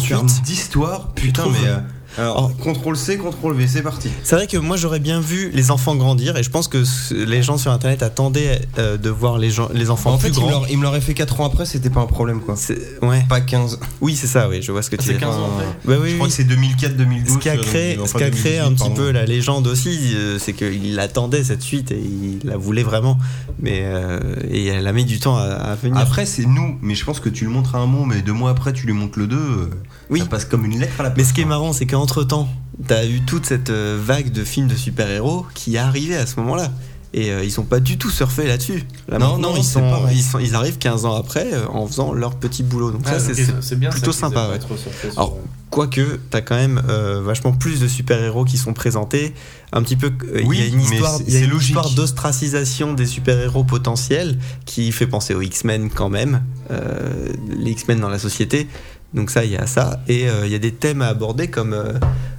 termes
Ensuite,
d'histoire.
Putain,
Putain, mais
mais,
euh, alors
Oh.
contrôle C, contrôle V, c'est parti.
c'est vrai que moi j'aurais bien vu les enfants grandir et je pense que ce- les gens sur internet attendaient euh, de voir les gens, les enfants plus
il me
grands.
l'aurait- il me l'aurait fait 4 ans après, c'était pas un problème quoi.
C'est- Ouais.
Pas 15.
Oui, Ah, c'est ça. Oui, je vois ce que tu
C'est
veux dire.
15 ans
Enfin,
après.
Ouais, oui,
Je
oui.
crois que c'est euh, 2004-2012.
Ce qui a créé, ce qui a créé un petit peu la légende aussi, euh, c'est qu'il attendait cette suite et il la voulait vraiment, mais euh, et elle a mis du temps à, à venir.
Après, c'est nous, mais je pense que tu le montres à un mot, mais deux mois après, tu lui montres le 2.
Oui.
Ça passe comme une lettre à la
Mais ce qui est marrant, c'est qu'entre temps, t'as eu toute cette euh, vague de films de super-héros qui est arrivée à ce moment-là. Et euh, ils ont pas du tout surfé là-dessus. Là,
Non,
maintenant,
non,
ils,
c'est
sont,
pareil.
ils, sont- ils arrivent 15 ans après euh, en faisant leur petit boulot. Donc ça,
Ah,
c'est-
ok,
c'est
bien. ça
plutôt
qu'ils
sympa,
aient pas
ouais.
trop surpris sur-
Alors, quoique, t'as quand même euh, vachement plus de super-héros qui sont présentés. Un petit peu, euh,
Oui,
il y a une
mais
histoire,
c'est-
il y a
c'est
une
logique.
histoire d'ostracisation des super-héros potentiels qui fait penser aux X-Men quand même, euh, les X-Men dans la société. Donc ça, il y a ça. Et euh, il y a des thèmes à aborder comme, euh,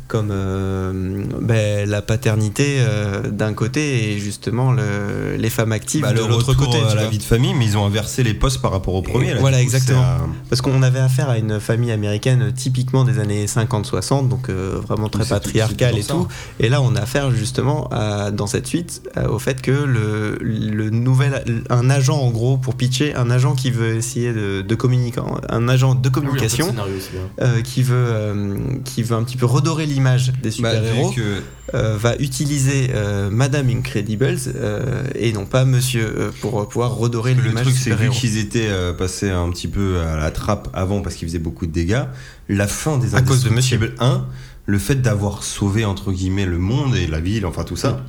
comme euh, ben, la paternité euh, d'un côté et justement le- les femmes actives
Bah,
de
le
l'autre
retour
côté.
à
tu
la
vois.
vie de famille, mais ils ont inversé les postes par rapport au premier. là,
voilà,
du coup, c'est
exactement.
à-
Parce qu'on avait affaire à une famille américaine typiquement des années 50-60, donc euh, vraiment très
c'est tout-
patriarcale et
c'est tout
tout. Et là, on a affaire justement à- dans cette suite à- au fait que le, le nouvel, un agent en gros pour pitcher, un agent qui veut essayer de, de communiquer, un
Ah oui, un
agent de
peu de
communication.
scénario, c'est bien.
euh, qui veut euh, qui veut un petit peu redorer l'image des
Bah,
super héros
vu que-
euh, va utiliser euh, Madame Incredibles euh, et non pas Monsieur euh, pour pouvoir redorer
Le
l'image
truc, c'est vu
super-héros.
qu'ils étaient euh, passés un petit peu à la trappe avant parce qu'ils faisaient beaucoup de dégâts. La fin des
À cause de Monsieur.
Indestructibles 1, le fait d'avoir sauvé entre guillemets le monde et la ville, enfin tout ça,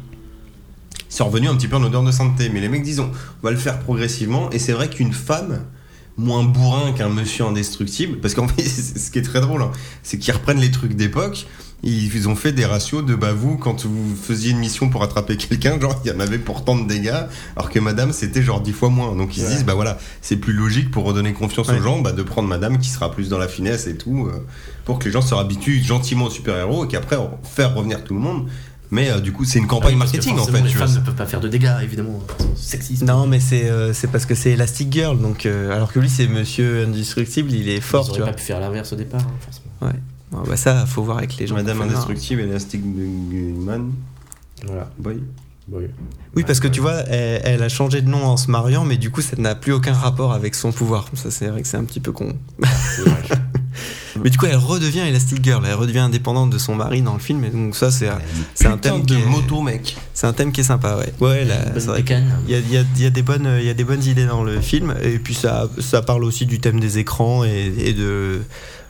c'est revenu un petit peu en odeur de sainteté. Mais les mecs disent on va le faire progressivement et c'est vrai qu'une femme moins bourrin qu'un monsieur indestructible, parce qu'en fait, c'est ce qui est très drôle, hein, c'est qu'ils reprennent les trucs d'époque. Ils ont fait des ratios de bah vous quand vous faisiez une mission pour attraper quelqu'un genre il y en avait pour tant de dégâts alors que madame c'était genre dix fois moins donc ils se disent bah voilà c'est plus logique pour redonner confiance
Ouais.
aux gens bah, de prendre madame qui sera plus dans la finesse et tout euh, pour que les gens se réhabituent gentiment aux super héros et qu'après on- faire revenir tout le monde mais euh, du coup c'est une
Ah oui,
campagne
parce que
marketing en
forcément,
fait
Les
tu vois.
femmes ne peuvent pas faire de dégâts, évidemment. Sexisme.
Non, mais c'est euh, c'est parce que c'est Elastic Girl, donc euh, alors que lui c'est Monsieur Indestructible, il est
Ils
fort, tu
auraient
vois.
pas pu faire l'inverse au départ, hein, forcément.
Ouais, bah ça, faut voir avec les gens.
madame
qu'on fait, hein.
indestructible et Elastic Man
Voilà.
Boy
Bon, oui.
Oui, parce que tu vois, elle, elle a changé de nom en se mariant, mais du coup, ça n'a plus aucun rapport avec son pouvoir. Ça, c'est vrai que c'est un petit peu con.
C'est dommage.
Mais du coup, elle redevient Elastic Girl, elle redevient indépendante de son mari dans le film, et donc ça, c'est c'est un
Putain
thème
de
qui est-
moto mec
c'est un thème qui est sympa, ouais. Ouais, là, c'est
Bonne
vrai que-
bécane.
Il y a, il y a- il y a des bonnes, il y a des bonnes idées dans le film, et puis ça, ça parle aussi du thème des écrans et, et de,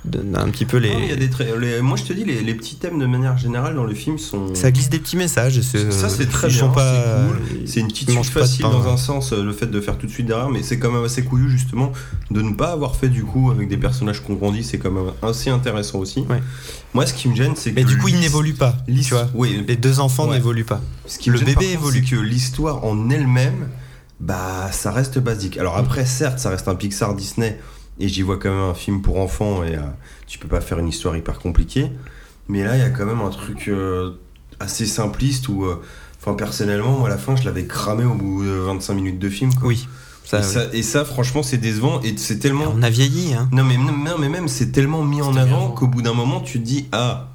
de- d'un petit peu les.
Non, mais Ah, Oh, il y a des traits- les- moi je te dis les, les petits thèmes de manière générale dans le film sont
Ça glisse des petits messages. et
Ça, c'est très
ils
bien,
sont
c'est
pas-
cool. C'est une petite
ils
suite
mangent euh, pas de
facile
pain,
dans
ouais.
un sens, euh, le fait de faire tout de suite derrière, mais c'est quand même assez couillu justement de ne pas avoir fait du coup avec des personnages qu'on grandit, c'est quand même assez intéressant aussi.
Ouais.
Moi, ce qui me gêne, c'est que.
Mais du coup, ils
l'his-
n'évoluent pas.
l'his-
Tu vois,
Oui,
les deux enfants
Ouais.
n'évoluent pas.
ce qui me
le
gêne,
bébé
par contre,
évolue.
c'est que l'histoire en elle-même, bah, ça reste basique. Alors après, certes, ça reste un Pixar Disney, et j'y vois quand même un film pour enfants, et euh, tu peux pas faire une histoire hyper compliquée. Mais là, il y a quand même un truc euh, assez simpliste où. euh, Enfin, personnellement, moi, à la fin, je l'avais cramé au bout de 25 minutes de film. quoi.
Oui. Ça,
et, ça, et ça, franchement, c'est décevant et c'est
oui.
tellement.
On a vieilli, hein.
Non, mais, non, mais même, c'est tellement mis en
C'était
avant
avant.
qu'au bout d'un moment, tu te dis Ah,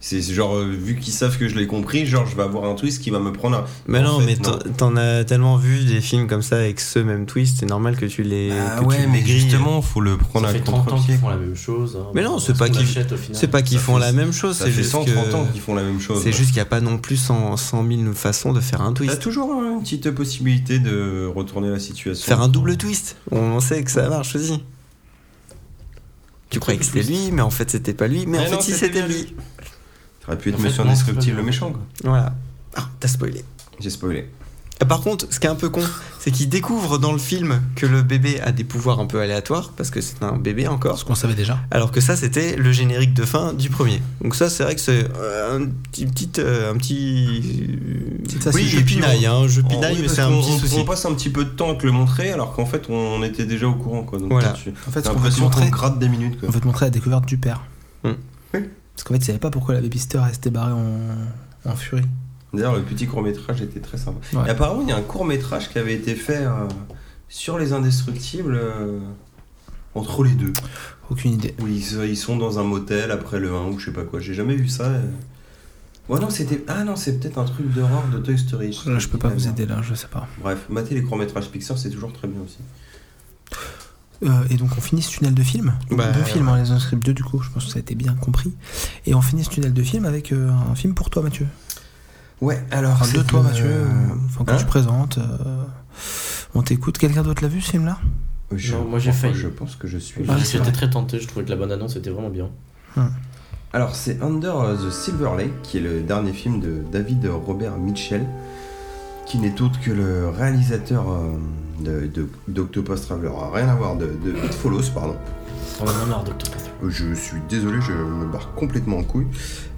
C'est c'est genre, euh, vu qu'ils savent que je l'ai compris, genre, je vais avoir un twist qui va me prendre un.
Mais
En
non,
fait,
mais t'en- t'en as tellement vu des films comme ça avec ce même twist, c'est normal que tu les.
Ah
que tu
ouais, mais
maigris.
justement, faut le prendre
euh, Ça
à
fait 30 ans
contre-pied.
qu'ils font la même chose. hein.
Mais non,
Bon,
c'est
ce
pas
qu'on
qu'ils-
achète au final.
C'est pas qu'ils
Ça
font
fait-
la même chose,
Ça
c'est
fait
juste
130
que.
ans qu'ils font la même chose. hein.
C'est juste qu'il n'y a pas non plus 100, 000 façons de faire un
T'as
twist.
toujours euh, une petite possibilité de retourner la situation.
Faire un double twist, on sait que ça marche aussi. Tu croyais que c'était lui, mais en fait c'était pas lui, mais, en
Mais
fait
non,
si
c'était
c'était lui.
T'aurais pu être
En fait,
Monsieur
non, c'est pas
Indestructible
bien.
le méchant, quoi.
Voilà. Ah, t'as spoilé.
J'ai spoilé.
Ah, Par contre, ce qui est un peu con, c'est qu'il découvre dans le film que le bébé a des pouvoirs un peu aléatoires, parce que c'est un bébé encore.
Ce qu'on savait déjà.
Alors que ça, c'était le générique de fin du premier. Donc ça, c'est vrai que c'est euh, un petit, petite, euh, un petit,
Petite facile.
oui,
Je
je pinaille, hein, je
Oh,
pinaille,
oui,
mais
parce
c'est un
qu'on-
petit
on-
souci.
On passe un petit peu de temps à te le montrer, alors qu'en fait, on était déjà au courant, quoi. Donc,
Voilà.
tu-
En fait, ce qu'on
T'as
veut te
l'impression qu'on
montrer,
gratte des minutes, quoi.
on veut te montrer la découverte du père.
Hmm.
Oui.
Parce qu'en fait, il savait pas pourquoi la babysitter s'était barrée en, en furie.
D'ailleurs, le petit court-métrage était très sympa.
Ouais.
Et apparemment, il y a un court-métrage qui avait été fait euh, sur les Indestructibles euh, entre les deux.
Aucune idée.
Où ils, euh, ils sont dans un motel après le 1 ou je sais pas quoi. J'ai jamais vu ça. euh. Ouais, non, c'était. Ah non, c'est peut-être un truc d'horreur de Toy Story.
Là, Ah, Euh, je peux pas vous aider là, je sais pas.
Bref, mater les courts-métrages Pixar, c'est toujours très bien aussi.
Euh, et donc on finit ce tunnel de film. Donc,
Bah,
bon film, hein, les Unscripts 2 du coup, je pense que ça a été bien compris. Et on finit ce tunnel de film avec euh, un film pour toi Mathieu.
Ouais, alors.
Enfin de toi Mathieu,
euh,
euh, enfin quand
hein
tu présentes, euh, on t'écoute. Quelqu'un d'autre l'a vu ce film là
Euh, je-
Non, moi, j'ai failli.
Je pense que je suis.
J'étais
Ah, c'est vrai.
très tenté, je trouvais que la bonne annonce était vraiment bien.
Alors, c'est Under the Silver Lake, qui est le dernier film de David Robert Mitchell, qui n'est autre que le réalisateur euh, de- de- d'Octopus Traveler. Ah, Rien à voir, de, de It Follows, pardon.
On en a marre d'Octopath.
Je suis désolé, je me barre complètement en couille.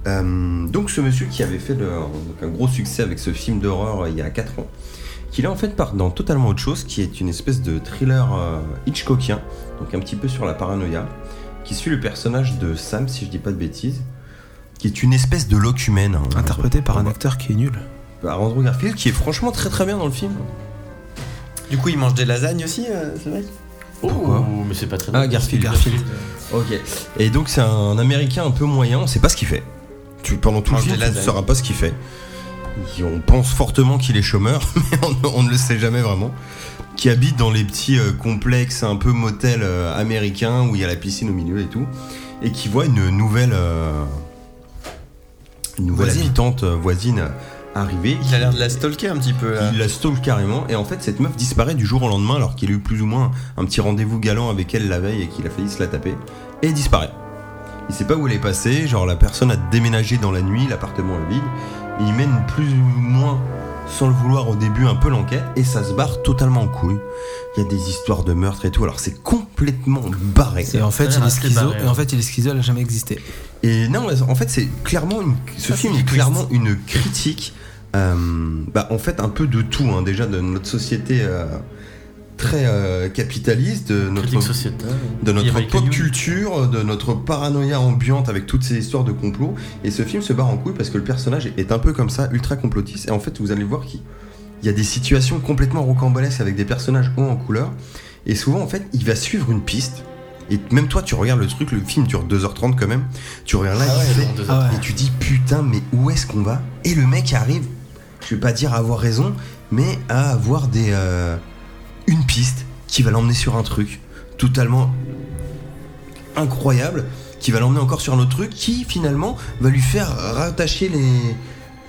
Euh, donc, ce monsieur qui avait fait le- donc un gros succès avec ce film d'horreur euh, il y a 4 ans, qu'il a en fait part dans totalement autre chose, qui est une espèce de thriller euh, Hitchcockien, donc un petit peu sur la paranoïa, qui suit le personnage de Sam, si je dis pas de bêtises, qui est une espèce de locumène. hein.
Interprété par un acteur qui est nul.
Par Andrew Garfield, qui est franchement très très bien dans le film.
Du coup, il mange des lasagnes aussi, euh, c'est vrai
Oh,
Pourquoi
mais c'est pas très
Ah,
drôle.
Garfield,
Garfield.
Ok. Et donc c'est un Américain un peu moyen, on sait pas ce qu'il fait. Tu, pendant tout le
Mange
film,
Ah, des
tu ne
lasagnes.
sauras pas ce qu'il fait. Et On pense fortement qu'il est chômeur, mais on, on ne le sait jamais vraiment. Qui habite dans les petits euh, complexes un peu motels euh, américains où il y a la piscine au milieu et tout. Et qui voit une nouvelle, euh, une nouvelle
Voisine.
habitante euh, voisine arriver.
Il a l'air de la stalker un petit peu là.
Il la stalk carrément et en fait cette meuf disparaît du jour au lendemain alors qu'il a eu plus ou moins un petit rendez-vous galant avec elle la veille et qu'il a failli se la taper et elle disparaît. Il sait pas où elle est passée, genre la personne a déménagé dans la nuit, l'appartement est vide et il mène plus ou moins sans le vouloir au début un peu l'enquête et ça se barre totalement en couille. Il y a des histoires de meurtre et tout alors c'est complètement barré.
Et en fait, il
Ça a
est
l'air
schizo.
assez barré,
Et en
hein.
fait, il est schizo. Elle a jamais existé.
Et non, en fait, c'est clairement une... ce
Ça,
film
c'est
est
du twist.
clairement une critique, euh, bah, en fait, un peu de tout, hein, déjà de notre société euh, très euh, capitaliste, de notre,
Critique sociétale.
de
Il y avait
notre pop
Caillou.
culture, de notre paranoïa ambiante avec toutes ces histoires de complot. Et ce film se barre en couille parce que le personnage est un peu comme ça, ultra complotiste. Et en fait, vous allez voir qu'il il y a des situations complètement rocambolesques avec des personnages hauts en couleur. Et souvent, en fait, il va suivre une piste. Et même toi, tu regardes le truc, le film dure 2h30 quand même. Tu regardes là,
Ah ouais,
il fait-
bon, deux
Ah
heures.
ouais.
et tu dis putain mais où est-ce qu'on va Et le mec arrive, je vais pas dire à avoir raison, mais à avoir des euh, une piste qui va l'emmener sur un truc totalement incroyable, qui va l'emmener encore sur un autre truc, qui finalement va lui faire rattacher les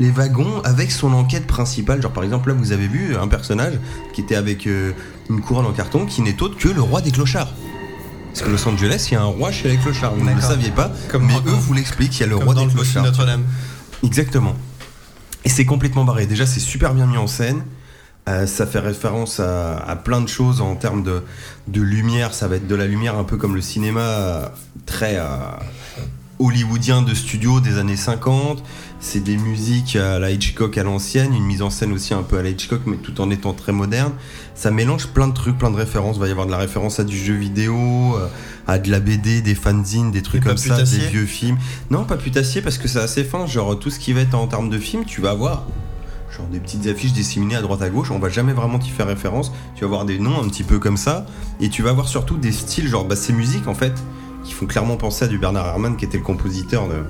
les wagons avec son enquête principale. Genre par exemple là vous avez vu un personnage qui était avec euh, une couronne en carton qui n'est autre que le roi des clochards. Parce que Los Angeles, il y a un roi chez les clochards. Vous ne le
D'accord.
saviez pas,
Comme
mais
dans-
eux vous l'expliquent. Il y a le
Comme
roi
dans
des
le bossu
clochards.
de Notre-Dame.
Exactement. Et c'est complètement barré. Déjà, c'est super bien mis en scène. Euh, ça fait référence à, à plein de choses en termes de, de lumière. Ça va être de la lumière un peu comme le cinéma euh, très euh, hollywoodien de studio des années 50. C'est des musiques à la Hitchcock à l'ancienne, une mise en scène aussi un peu à la Hitchcock, mais tout en étant très moderne. Ça mélange plein de trucs, plein de références. Il va y avoir de la référence à du jeu vidéo, euh, à de la BD, des fanzines, des trucs
Et pas
comme ça, des
putassier
vieux films. Non, pas putassier parce que c'est assez fin. Genre, tout ce qui va être en termes de film, tu vas avoir genre des petites affiches disséminées à droite à gauche. On va jamais vraiment t'y faire référence. Tu vas avoir des noms un petit peu comme ça. Et tu vas avoir surtout des styles, genre, bah, ces musiques en fait. qui font clairement penser à du Bernard Herrmann qui était le compositeur de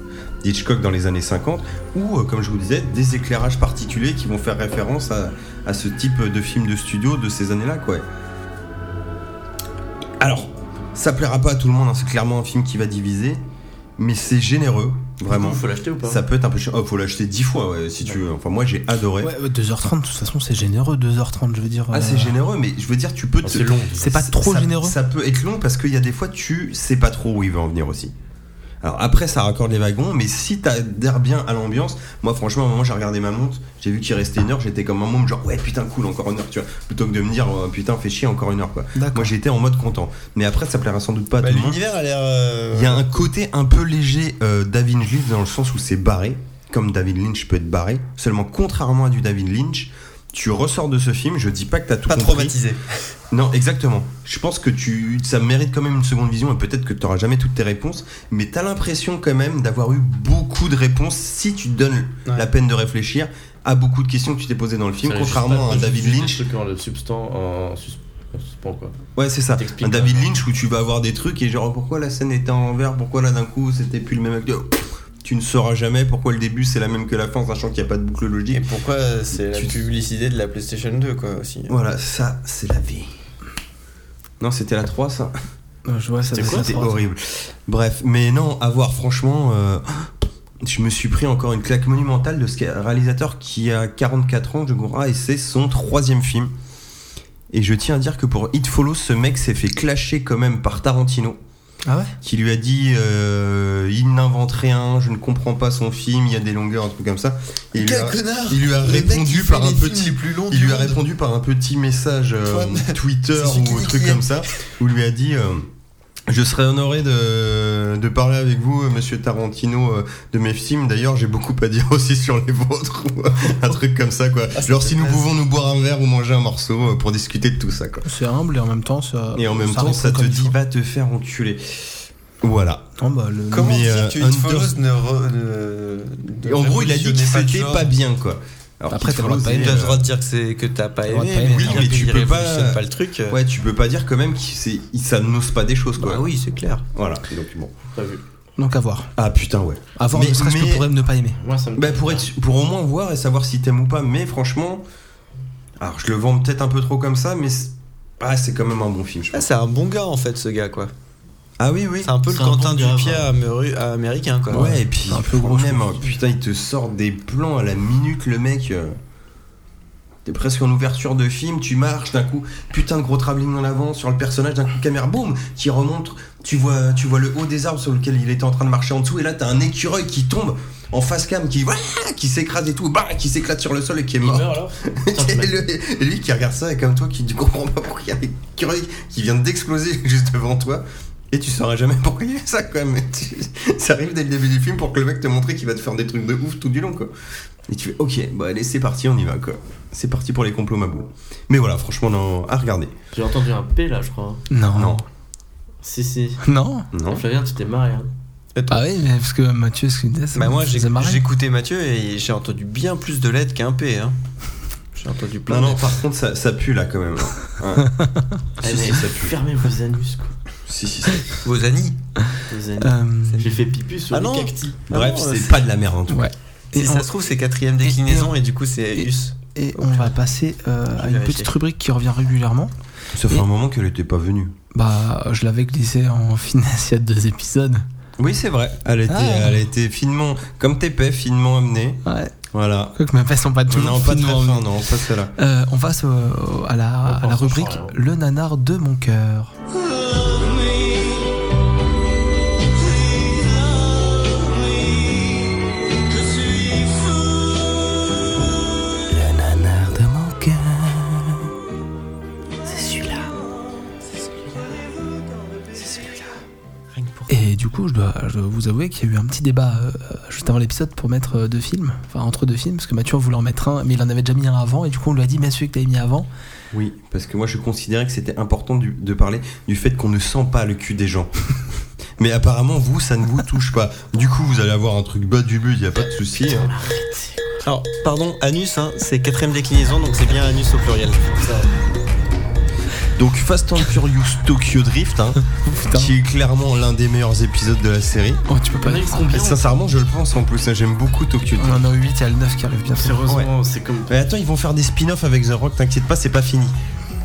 d'Hitchcock dans les années 50, ou euh, comme je vous disais, des éclairages particuliers qui vont faire référence à, à ce type de film de studio de ces années-là. quoi. Alors, ça plaira pas à tout le monde, hein, c'est clairement un film qui va diviser, mais c'est généreux, vraiment.
Faut l'acheter ou pas
Ça peut être un peu chiant. Oh, faut l'acheter dix fois, ouais, si tu veux. Enfin, moi, j'ai adoré.
Ouais, ouais, 2h30, de toute façon, c'est généreux, 2h30, je veux dire.
Ah, c'est
euh,
généreux, mais je veux dire, tu peux. te-
C'est long.
C'est pas
ça-
trop
ça-
généreux
Ça peut être long parce qu'il y a des fois, tu sais pas trop où il va en venir aussi. Alors après, ça raccorde les wagons, mais si t'adhères bien à l'ambiance, moi franchement, à un moment, j'ai regardé ma montre, j'ai vu qu'il restait une heure, j'étais comme un môme, genre ouais, putain, cool, encore une heure, tu vois, plutôt que de me dire oh, putain, fais chier, encore une heure, quoi.
D'accord.
Moi, j'étais en mode content. Mais après, ça plaira sans doute pas à
Bah,
tout le monde.
L'univers a l'air. euh,
Il y a un côté un peu léger euh, David Lynch dans le sens où c'est barré, comme David Lynch peut être barré. Seulement, contrairement à du David Lynch, tu ressors de ce film. Je dis pas que t'as tout
pas
compris.
traumatisé.
Non, exactement. Je pense que tu, ça mérite quand même une seconde vision et peut-être que tu n'auras jamais toutes tes réponses, mais tu as l'impression quand même d'avoir eu beaucoup de réponses si tu te donnes
Ouais.
la peine de réfléchir à beaucoup de questions que tu t'es posées dans le film,
Ça,
contrairement à un
juste pas-
David
juste des
Lynch.
trucs en le substant en sus- en suspens quoi.
Ouais, c'est ça.
t'explique
Un David
pas.
Lynch où tu vas avoir des trucs et genre pourquoi la scène était en vert, pourquoi là d'un coup c'était plus le même acteur. Tu ne sauras jamais pourquoi le début c'est la même que la fin, en sachant qu'il n'y a pas de boucle
Et
logique.
pourquoi euh, c'est la
Tu-
publicité de la PlayStation 2 quoi aussi
Voilà, ça c'est la vie. Non, c'était la 3 ça.
euh, Je vois, ça
C'était
doit
quoi
être
C'était
trois.
horrible. Bref, mais non, à voir, franchement, euh, je me suis pris encore une claque monumentale de ce qu'est- réalisateur qui a 44 ans, je crois, et c'est son troisième film. Et je tiens à dire que pour It Follows, ce mec s'est fait clasher quand même par Tarantino,
Ah ouais
qui lui a dit euh, Il n'invente rien, je ne comprends pas son film, il y a des longueurs, un truc comme ça. Et il lui a-
connard
il lui a
Le mec qui
répondu
fait
par un
les films
petit
les plus longs
il
du
lui a
monde.
répondu par un petit message euh,
Antoine,
Twitter
c'est qui
ou un
dit
truc
qui
comme
est
ça, où il lui a dit euh, Je serais honoré de, de parler avec vous, euh, monsieur Tarantino, euh, de mes films. D'ailleurs, j'ai beaucoup à dire aussi sur les vôtres, ou euh, un truc comme ça, quoi.
Ah,
Genre, si nous pouvons nous boire un verre ou manger un morceau euh, pour discuter de tout ça, quoi.
C'est humble et en même temps, ça.
Et en même temps,
répond
ça te
comme il
dit
faut.
Va te faire enculer. Voilà.
Non, bah, le-
Comment
Mais,
dire
euh,
que It
Under-
Follows ne, re- ne- ne
en gros, il a dit que
révolutionnait
c'était
le genre
pas bien, quoi. Alors
Après,
qu'il
t'as le droit de
faut
pas aimer.
T'as
oser,
le
euh,
droit de dire que c'est que t'as pas
le droit de
aimé,
pas aimer.
mais,
Oui,
dire
mais
qu'il
tu peux pas-
révolutionne pas le truc. euh,
Ouais, tu peux pas dire quand même qu'il s'est- ça n'ose pas des choses, quoi.
Bah oui, c'est clair.
Voilà. Donc, bon.
Pas vu.
Donc à voir.
Ah putain, ouais.
À voir,
Mais-
ne serait-ce
mais-
que pour aime ne pas aimer.
Moi ça me.
Bah pour, être, pour au moins voir et savoir si t'aimes ou pas, mais franchement, alors je le vends peut-être un peu trop comme ça, mais c'est ah, c'est quand même un bon film, je
Ah,
pense.
c'est un bon gars en fait, ce gars quoi.
Ah oui, oui.
C'est un peu le
C'est un
Quentin
bon gars,
Dupieux améru- américain quoi.
Ouais, et puis
un peu
quand
gros, je
même,
pense.
hein, putain, il te sort des plans à la minute, le mec. euh, T'es presque en ouverture de film, tu marches, d'un coup, putain de gros travelling en avant sur le personnage, d'un coup, caméra, boum, qui remonte, tu vois, tu vois le haut des arbres sur lequel il était en train de marcher en dessous, et là, t'as un écureuil qui tombe en face cam, qui, qui s'écrase et tout, bah, qui s'éclate sur le sol et qui est
Il
mort.
meurt alors
Et le- et lui qui regarde ça et comme toi qui ne comprend pas pourquoi il y a un écureuil qui vient d'exploser juste devant toi et tu sauras jamais pourquoi il y a ça quoi mais tu- ça arrive dès le début du film pour que le mec te montre qu'il va te faire des trucs de ouf tout du long quoi et tu fais ok bah allez c'est parti on y va quoi c'est parti pour les complots mabou mais voilà franchement non à regarder
J'ai entendu un P là je crois.
Non.
Ah non
Si si.
Non
non
Flavien tu t'es marré hein.
Ah oui, mais parce que Mathieu, ce qu'il disait, ça
Bah
me
moi j'ai
faisait marrer.
écouté Mathieu et j'ai entendu bien plus de lettres qu'un P. Hein. J'ai entendu plein
non,
de
non,
lettres.
par contre ça, ça pue là quand même
Eh,
si,
mais
si, ça pue.
Fermez vos anus quoi.
si si si
Vos amis.
Vos anus.
Euh,
J'ai fait pipi sur
Ah
les
non.
cacti.
bref
Ah
euh,
non,
c'est
c'est-
pas de la merde en tout
Ouais.
Si
Et
ça
on-
se trouve c'est quatrième déclinaison et, du coup c'est
et-
us.
Et on va passer euh, à une
vérifier.
petite rubrique qui revient régulièrement.
ça fait un moment qu'elle était pas venue
Bah, je l'avais glissé en finesse il y a deux épisodes.
oui c'est vrai elle était,
Ah.
elle était finement comme TP finement amenée
Ouais.
voilà
Quoique mes pas sont pas toujours
Non, pas très
finement
fin,
emmenés.
non, pas celle-là.
Euh, on passe au- à la,
On
à la
pense,
rubrique
on change rien.
Le nanar de mon cœur. Le nanar de mon cœur. Et du coup, je dois, je dois vous avouer qu'il y a eu un petit débat euh, juste avant l'épisode pour mettre euh, deux films, enfin entre deux films, parce que Mathieu voulait en mettre un, mais il en avait déjà mis un avant, et du coup on lui a dit, mais celui que t'avais mis avant,
Oui, parce que moi je considérais que c'était important du- de parler du fait qu'on ne sent pas le cul des gens. Mais apparemment, vous, ça ne vous touche pas. Du coup, vous allez avoir un truc bas du but, il a pas de souci. hein.
Alors pardon, anus, hein, c'est quatrième déclinaison donc c'est bien anus au pluriel.
Donc Fast and Furious Tokyo Drift, hein,
Putain.
qui est clairement l'un des meilleurs épisodes de la série.
Oh, tu peux pas.
Ils sont bien.
Et sincèrement, je le pense en plus, hein, j'aime beaucoup Tokyo
On
Drift.
en a 8 et à le 9 qui arrive bientôt.
Sérieusement, c'est comme.
Mais attends, ils vont faire des spin-offs avec The Rock, t'inquiète pas, c'est pas fini.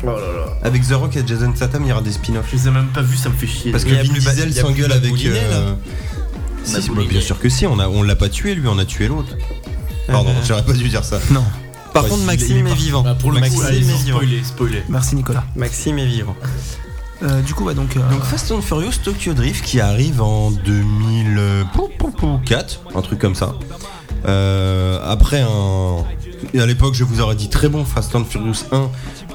Oh là là.
Avec The Rock et Jason Statham, il y aura des spin-offs.
Je les ai même pas vus, ça me fait chier.
Parce que
Il y a
Vin
plus Ba-
Diesel
il y a plus
s'engueule avec.
Baboulinet, là.
euh, si, si,
Baboulinet.
bah, bien sûr que si, on a, on l'a pas tué lui, on a tué l'autre. Pardon, j'aurais pas dû dire ça.
Non.
Par
Ouais,
contre,
il-
Maxime
il est
Bah, est,
parti.
vivant.
Bah, pour le
Maxime
coup,
est
allez,
vivant.
spoiler, spoiler.
Merci Nicolas.
Maxime est vivant.
Euh, du coup, ouais, donc. euh,
Donc Fast and Furious Tokyo Drift qui arrive en euh, 2004, un truc comme ça. Euh, après un... et À l'époque, je vous aurais dit très bon Fast and Furious 1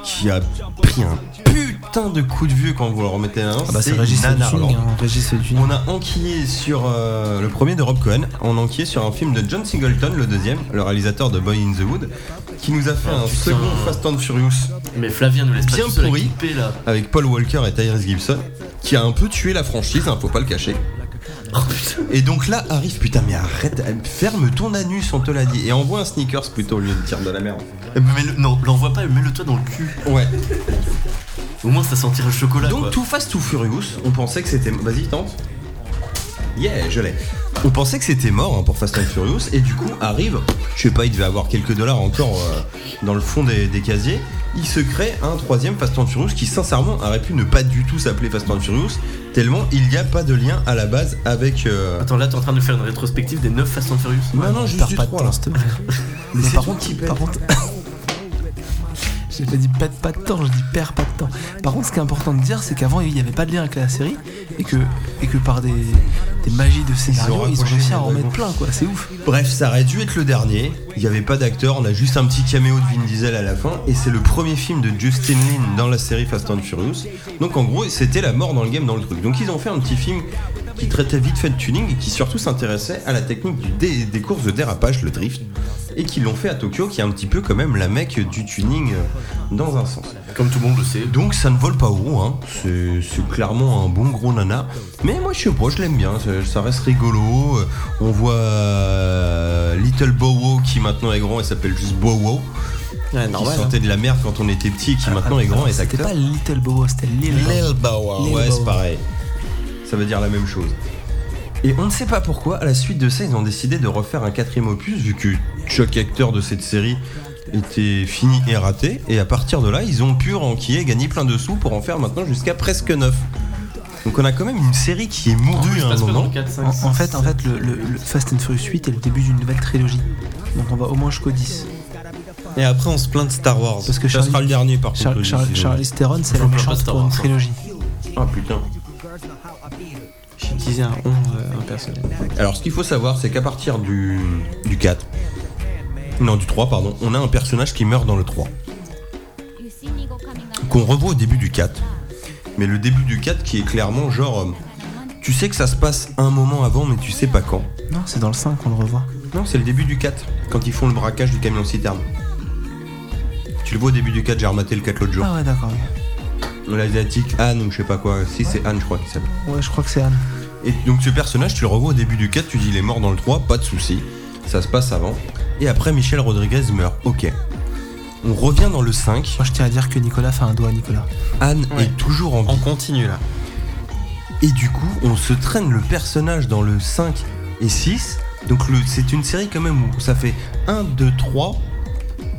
qui a pris un putain de coup de vieux quand vous le remettez à un.
ah bah, c'est
c'est
Régis
nanar,
Hudson,
alors.
hein, Régis Hudson.
On a enquillé sur euh, le premier de Rob Cohen, on a enquillé sur un film de John Singleton, le deuxième, le réalisateur de Boy in the Wood, qui nous a fait
Ah,
un
putain.
second Fast and Furious
Mais Flavien nous laisse pas
Bien
tout seul à
pourri.
clipper, là.
avec Paul Walker et Tyrese Gibson, qui a un peu tué la franchise, hein, faut pas le cacher. Et donc là arrive, putain, mais arrête, ferme ton anus, on te l'a dit, et envoie un sneakers plutôt au lieu de dire de la merde.
Mais le- non, l'envoie pas, mets-le toi dans le cul.
Ouais.
Au moins, ça sentira le chocolat.
Donc
quoi.
tout Fast tout Furious, on pensait que c'était. Vas-y, tente. Yeah, je l'ai. On pensait que c'était mort hein, pour Fast and Furious, et du coup arrive, je sais pas, il devait avoir quelques dollars encore euh, dans le fond des, des casiers. Il se crée un troisième Fast and Furious qui, sincèrement, aurait pu ne pas du tout s'appeler Fast and Furious, tellement il n'y a pas de lien à la base avec. euh,
Attends, là, t'es en train de faire une rétrospective des 9 Fast and Furious.
non, non, juste
Perds
du
pas de
3,
temps,
là.
s'il te plaît. Mais
c'est
par
tout
contre,
qui pète.
par contre. J'ai pas dit pas de, pas de temps, je dis perds pas de temps. Par contre, ce qui est important de dire, c'est qu'avant, il n'y avait pas de lien avec la série et que, et que par des, des magies de scénario, ils ont
raccroché
réussi à
les
en remettre
wagons.
plein, quoi. C'est ouf.
Bref, ça aurait dû être le dernier. Il n'y avait pas d'acteur, on a juste un petit caméo de Vin Diesel à la fin. Et c'est le premier film de Justin Lin dans la série Fast and Furious. Donc en gros, c'était la mort dans le game, dans le truc. Donc ils ont fait un petit film qui traitait vite fait de tuning et qui surtout s'intéressait à la technique du dé- des courses de dérapage, le drift. Et qui l'ont fait à Tokyo, qui est un petit peu quand même la mecque du tuning euh, dans un sens.
Comme tout le monde le sait.
Donc ça ne vole pas haut, hein. c'est c'est clairement un bon gros nana. Mais moi je suis pro, je l'aime bien, ça, ça reste rigolo. Euh, On voit euh, Little Bow Wow qui maintenant est grand et s'appelle juste Bow Wow.
Ouais,
Qui
normal.
sentait de la merde quand on était petit et qui maintenant est grand et
C'était
s'acteur.
pas Little Bobo, c'était Lil Bow.
Lil Bow Wow,
Lil
ouais
Bow
c'est
Wow.
pareil. Ça veut dire la même chose. Et on ne sait pas pourquoi, à la suite de ça, ils ont décidé de refaire un quatrième opus, vu que chaque acteur de cette série était fini et raté, et à partir de là, ils ont pu renquiller, gagner plein de sous pour en faire maintenant jusqu'à presque neuf. Donc on a quand même une série qui est mourue à un moment.
4, 5,
En, en fait, en fait le, le- le Fast and Furious 8 est le début d'une nouvelle trilogie. Donc on va au moins jusqu'au 10.
Et après, on se plaint de Star Wars.
Parce que
Ça
Charlie,
sera le dernier par
Char-
contre. le
Char-
décision.
Charlize Theron, c'est
Faut
la
pas
méchante
Star
pour
Wars,
une
hein.
trilogie.
Ah putain.
J'ai utilisé un 11, euh, un personnage.
Alors, ce qu'il faut savoir, c'est qu'à partir du, du 4, non, du 3, pardon, on a un personnage qui meurt dans le 3. Qu'on revoit au début du 4. Mais le début du 4 qui est clairement genre. euh, Tu sais que ça se passe un moment avant, mais tu sais pas quand.
Non, c'est dans le 5 qu'on le revoit.
Non, c'est le début du 4, quand ils font le braquage du camion citerne. Tu le vois au début du 4, j'ai rematé le 4 l'autre jour.
Ah ouais, d'accord.
L'asiatique Anne ou je sais pas quoi. Si, c'est Anne, je crois qu'il s'appelle.
Ouais, je crois que c'est Anne.
Et donc ce personnage, tu le revois au début du 4, tu dis il est mort dans le 3, pas de souci, ça se passe avant. Et après Michel Rodriguez meurt, ok. On revient dans le 5,
Moi, je tiens à dire que Nicolas fait un doigt à Nicolas.
Anne est toujours en vie.
On continue là.
Et du coup, on se traîne le personnage dans le 5 et 6. Donc le- c'est une série quand même où ça fait 1, 2, 3,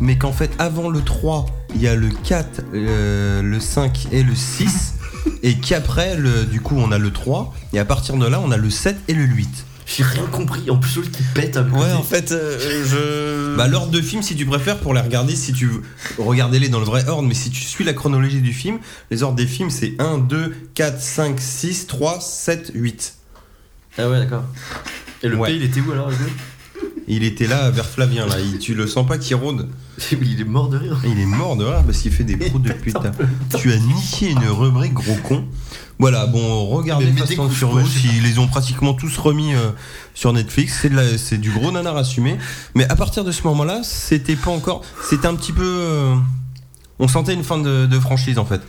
mais qu'en fait avant le 3, il y a le 4, euh, le 5 et le 6. et qu'après, le- du coup, on a le 3. Et à partir de là, on a le 7 et le 8.
J'ai rien compris. En plus, l'autre qui pète à me
Ouais,
côté.
en fait, euh, je.
Bah l'ordre de film si tu préfères pour les regarder si tu veux regardez-les dans le vrai ordre mais si tu suis la chronologie du film les ordres des films c'est 1 2 4 5 6 3 7 8
Ah ouais, d'accord. Et le
Ouais.
P, il était où alors le gars
il était là vers Flavien là Il- tu le sens pas qu'il rôde
Il est mort de rire.
il est mort de rire parce qu'il fait des proues de putain tu as niqué une rubrique gros con voilà bon regardez
Mais- mais
Fast and
découvre,
Furious
ouais, je sais
ils les ont pratiquement tous remis euh, sur Netflix c'est de la- c'est du gros nanar assumé mais à partir de ce moment là c'était pas encore c'était un petit peu euh, On sentait une fin de, de franchise en fait.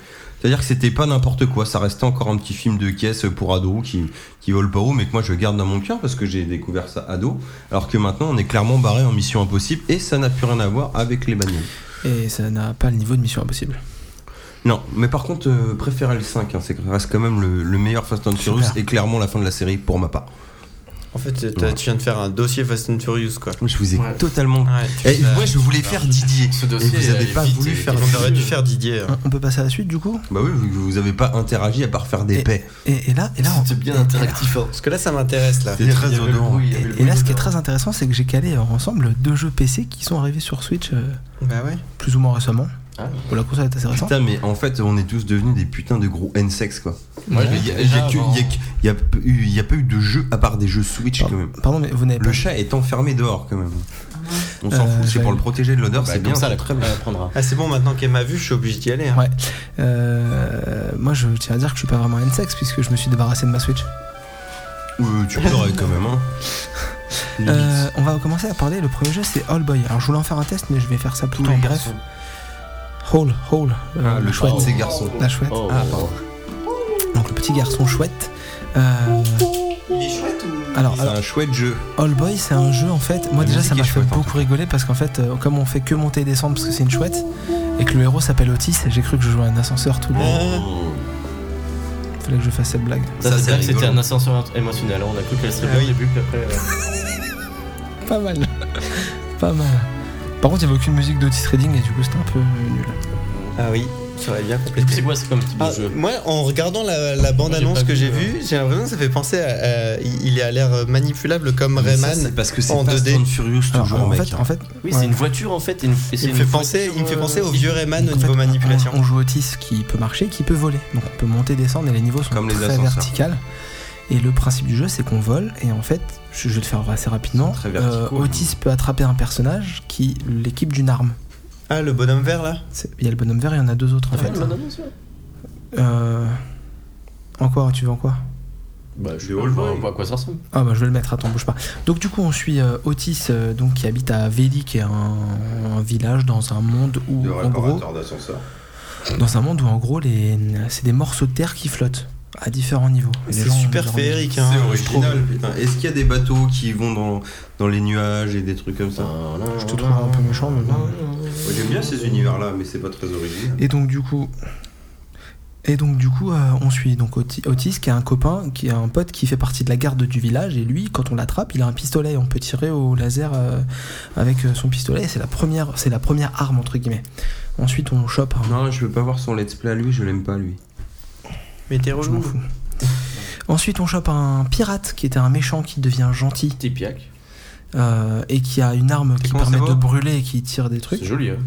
C'est-à-dire que c'était pas n'importe quoi, ça restait encore un petit film de caisse pour ados qui, qui vole pas haut, mais que moi je garde dans mon cœur parce que j'ai découvert ça ado, alors que maintenant on est clairement barré en Mission Impossible et ça n'a plus rien à voir avec les bagnoles.
Et ça n'a pas le niveau de Mission Impossible.
Non, mais par contre, euh, préférez le 5, hein, c'est que reste quand même le, le meilleur Fast and Furious
Super.
et clairement la fin de la série pour ma part.
En fait, t'as- tu viens de faire un dossier Fast and Furious, quoi.
Je vous ai
Ouais.
totalement.
Ouais, tu
Eh,
fais ça.
moi, je voulais faire Didier.
Ce dossier,
et vous avez
euh,
pas
vite,
voulu
euh,
faire.
vite.
On aurait dû faire Didier. hein.
On peut passer à la suite du coup
Bah oui, vous, vous avez pas interagi à part faire des
Et-
paix.
et, et là, et là, on-
C'était bien
et- et là-
interactif. hein.
Parce que là, ça m'intéresse, là.
C'est très odorant.
Oui, il y
Et,
avait le
et
bruit
là, ce qui est
dedans.
très intéressant, c'est que j'ai calé euh, ensemble deux jeux PC qui sont arrivés sur Switch euh,
Bah ouais.
plus ou moins récemment.
Ah.
Pour la console est assez récente.
Putain, mais en fait, on est tous devenus des putains de gros N-sex quoi.
Moi, je l'ai
Il y a- il y
déjà
a que-
avant.
il y a que- il y a peu- il y a pas eu de jeu à part des jeux Switch quand même.
Pardon, mais vous n'avez pas.
Le chat est enfermé dehors quand même. On s'en
Euh,
fout, c'est
ouais.
pour le protéger de l'odeur,
Bah,
c'est
comme
bien.
ça,
c'est
la
très
crème
bien.
elle prendra.
Ah, c'est bon, maintenant qu'elle m'a vu, je suis obligé d'y aller. hein.
Ouais. Euh, moi, je tiens à dire que je suis pas vraiment N-sex puisque je me suis débarrassé de ma Switch.
Euh, tu pleurais quand même. Hein. Limite.
Euh, on va commencer à parler. Le premier jeu, c'est All Boy. Alors, je voulais en faire un test, mais je vais faire ça plutôt en bref. Hall, Hall, euh,
Ah, le
chouette.
chouette, c'est garçon.
La chouette.
Oh.
Ah, pardon. Donc, le petit garçon chouette. Euh, alors,
C'est
alors,
un chouette jeu.
All Boy, c'est un jeu en fait. Moi
La
déjà,
musique
ça m'a
est
fait
chouette, en
beaucoup rigoler parce qu'en fait, euh, comme on fait que monter et descendre parce que c'est une chouette et que le héros s'appelle Otis, j'ai cru que je jouais à un ascenseur tout le long.
Oh.
Fallait que je fasse cette blague.
Ça,
Ça, c'est
c'est vrai que c'était
rigolo.
un ascenseur int- émotionnel. hein. On a cru qu'elle serait
Ah
bien
oui.
au début, puis après. euh,
Pas mal. Pas mal. Par contre, il n'y avait aucune musique d'Otis Redding et du coup, c'était un peu nul.
Ah oui, ça aurait bien
Du coup, c'est
complété.
quoi C'est comme type
Ah,
de jeu
moi, en regardant la, la bande-annonce
pas
que
vu,
j'ai
euh.
vue, j'ai l'impression que ça fait penser à. euh, il il a l'air manipulable comme
Mais ça, c'est
Rayman.
parce que c'est
en
Fast
2D.
and Furious
Alors,
toujours,
en,
mec. hein.
fait, en fait,
Oui,
ouais.
c'est une voiture en fait. et une- et c'est
Il me,
une
fait
voiture,
penser, il me fait
euh,
penser au vieux Rayman au
en fait, ah,
niveau manipulation.
On, on joue Otis qui peut marcher, qui peut voler. Donc, on peut monter, descendre et les niveaux sont
Comme les
très
ascenseurs.
verticales. Et le principe du jeu, c'est qu'on vole et en fait, je je vais le faire assez rapidement.
Ils sont très verticaux,
Otis peut attraper un personnage qui l'équipe d'une arme.
Ah, le bonhomme vert là
C'est- Il y a le bonhomme vert, il y en a deux autres en
Ah,
fait.
non, non, non, sûr.
Euh, En quoi Tu veux en quoi
Bah, je
Du
vais
Hall, bah,
à quoi ça ressemble.
Ah bah je vais le mettre, attends, bouge pas. Donc du coup on suit euh, Otis euh, donc, qui habite à Veli, qui est un, un village dans un monde où
De
en gros,
réparateur d'ascenseur.
dans un monde où en gros les c'est des morceaux de terre qui flottent à différents niveaux. Et les
C'est
gens-
super
les gens-
féerique. Hein,
Ah, C'est
je trouve.
original, putain. Est-ce qu'il y a des bateaux qui vont dans, dans les nuages et des trucs comme ça
Ah,
Je te trouve un peu méchant mais bon.
Ouais, J'aime bien ces univers-là, mais c'est pas très original.
Et donc du coup. Et donc du coup, euh, on suit donc Oti- Otis, qui a un copain, qui a un pote qui fait partie de la garde du village. Et lui, quand on l'attrape, il a un pistolet. et On peut tirer au laser euh, avec euh, son pistolet. et C'est la première, c'est la première arme entre guillemets. Ensuite, on chope. un-
Non, je veux pas voir son let's play à lui, je l'aime pas lui.
Mais t'es
je m'en
relou.
fous. Ensuite, on chope un pirate qui était un méchant qui devient gentil
Petit piac.
euh, et qui a une arme qui
comment ça
permet
va
de brûler et qui tire des trucs.
C'est joli. hein.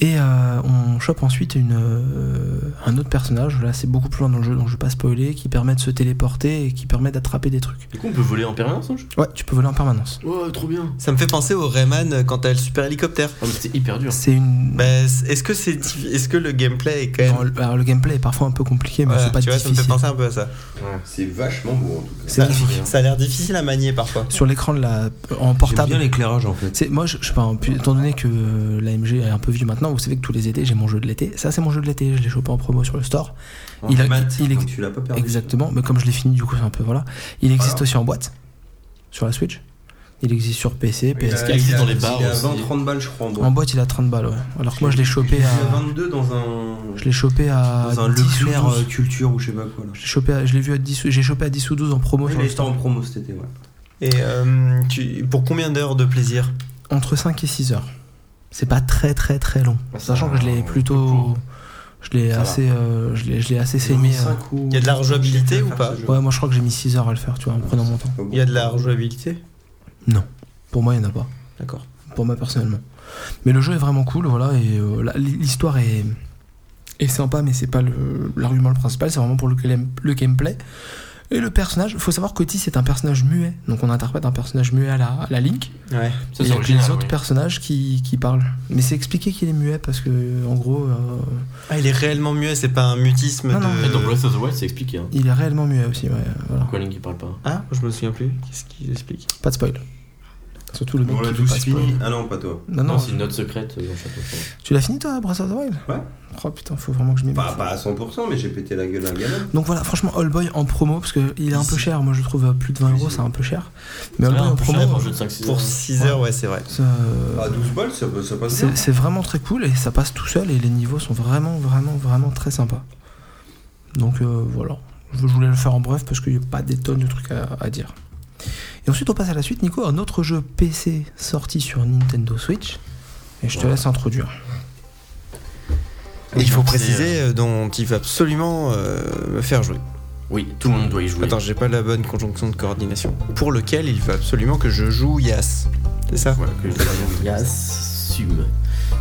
Et euh, on chope ensuite une, euh, un autre personnage, là c'est beaucoup plus loin dans le jeu, donc je vais pas spoiler, qui permet de se téléporter et qui permet d'attraper des trucs.
Du coup, on peut voler en permanence, non
Ouais, tu peux voler en permanence.
Ouais, trop bien.
Ça me fait penser au Rayman euh, quand t'as le super hélicoptère.
Oh, mais c'est hyper dur.
C'est une.
Bah, c- est-ce que c'est dif- est-ce que le gameplay est quand même
dans le- alors le gameplay est parfois un peu compliqué, mais
Voilà,
c'est pas
tu vois, ça me fait
difficile.
penser un peu à ça.
C'est vachement beau en tout cas.
C'est
Ça,
magnifique.
ça a l'air difficile à manier parfois.
Sur l'écran de la en
J'aime
portable.
bien l'éclairage en fait.
C'est moi, je, je sais pas, en plus, étant donné que euh, l'AMG est un peu vieux maintenant, vous savez que tous les étés j'ai mon jeu de l'été. Ça c'est mon jeu de l'été, je l'ai chopé en promo sur le store. Il a- il est-
donc tu l'as pas perdu.
Exactement, mais comme je l'ai fini, du coup, c'est un peu voilà. Il existe
Voilà.
aussi en boîte, sur la Switch. Il existe sur PC,
Il a-
PS4.
existe dans les
il a-
bars
Il est à
aussi.
20-30 balles, je crois. en
En
boîte.
boîte, il a 30 balles, ouais. Alors que moi, je l'ai chopé
Il est
à.
à 22 dans un.
Je l'ai chopé à.
Dans un
10 ou
Leclerc
12.
euh, culture ou je sais pas quoi. là.
Je l'ai chopé à- je l'ai vu à 10 ou- j'ai chopé à 10 ou 12 en promo sur
Il
le
était en
store.
promo cet été, ouais.
Et euh, tu, pour combien d'heures de plaisir
Entre 5 et 6 heures. C'est pas très très très long.
Ah, ça
Sachant
va,
que je l'ai
ouais,
plutôt. Je l'ai
Ça
assez. euh, je l'ai je l'ai assez saigné. euh.
Il y a de la rejouabilité ou pas
Ouais, moi je crois que j'ai mis 6 heures à le faire, tu vois, en prenant mon temps.
Il y a de la rejouabilité
Pour moi, il n'y en a pas.
D'accord.
pour moi personnellement. Mais le jeu est vraiment cool, voilà, et euh, la- l'histoire est, est sympa, mais c'est pas le- l'argument le, principal, c'est vraiment pour le, game- le gameplay. Et le personnage, faut savoir qu'Otis est un personnage muet, donc on interprète un personnage muet à la, à la Link,
Ouais.
et
Ça,
il
c'est
y a que les
original.
autres
oui.
personnages qui, qui parlent. Mais c'est expliqué qu'il est muet parce que, en gros, euh,
Ah, il est réellement muet, c'est pas un mutisme
Non,
de.
non.
En fait, dans Breath of the Wild, c'est expliqué. Hein.
il est réellement muet aussi, ouais, voilà.
Pourquoi Link il parle pas
Ah, je me souviens plus. Qu'est-ce qu'il explique
Pas de spoil. Surtout le mec
On l'a
qui veut
tous
pas
fini.
spoiler.
Ah non, pas toi.
Non, non,
Non, c'est une note secrète euh, dans chaque enfant.
tu l'as fini toi, Breath of the Wild
Ouais. Bah,
Oh putain, faut vraiment que je m'y
Pas,
mette.
pas à 100%, mais j'ai pété la gueule à un gamin.
Donc voilà, franchement, All Boy en promo, parce qu'il est un peu cher, moi je trouve à plus de 20 euros, c'est un peu cher. Mais All
Ah,
Boy en
un peu cher pour
promo, hein.
un jeu de 5-6
Pour 6 heures, ouais, c'est vrai.
ça-
À 12 Ah, balles, ça, peut- ça passe bien.
c'est c'est vraiment très cool et ça passe tout seul et les niveaux sont vraiment, vraiment, vraiment très sympas. Donc euh, voilà, je voulais le faire en bref parce qu'il n'y a pas des tonnes de trucs à, à dire. Et ensuite, on passe à la suite, Nico, un autre jeu PC sorti sur Nintendo Switch. Et je te laisse introduire.
Et il faut
Donc, c'est,
préciser euh, dont il faut absolument euh, me faire jouer.
Oui, tout le monde doit y jouer.
Attends, j'ai pas la bonne conjonction de coordination. Pour lequel il faut absolument que je joue Yas. C'est ça
Voilà, que je l'appelle Yasum.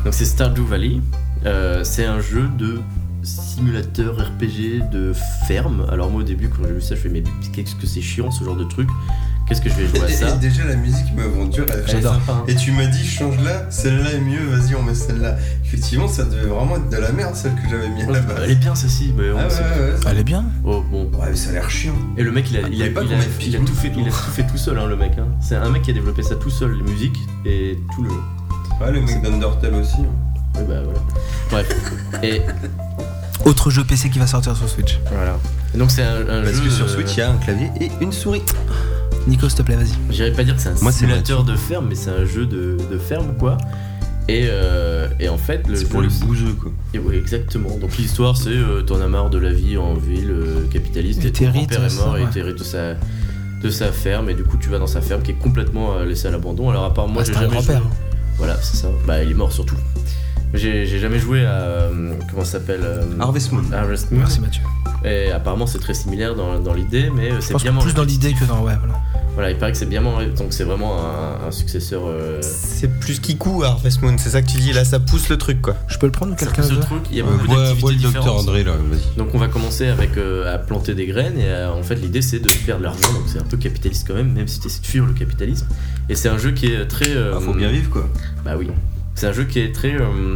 Donc c'est Stardew Valley. Euh, c'est un jeu de simulateur RPG de ferme. Alors moi au début quand j'ai vu ça je fais mais qu'est-ce que c'est chiant ce genre de truc Qu'est-ce que je vais jouer à
Et- et
ça
déjà, la musique m'aventure.
J'adore.
hein.
Et tu m'as dit, change là, celle-là est mieux, vas-y, on met celle-là. Effectivement, ça devait vraiment être de la merde, celle que j'avais mis à la base.
bah, Elle est bien celle-ci, mais on
Ah ouais,
sait-
ouais, ouais. ça-
Elle est bien
Oh bon.
Ouais, mais ça a l'air chiant.
Et le mec il a, il a,
Ah,
il
pas
a,
qu'on mette
il a tout fait, il a tout fait tout seul hein, le mec. hein. C'est un mec qui a développé ça tout seul, les musiques et tout le jeu.
Ouais, le mec d'Undertale aussi. hein.
Ouais, bah voilà. Bref. Et
Autre jeu PC qui va sortir sur Switch.
voilà. Et donc c'est un, un
Parce
jeu.
que sur
euh,
Switch, il y a un clavier et une souris.
Nico, s'il te plaît, vas-y.
J'irais pas dire que c'est un
Moi, c'est
simulateur de ferme, mais c'est un jeu de, de ferme, quoi. Et, euh, et en fait, le jeu-
bougeux, quoi.
Et ouais, exactement. Donc l'histoire, c'est euh, t'en as marre de la vie en ville euh, capitaliste,
Et
et ton
t'hérites,
père est mort
ça, ouais.
et t'hérites de sa, de sa ferme, et du coup, tu vas dans sa ferme qui est complètement euh, laissée à l'abandon. Alors, à part moi,
Ah,
j'ai
c'est un
jamais
grand-père.
joué- hein. Voilà, c'est ça. Bah, il est mort surtout. J'ai j'ai jamais joué à. euh, comment ça s'appelle euh,
Harvest Moon.
Harvest Moon.
Merci Mathieu.
Et apparemment, c'est très similaire dans, dans l'idée, mais euh,
Je
c'est
pense
bien
que plus
mangé.
dans l'idée que dans. Ouais, voilà.
Voilà, il paraît que c'est bien mangé, donc c'est vraiment un, un successeur. euh,
C'est plus Kikou Harvest Moon, c'est ça que tu dis là, ça pousse le truc quoi.
Je peux le prendre ou
Ça
quelqu'un Euh,
pousse le
veut
truc, il y a beaucoup d'activités différentes.
là, vas-y.
Donc on va commencer avec euh, à planter des graines et à- en fait l'idée c'est de faire de l'argent donc c'est un peu capitaliste quand même même si tu essaies de fuir le capitalisme et c'est un jeu qui est très euh,
Ah, faut bien vivre, quoi.
bah oui c'est un jeu qui est très euh,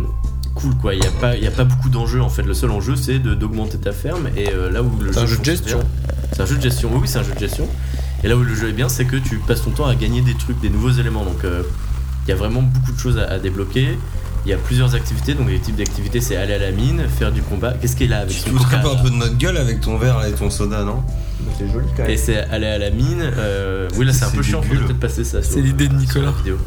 cool quoi il y a pas il y a pas beaucoup d'enjeux en fait le seul enjeu c'est de- d'augmenter ta ferme et euh, là où le
C'est un jeu de
fonctionne
gestion.
bien- c'est un jeu de gestion oui oui, c'est un jeu de gestion et là où le jeu est bien c'est que tu passes ton temps à gagner des trucs des nouveaux éléments donc euh, il y a vraiment beaucoup de choses à, à débloquer il y a plusieurs activités, donc les types d'activités c'est aller à la mine, faire du combat. Qu'est-ce qu'il a avec
Tu
son
te foutrais
coca,
pas
là
un peu de notre gueule avec ton verre et ton soda, non C'est joli, quand
Et c'est aller à la mine. euh, oui, là c'est un
C'est
peu
des
chiant, faudrait
bulles.
peut-être passer ça. sur-
C'est l'idée de
sur la
Nicolas.
vidéo.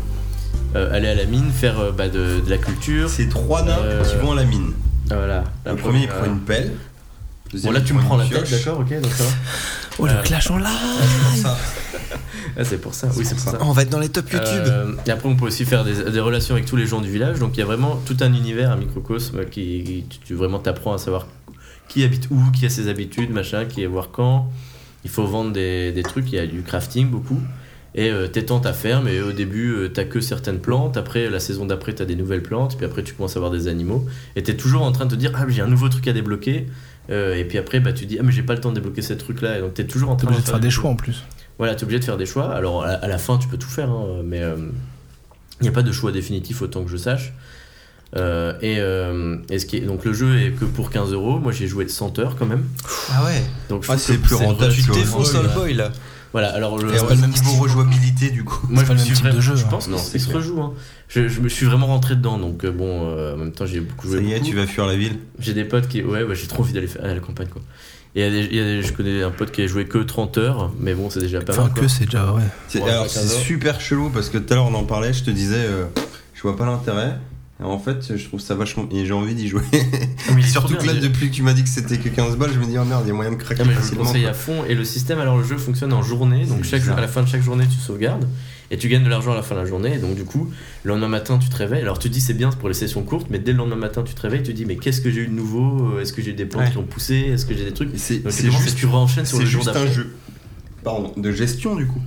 Euh, aller à la mine, faire euh, bah, de, de la culture.
C'est trois nains
Euh,
qui vont à la mine.
Voilà. Euh,
Le premier, il prend une pelle.
Bon, là tu me prends la tête, d'accord, ok, donc ça va.
Oh,
Euh,
le clash en live
Ah, c'est pour ça, oui, c'est pour ça.
On va être dans les top YouTube.
Euh, et après, on peut aussi faire des, des relations avec tous les gens du village. Donc, il y a vraiment tout un univers, un microcosme qui, qui- tu, tu vraiment t'apprends à savoir qui habite où, qui a ses habitudes, machin, qui est voir quand. Il faut vendre des, des trucs. Il y a du crafting beaucoup. Et euh, t'étends ta ferme. Et au début, euh, t'as que certaines plantes. Après, la saison d'après, t'as des nouvelles plantes. Puis après, tu commences à avoir des animaux. Et t'es toujours en train de te dire Ah, mais j'ai un nouveau truc à débloquer. Euh, et puis après, bah, tu dis Ah, mais j'ai pas le temps de débloquer ces trucs-là. Et donc, t'es toujours en
T'es
train
obligé de faire des
trucs.
choix en plus.
Voilà, t'es obligé de faire des choix. Alors à, à la fin, tu peux tout faire, hein, mais il n'y a pas de choix définitif autant que je sache. Euh, et, euh, et ce qui est- donc le jeu est que pour 15 euros. Moi, j'ai joué de 100 heures quand même.
Ah ouais,
Donc je
Ah,
trouve
c'est
que
plus rentable
vraiment-
que Old
défonce
Boy,
All
là.
Boy là.
Voilà, alors le,
C'est pas le même niveau rejouabilité, du coup.
moi
c'est pas
je me
le même
suis
type
vraiment-
de jeu,
Je
hein.
pense
Non,
qu'il
c'est
se
clair.
rejoue. hein. Je, je me suis vraiment rentré dedans, donc euh, bon, euh, en même temps, j'ai beaucoup joué.
Ça y est,
beaucoup.
tu vas fuir la ville.
J'ai des potes qui. Ouais, ouais j'ai trop envie d'aller faire- aller à la campagne quoi. Et il y a des- il y a des- je connais un pote qui a joué que 30 heures, mais bon, c'est déjà pas
Enfin,
mal. quoi.
que c'est déjà. Ouais.
C'est-
Ouais,
alors
ouais,
c'est
15 heures.
super chelou parce que tout à l'heure on en parlait, je te disais, euh, je vois pas l'intérêt. Et En fait, je trouve ça vachement. Et j'ai envie d'y jouer.
Ah, mais il est trop
Surtout
bien,
que là,
il est-
depuis que tu m'as dit que c'était que 15 balles, je me dis, oh merde, il y a moyen de craquer
Non, mais je vous le
facilement.
conseille à fond. Et le système, alors le jeu fonctionne en journée, donc
C'est
chaque
bizarre.
à la fin de chaque journée, tu sauvegardes et tu gagnes de l'argent à la fin de la journée. Et donc, du coup, le lendemain matin, tu te réveilles. Alors, tu dis c'est bien pour les sessions courtes, mais dès le lendemain matin, tu te réveilles, tu dis mais qu'est-ce que j'ai eu de nouveau Est-ce que j'ai eu des plantes
Ouais.
qui ont poussé Est-ce que j'ai des trucs
Et C'est
Donc,
c'est
c'est vraiment,
juste,
tu renchaînes sur
c'est
le jour
juste un
d'après.
jeu. Pardon, de gestion du coup.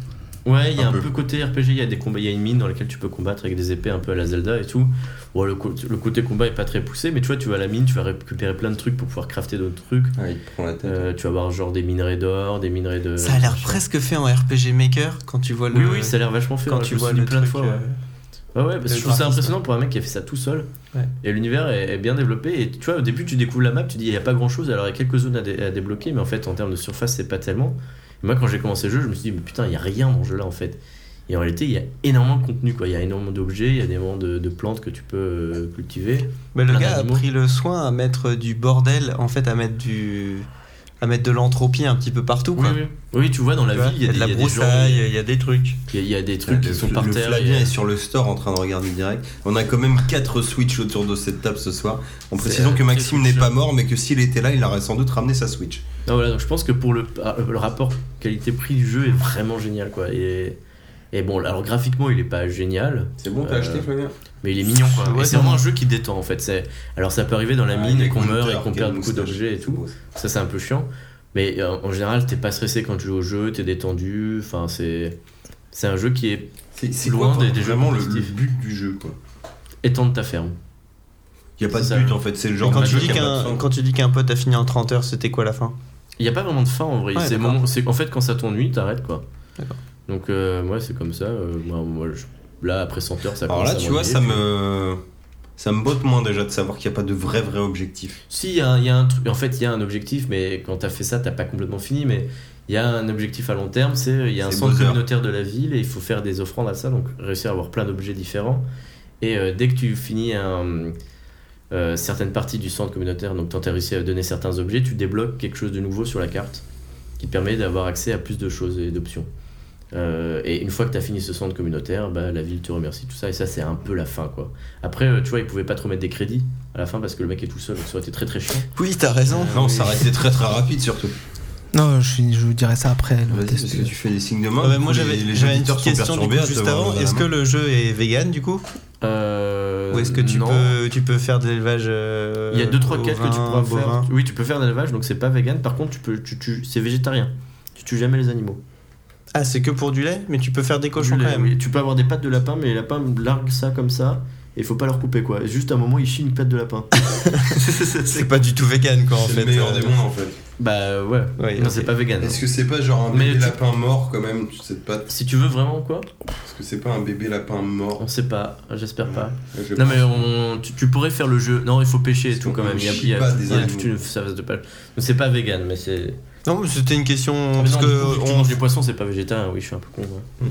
Ouais, il y a
Un
un
peu.
peu côté RPG, il y a des combats, il y a une mine dans laquelle tu peux combattre avec des épées un peu à la Zelda et tout. Bon, le, co- le côté combat est pas très poussé, mais tu vois, tu vas à la mine, tu vas récupérer plein de trucs pour pouvoir crafter d'autres trucs.
Ah, il te prend la tête.
Euh, tu vas avoir genre des minerais d'or, des minerais de.
Ça a l'air presque fait en RPG Maker quand tu vois le.
Oui, oui, ça a l'air vachement fait.
quand
ouais, je
tu
me
vois
suis dit
le
plein de
truc,
fois.
euh,
ouais. Ouais, ouais, parce que
Le
je trouve ça
graphisme.
impressionnant pour un mec qui a fait ça tout seul.
Ouais.
Et l'univers est, est bien développé. Et tu vois, au début, tu découvres la map, tu dis il n'y a pas grand chose. Alors, il y a quelques zones à, dé- à débloquer, mais en fait, en termes de surface, c'est pas tellement. Et moi, quand j'ai commencé le jeu, je me suis dit, mais putain, il n'y a rien dans le jeu là en fait. Et en réalité, il y a énormément de contenu, quoi. Il y a énormément d'objets, il y a énormément de, de plantes que tu peux euh, cultiver.
Mais le
plein
gars a
d'animaux.
pris le soin à mettre du bordel, en fait, à mettre du. à mettre de l'entropie un petit peu partout,
Oui,
quoi.
oui. Oui, tu vois, dans la
Tu vois,
ville, il y a, des-
de la
il y a des gens,
broussaille, il y a des trucs.
il y a- il y a des trucs qui sont par
le
terre. il y
Flavien
a-
est sur le store en train de regarder direct. On a quand même 4 Switch autour de cette table ce soir. En
C'est,
précisant
euh,
que Maxime n'est
quelque
pas
chose.
mort, mais que s'il était là, il aurait sans doute ramené sa Switch.
Non, voilà, donc je pense que pour le, ah, le rapport qualité-prix du jeu est vraiment génial quoi. Et, et bon, alors graphiquement il est pas génial,
C'est bon,
t'as acheté,
Flavien
mais il est mignon quoi.
Ouais,
et
c'est
c'est vraiment un jeu qui détend en fait. C'est, alors ça peut arriver dans la
Ah,
mine et qu'on meurt et qu'on perd beaucoup d'objets et tout. Ça c'est un peu chiant. Mais euh, en général t'es pas stressé quand tu joues au jeu, t'es détendu. Enfin c'est c'est un jeu qui est
C'est c'est
Loin
loin
des- des jeux
vraiment le, le
compétitifs.
but du jeu, quoi.
étendre ta ferme.
Il n'y a pas
C'est
de
ça.
but en fait, c'est le genre
Quand
de
tu,
jeu
dis
qui a pas de
qu'un,
fin.
quand tu dis qu'un pote a fini en 30 heures, c'était quoi la fin
Il n'y a pas vraiment de fin en vrai.
Ah Ouais,
c'est
d'accord.
moment- c'est- en fait quand ça t'ennuie t'arrêtes quoi.
D'accord.
Donc euh, ouais c'est comme ça. euh, moi, moi, je- là après 100 heures ça.
Alors
commence
là,
à
tu vois,
m'ennuyer,
ça
puis-
me. Ça me botte moins déjà de savoir qu'il n'y a pas de vrai vrai objectif.
Si, il y, a un- il y a un truc. En fait, il y a un objectif, mais quand t'as fait ça, t'as pas complètement fini. Mais il y a un objectif à long terme c'est il y a un
C'est
centre
Bowser.
communautaire de la ville et il faut faire des offrandes à ça, donc réussir à avoir plein d'objets différents. Et euh, dès que tu finis un, euh, certaines parties du centre communautaire, donc tant t'as réussi à donner certains objets, tu débloques quelque chose de nouveau sur la carte qui te permet d'avoir accès à plus de choses et d'options. Euh, et une fois que t'as fini ce centre communautaire, bah, la ville te remercie, tout ça, et ça c'est un peu la fin quoi. Après, euh, tu vois, ils pouvaient pas trop mettre des crédits à la fin parce que le mec est tout seul, donc ça aurait été très très chiant.
Oui, t'as raison.
Ah Non, ça restait très très rapide surtout.
Non, je, suis- je vous dirai ça après. le
Vas-y,
test.
parce que tu fais des signes de main.
Ah
Ouais,
du
moi
coup,
j'avais,
les- les
j'avais une
auditeurs
petite
sont
question du
perturbés
coup,
à te
juste
voir
avant.
dans la
Est-ce
main.
que le jeu est vegan du coup
Euh,
Ou est-ce que tu
non.
peux, tu peux faire de l'élevage euh,
Il y a deux trois quêtes que tu
bovin,
pourras
bovin
faire. Oui, tu peux faire de l'élevage, donc c'est pas vegan. Par contre, tu peux, tu, tu- c'est végétarien. Tu tues jamais les animaux.
Ah, c'est que pour du lait Mais tu peux faire des cochons
Tu
quand
les-
même.
oui, tu peux avoir des pattes de lapin, mais les lapins larguent ça comme ça. Et faut pas leur couper quoi. Et Juste à un moment, ils chient une patte de lapin.
c'est pas du tout vegan quoi en
C'est
fait.
le meilleur
euh,
des mondes en fait.
bah ouais.
Ouais,
non,
ok.
c'est pas vegan.
Est-ce que c'est pas genre un
Mais
bébé
tu-
lapin mort quand même, tu sais pas
Si tu veux vraiment quoi
Est-ce que c'est pas un bébé lapin mort
On sait pas. J'espère pas.
Ouais, je
Non
pense.
mais on- tu, tu pourrais faire le jeu. Non, il faut pêcher et
Parce
tout
qu'on
quand même. Il y a, il y a-
chie pas des
il y a
animaux.
toute une service de page. Donc c'est pas vegan, mais c'est.
Non, mais c'était une question.
Ah, mais
parce
non, du coup, vu
que
que tu
on- Mm.
manges des poissons, c'est pas végétarien. Oui, je suis un peu con. ouais.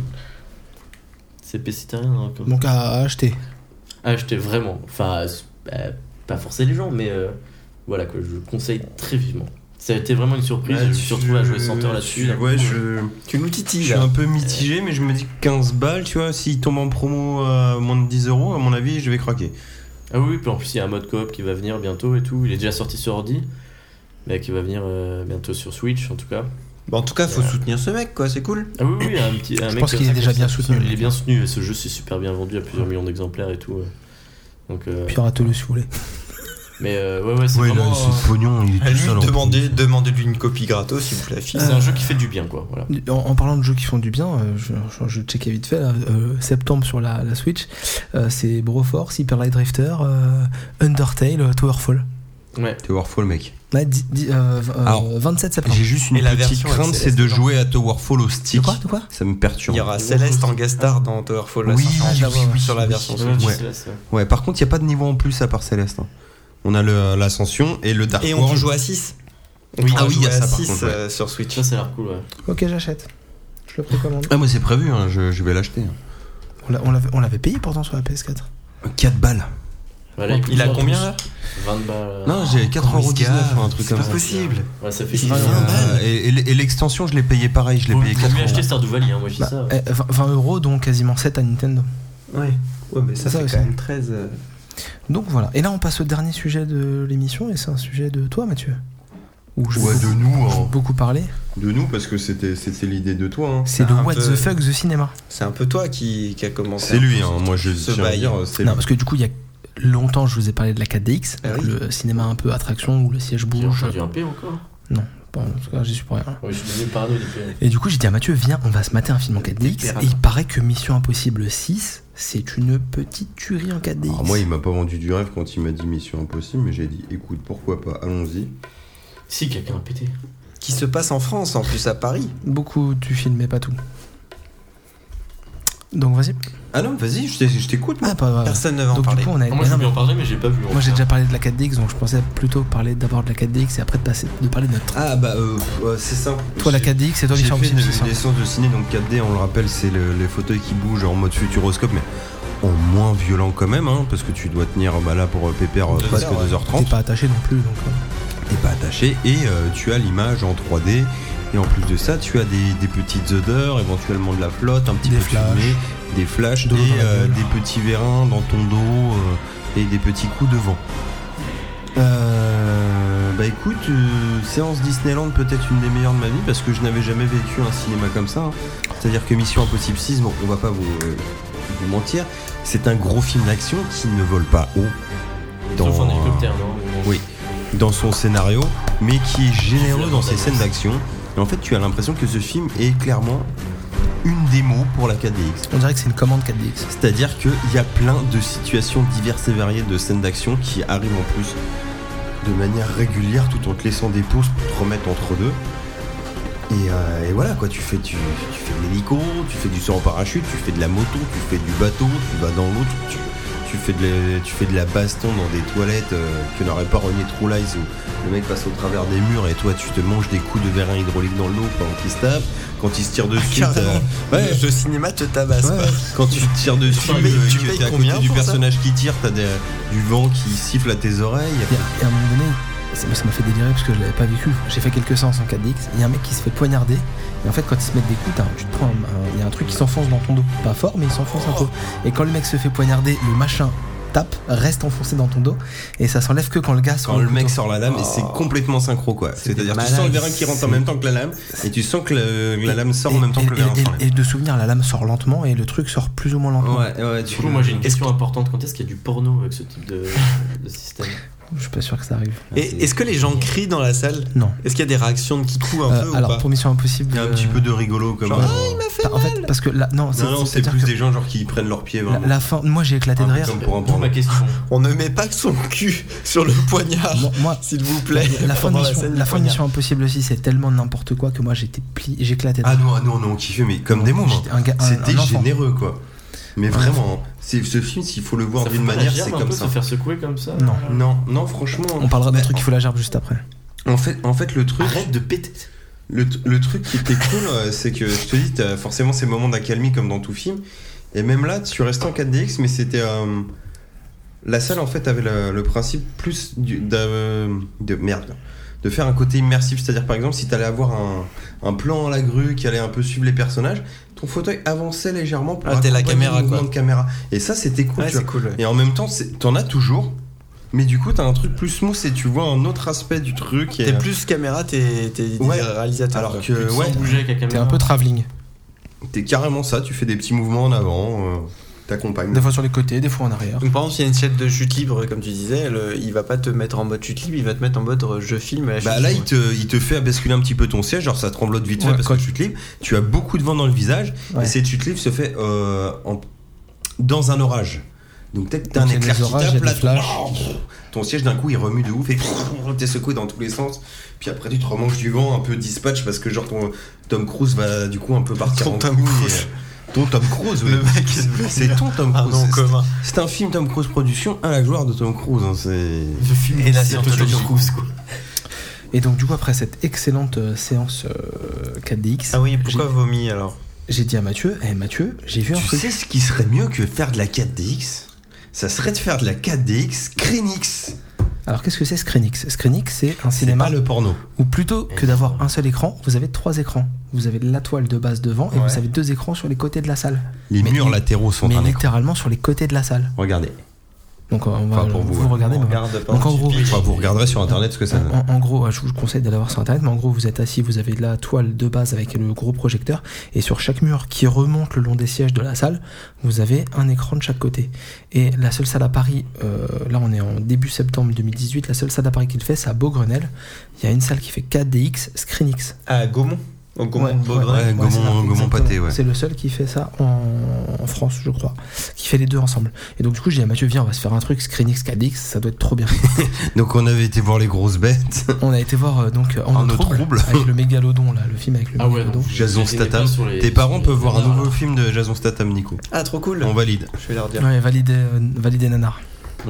C'est pescitarien. hein, comme-
Donc à à acheter.
Acheter vraiment. Enfin, c'est- bah, pas forcer les gens, mais euh, voilà quoi. Je le conseille très vivement. Ça a été vraiment une surprise. je me suis retrouvé à jouer 100 heures là-dessus. d'un
Ouais,
coup. euh.
je,
tu nous titilles.
je suis
là.
un peu mitigé, mais je me dis que 15 balles, tu vois, s'il tombe en promo à moins de 10 euros, à mon avis, je vais craquer.
Ah oui, oui, puis en plus il y a un mode coop qui va venir bientôt et tout. Il est déjà sorti sur ordi, mais qui va venir euh, bientôt sur Switch en tout cas.
Bah, en tout cas, faut
Voilà.
soutenir ce mec quoi, c'est cool.
Ah oui, oui, un petit. Un
Je
mec
pense
comme
qu'il
ça,
est déjà
comme
bien
ça,
soutenu,
Il
le
est
mec.
bien soutenu. et Ce jeu c'est super bien vendu à plusieurs millions d'exemplaires et tout. euh. Donc, euh,
Piratez-le si vous voulez.
mais euh, ouais, ouais, c'est vraiment. euh,
pognon, il
À lui, demandez, demandez-lui une copie gratos si vous la
Puis
Euh.
file.
c'est un jeu qui fait du bien, quoi. Voilà.
En, en parlant de jeux qui font du bien, euh, je, je, je checkais vite fait, là, euh, septembre sur la, la Switch, euh, c'est Broforce, Hyper Light Drifter, euh, Undertale, euh, Towerfall.
Ouais.
Towerfall, mec.
Ouais, di- di- euh, v- euh,
Alors,
27 septembre.
J'ai juste une
Et la
petite
version avec
crainte, c'est
Céleste
de
dedans.
jouer à Towerfall au
De
stick.
quoi, de quoi
Ça me perturbe.
Il y aura Céleste en guest star dans Towerfall. là,
Oui,
ça change
ah, je la vois, ouais.
sur la version.
Ouais,
Ouais.
c'est ça.
Ouais, par contre, il n'y a pas de niveau en plus à part Céleste. hein. On a le- l'ascension et le Dark
Et on
World.
peut jouer à 6.
Oui,
ah
on
oui,
joue
il y
à
a
ça, par
6
contre, ouais.
euh, sur Switch.
Ça, ça a l'air cool, ouais.
Ok, j'achète. Je le précommande.
Ah, moi, c'est prévu, hein, je, je vais l'acheter.
On l'a- on l'avait- On l'avait payé pourtant sur la PS4.
4 balles.
Voilà,
Il a
coûte
combien là
20 balles. euh,
Non, j'ai 4,19€ ou un truc
Oh, C'est
comme
pas
ça.
possible.
Ouais, ça fait
Il
chier.
a-
Faut-
Euh, et, et- et l'extension, je l'ai payé pareil, je l'ai
faut
payé
mieux
4
acheter Stardew Valley, hein, moi je dis
Bah,
ça.
eh, 20 20 euros, donc quasiment 7 à Nintendo.
Ouais. Ouais, mais
Ça aussi.
même 13. euh,
Donc voilà. Et là, on passe au dernier sujet de l'émission, et c'est un sujet de toi, Mathieu. Où je
Ouais, de nous, hein.
beaucoup parlé.
de nous parce que c'était c'était l'idée de toi. hein.
C'est
Ah,
le
un
What
peu.
the Fuck the Cinema.
C'est un peu toi qui, qui a commencé.
C'est lui, hein, moi je
Ce
tiens à
bail.
dire, c'est
Non,
lui.
parce que du coup, il y a longtemps, je vous ai parlé de la 4DX,
Ah
donc
oui.
le cinéma un peu attraction où le siège
J'ai
bouge.
entendu un P encore.
Bon, en tout cas, j'y suis pour rien.
Ouais, je suis devenu parano du P.
Et du coup, j'ai dit à Mathieu, viens, on va se mater un film en 4DX.
Pirates.
Et il paraît que Mission Impossible 6, c'est une petite tuerie en 4DX.
Alors, Ah, moi, il m'a pas vendu du rêve quand il m'a dit Mission Impossible, mais j'ai dit écoute, pourquoi pas, allons-y.
Si, quelqu'un a pété.
Qui se passe en France, en plus à Paris.
Beaucoup du film, mais pas tout. Donc vas-y.
Ah non, vas-y, je t'ai- je t'écoute. moi.
Ah, pas grave.
Personne ne va en
Donc du
parler.
coup, on a.
Moi, je
non,
veux euh, bien
mais-
en parler, mais j'ai pas vu.
moi, j'ai déjà parlé de la 4DX, donc je pensais plutôt parler d'abord de la 4DX et après de, passer, de parler de notre.
Ah bah euh, euh, c'est simple.
Toi la
J'ai-
4DX et toi
J'ai
Michel
fait une,
Pips, c'est ça
une séance de ciné donc 4D, on le rappelle, c'est le- les fauteuils qui bougent en mode futuroscope, mais en moins violent quand même, hein, parce que tu dois tenir bah, là pour euh, Pépère euh,
Deux
presque
heures, ouais.
2h30,
T'es pas attaché non plus, donc. euh,
t'es pas attaché, et euh, tu as l'image en 3D, et en plus de ça, tu as des, des petites odeurs, éventuellement de la flotte, un petit
Des
peu de fumée, des flashs,
De l'eau
et,
dans la
euh,
gueule.
des petits vérins dans ton dos, euh, et des petits coups de vent. Euh, bah écoute, euh, séance Disneyland peut-être une des meilleures de ma vie parce que je n'avais jamais vécu un cinéma comme ça. hein. C'est-à-dire que Mission Impossible 6, bon, on va pas vous, euh, vous mentir, c'est un gros film d'action qui ne vole pas haut dans,
Sauf en hélicoptère, non
oui, dans son scénario, mais qui est généreux dans ses
Qui fait la
scènes
bande-annonce.
d'action. Et en fait, tu as l'impression que ce film est clairement une démo pour la KDX.
On dirait que c'est une commande 4DX.
C'est-à-dire qu'il y a plein de situations diverses et variées de scènes d'action qui arrivent en plus de manière régulière tout en te laissant des pauses pour te remettre entre deux. Et, euh, et voilà quoi, tu fais, du- tu fais de l'hélico, tu fais du saut en parachute, tu fais de la moto, tu fais du bateau, tu vas dans l'eau, tu, tu- tu fais de la, tu fais de la baston dans des toilettes euh, que n'aurait pas René Troulize où le mec passe au travers des murs et toi tu te manges des coups de vérin hydraulique dans l'eau pendant qu'il se tape, quand il se tire dessus.
carrément.
t'as- ouais,
Le cinéma te tabasse
Ouais, Quand tu tires dessus,
Tu payes-
euh,
tu
que
payes
t'es à côté
combien
du
pour ça
personnage qui tire, t'as des- du vent qui siffle à tes oreilles.
Et à- et à un moment donné, ça ça m'a fait délirer parce que je l'avais pas vécu. J'ai fait quelques séances en 4DX. Il y a un mec qui se fait poignarder. Et en fait, quand ils se mettent des coups, t'as- tu te prends. un- un- Il y a un truc qui s'enfonce dans ton dos. Pas fort, mais il s'enfonce un peu. Et quand le mec se fait poignarder, le machin tape, reste enfoncé dans ton dos. Et ça s'enlève que quand le gars sort.
Quand le mec
couteau.
sort la lame et
Oh.
c'est complètement synchro quoi. C'est-à-dire tu sens le vérin qui rentre en même temps que la lame et tu sens que le- la lame sort en
Et-
même temps
et-
que le vérin.
et-
s'enlève.
Et de souvenir, la lame sort lentement et le truc sort plus ou moins lentement.
Ouais, ouais,
Du
tu-
coup, moi j'ai une question importante. Quand est-ce qu'il y a du porno avec ce type de, de système
Je suis pas sûr que ça arrive.
Et est-ce que les gens crient dans la salle
Non.
Est-ce qu'il y a des réactions de Kikou un
Euh,
peu ou
alors,
pas
pour Mission Impossible.
Il y a un petit
euh,
peu de rigolo comme euh,
genre, bah, En fait, parce que là, non,
Non, non, c'est
c'est-à-dire
plus
que
des Ah, gens genre qui prennent leurs pieds
la,
vraiment.
la fin. Moi, j'ai éclaté de
Un peu
rire.
comme pour un
D'où
porno.
ma question.
On ne met pas son cul sur le poignard,
Moi- moi,
s'il vous plaît.
La fin, de
pendant
mission,
scène
la fin
du
de
poignard.
Mission Impossible aussi, c'est tellement n'importe quoi que moi j'étais plié, j'éclatais. de
Ah
rire.
non, ah non, non, on kiffait, mais comme des mômes.
J'étais un gars-
hein.
un-
C'était
un enfant.
généreux quoi. Mais vraiment, hein. C'est- ce film, s'il faut le voir
Ça
d'une
fout pas la
manière,
gerbe
c'est
un
comme
peu,
ça.
Se faire secouer comme ça Euh,
Non.
Non, non, franchement.
On parlera d'un
bah,
truc qu'il faut la gerbe juste après.
En fait, en fait, le truc.
Arrête de péter.
Le, t- le truc qui était cool, euh, c'est que je te dis, t'as forcément ces moments d'accalmie comme dans tout film. Et même là, tu restais en 4DX, mais c'était. euh, la salle, en fait, avait le, le principe plus du- d'a- euh, de. Merde. De faire un côté immersif. C'est-à-dire, par exemple, si t'allais avoir un, un plan à la grue qui allait un peu suivre les personnages, ton fauteuil avançait légèrement pour.
Ah, t'es la
accompagner
caméra,
le mouvement
quoi.
de caméra. Et ça, c'était cool.
Ouais,
tu
c'est
vois.
cool. ouais.
Et en même temps, c'est- t'en as toujours. Mais du coup, t'as un truc plus smooth et tu vois un autre aspect du truc. et- euh,
T'es plus caméra, t'es t'es- t'es
Ouais.
réalisateur.
Alors
quoi.
que, ouais,
Sans bouger avec la caméra.
T'es un peu travelling.
T'es carrément ça, tu fais des petits mouvements en avant, euh, t'accompagnes.
Des fois sur les côtés, des fois en arrière.
Donc, par exemple, s'il y a une chaîne de chute libre, comme tu disais, le- il va pas te mettre en mode chute libre, il va te mettre en mode euh, je filme. à la
Bah
chute
là, il
libre.
te, il te fait basculer un petit peu ton siège, genre ça tremblote vite fait
Ouais,
parce
quand-
que tu te livres. Tu as beaucoup de vent dans le visage
Ouais.
et cette chute libre se fait euh, en- dans un orage. Donc peut-être t'as un
Donc, il y a
éclair
des
qui
orages, il y a
tape, là,
des flashs.
ton siège d'un coup il remue de ouf et t'es secoué dans tous les sens. Puis après tu te remanges du vent un peu dispatch parce que genre ton Tom Cruise va du coup un peu partir
Ton
en
Tom
couille
Cruise.
et- Ton Tom Cruise, oui.
Le mec, il se veut
c'est
dire
ton Tom
un
Cruise.
nom
c'est-
commun.
C'est un film Tom Cruise production à la gloire de Tom Cruise. hein, c'est...
Le film
Et la
c'est un peu
scientologie.
Tom Cruise, quoi.
Et donc, du coup, après cette excellente euh, séance euh, 4DX,
Ah oui, pourquoi vomi alors
j'ai dit à Mathieu Eh Mathieu, j'ai vu un
Tu
truc.
sais ce qui serait mieux que faire de la 4DX Ça serait de faire de la 4DX Screenix.
Alors, qu'est-ce que c'est Screenix Screenix, c'est un
C'est
cinéma
pas le Eh. porno.
où plutôt que d'avoir un seul écran, vous avez trois écrans. Vous avez la toile de base devant et
Ouais.
vous avez deux écrans sur les côtés de la salle.
Les
Mais-
murs latéraux sont
Mais
un écran.
littéralement sur les côtés de la salle.
Regardez.
Donc, euh, on va
Enfin, pour
vous,
vous, ouais.
regarder.
On
mais on va-
regarde pas,
Donc,
on
en
dit
gros,
pire.
Enfin, vous regarderez sur internet ce que ça donne.
En, en gros, euh, je vous conseille d'aller voir sur internet, mais en gros, vous êtes assis, vous avez la toile de base avec le gros projecteur, et sur chaque mur qui remonte le long des sièges de la salle, vous avez un écran de chaque côté. Et la seule salle à Paris, euh, là on est en début septembre 2018, la seule salle à Paris qu'il fait, c'est à Beaugrenelle. Il y a une salle qui fait 4DX, ScreenX.
À Gaumont.
Donc, Ah, Gaumont Beaugré.
Ouais, Gaumont-
c'est ça,
Gaumont
exactement.
Pâté, ouais.
C'est le seul qui fait ça en, en France, je crois. Qui fait les deux ensemble. Et donc, du coup, j'ai dit à Mathieu, viens, on va se faire un truc, Screenix Cadix, ça doit être trop bien.
Donc on avait été voir les grosses bêtes.
on a été voir euh, donc en
En
eau
eau trouble.
avec le mégalodon, là, le film avec le
Ah ouais,
mégalodon.
non.
Jason
Vous étiez
Statham.
pas sur les-
Tes parents
sur
peuvent
les
voir un
nanars,
nouveau
là.
film de Jason Statham, Nico.
Ah, trop cool.
On valide.
Je vais leur dire.
Ouais, validé, euh, validé nanar.